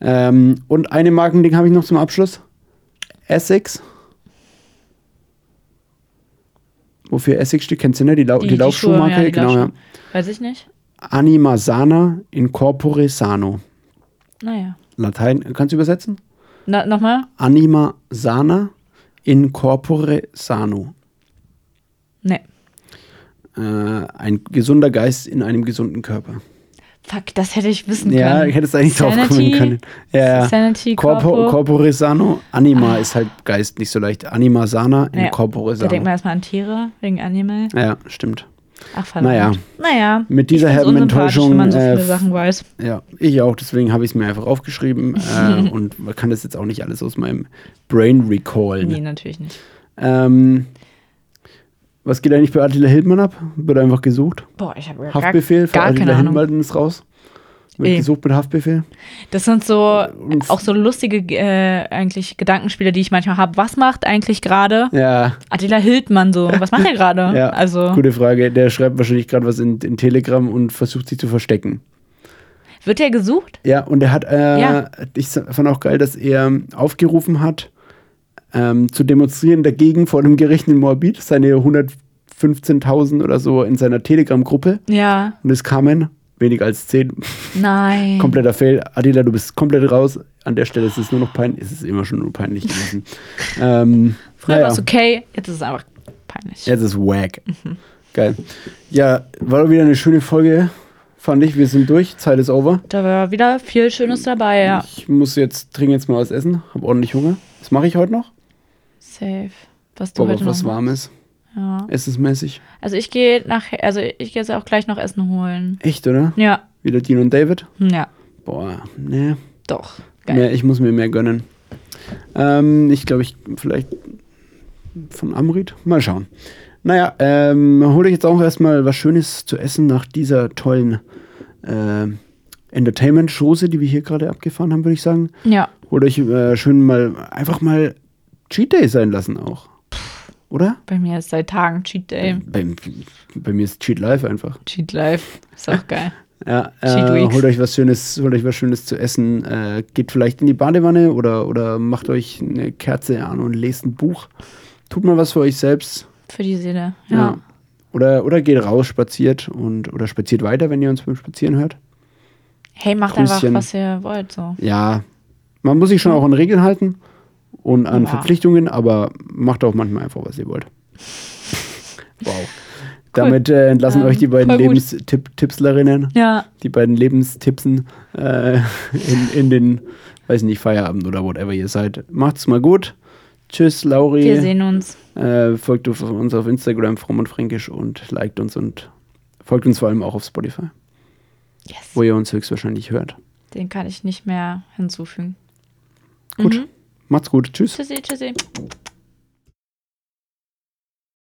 Speaker 2: Ähm, und eine Markending habe ich noch zum Abschluss. Essex. Wofür Essex steht, kennst du, ne? Die, Lau die, Laufschuhmarke,
Speaker 1: Schuhe, ja, die
Speaker 2: genau, ja.
Speaker 1: Laufschuhe. Weiß ich nicht.
Speaker 2: Anima sana in corpore sano.
Speaker 1: Naja.
Speaker 2: Latein, kannst du übersetzen?
Speaker 1: Na, nochmal?
Speaker 2: Anima sana in corpore sano.
Speaker 1: Nee.
Speaker 2: Äh, ein gesunder Geist in einem gesunden Körper.
Speaker 1: Fuck, das hätte ich wissen
Speaker 2: Ja,
Speaker 1: können.
Speaker 2: ich hätte es eigentlich drauf kommen
Speaker 1: Sanity?
Speaker 2: können. Ja, ja.
Speaker 1: Sanity,
Speaker 2: Corpo,
Speaker 1: Corpo. Ah.
Speaker 2: corpore sano, anima ist halt Geist nicht so leicht. Anima sana in
Speaker 1: Ja,
Speaker 2: corpore
Speaker 1: Da denkt
Speaker 2: sano.
Speaker 1: man erstmal an Tiere, wegen Animal.
Speaker 2: Ja, stimmt.
Speaker 1: Ach, verdammt.
Speaker 2: Naja.
Speaker 1: Naja.
Speaker 2: Mit dieser
Speaker 1: Ich find's
Speaker 2: herben
Speaker 1: unsympathisch,
Speaker 2: Enttäuschung,
Speaker 1: Wenn man so
Speaker 2: äh,
Speaker 1: viele Sachen weiß.
Speaker 2: Ja, ich auch, deswegen habe ich es mir einfach aufgeschrieben äh, und man kann das jetzt auch nicht alles aus meinem Brain recallen.
Speaker 1: Nee, natürlich nicht.
Speaker 2: Ähm, was geht eigentlich bei Attila Hildmann ab? Wird einfach gesucht.
Speaker 1: Boah, ich habe gar,
Speaker 2: Haftbefehl für
Speaker 1: gar keine
Speaker 2: Attila
Speaker 1: Ahnung.
Speaker 2: Hildmann ist raus. Wird
Speaker 1: Ey.
Speaker 2: gesucht mit Haftbefehl.
Speaker 1: Das sind so
Speaker 2: Und-
Speaker 1: auch so lustige äh, eigentlich Gedankenspiele, die ich manchmal habe. Was macht eigentlich gerade
Speaker 2: Ja.
Speaker 1: Attila Hildmann so? Was macht er gerade?
Speaker 2: Ja,
Speaker 1: also
Speaker 2: gute Frage. Der schreibt wahrscheinlich gerade was in, in Telegram und versucht sich zu verstecken.
Speaker 1: wird er gesucht?
Speaker 2: Ja, und er hat, äh,
Speaker 1: Ja.
Speaker 2: ich fand auch geil, dass er aufgerufen hat, ähm, zu demonstrieren dagegen vor dem Gericht in Moabit, seine 115.000 oder so in seiner Telegram-Gruppe.
Speaker 1: Ja.
Speaker 2: Und es kamen weniger als 10.
Speaker 1: Nein.
Speaker 2: Kompletter Fail. Adila, du bist komplett raus. An der Stelle ist es nur noch peinlich. Es ist immer schon nur peinlich gewesen. ähm,
Speaker 1: Früher
Speaker 2: naja.
Speaker 1: war es okay, jetzt ist es einfach peinlich.
Speaker 2: Jetzt ist wack.
Speaker 1: Mhm.
Speaker 2: Geil. Ja, war doch wieder eine schöne Folge, fand ich. Wir sind durch, Zeit ist over.
Speaker 1: Da war wieder viel Schönes dabei, ja.
Speaker 2: Ich muss jetzt trinke jetzt mal was essen, habe ordentlich Hunger. Was mache ich heute noch?
Speaker 1: Safe. Was du
Speaker 2: Boah,
Speaker 1: heute
Speaker 2: auf was
Speaker 1: noch ne?
Speaker 2: warmes,
Speaker 1: Ja.
Speaker 2: essensmäßig.
Speaker 1: Also ich gehe nach, also ich gehe jetzt auch gleich noch Essen holen.
Speaker 2: Echt, oder?
Speaker 1: Ja,
Speaker 2: Wieder Dean und David?
Speaker 1: ja.
Speaker 2: Boah, ne.
Speaker 1: Doch.
Speaker 2: Mehr, ich muss mir mehr gönnen. Ähm, ich glaube, ich vielleicht von Amrit. Mal schauen. Naja, ähm, hol euch jetzt auch erstmal was Schönes zu essen nach dieser tollen äh, Entertainment-Chose, die wir hier gerade abgefahren haben, würde ich sagen.
Speaker 1: Ja.
Speaker 2: Holt euch äh, schön mal einfach mal Cheat Day sein lassen auch. Oder?
Speaker 1: Bei mir ist seit Tagen Cheat Day.
Speaker 2: Bei, bei mir ist Cheat Life einfach.
Speaker 1: Mhm. Cheat Life. Ist auch geil.
Speaker 2: Ja,
Speaker 1: Cheat
Speaker 2: äh,
Speaker 1: Weeks.
Speaker 2: holt euch was Schönes, holt euch was Schönes zu essen, äh, geht vielleicht in die Badewanne oder, oder macht euch eine Kerze an und lest ein Buch. Tut mal was für euch selbst.
Speaker 1: Für die Seele. Ja.
Speaker 2: Oder, oder geht raus, spaziert und oder spaziert weiter, wenn ihr uns beim Spazieren hört.
Speaker 1: Hey, macht
Speaker 2: Grüßchen.
Speaker 1: einfach, was ihr wollt. So.
Speaker 2: Ja, man muss sich schon auch an Regeln halten und an
Speaker 1: Ja.
Speaker 2: Verpflichtungen, aber macht auch manchmal einfach, was ihr wollt. wow. Damit äh, entlassen
Speaker 1: Ähm,
Speaker 2: euch die beiden
Speaker 1: voll gut.
Speaker 2: Lebenstipslerinnen.
Speaker 1: Ja.
Speaker 2: die beiden Lebenstipsen äh, in, in den, weiß nicht, Feierabend oder whatever ihr seid. Macht's mal gut. Tschüss, Lauri.
Speaker 1: Wir sehen uns.
Speaker 2: Äh, folgt auf- uns auf Instagram, fromm und fränkisch und liked uns und folgt uns vor allem auch auf Spotify,
Speaker 1: Yes.
Speaker 2: wo ihr uns höchstwahrscheinlich hört.
Speaker 1: Den kann ich nicht mehr hinzufügen. Mhm.
Speaker 2: Gut. Macht's gut. Tschüss.
Speaker 1: Tschüssi, tschüssi.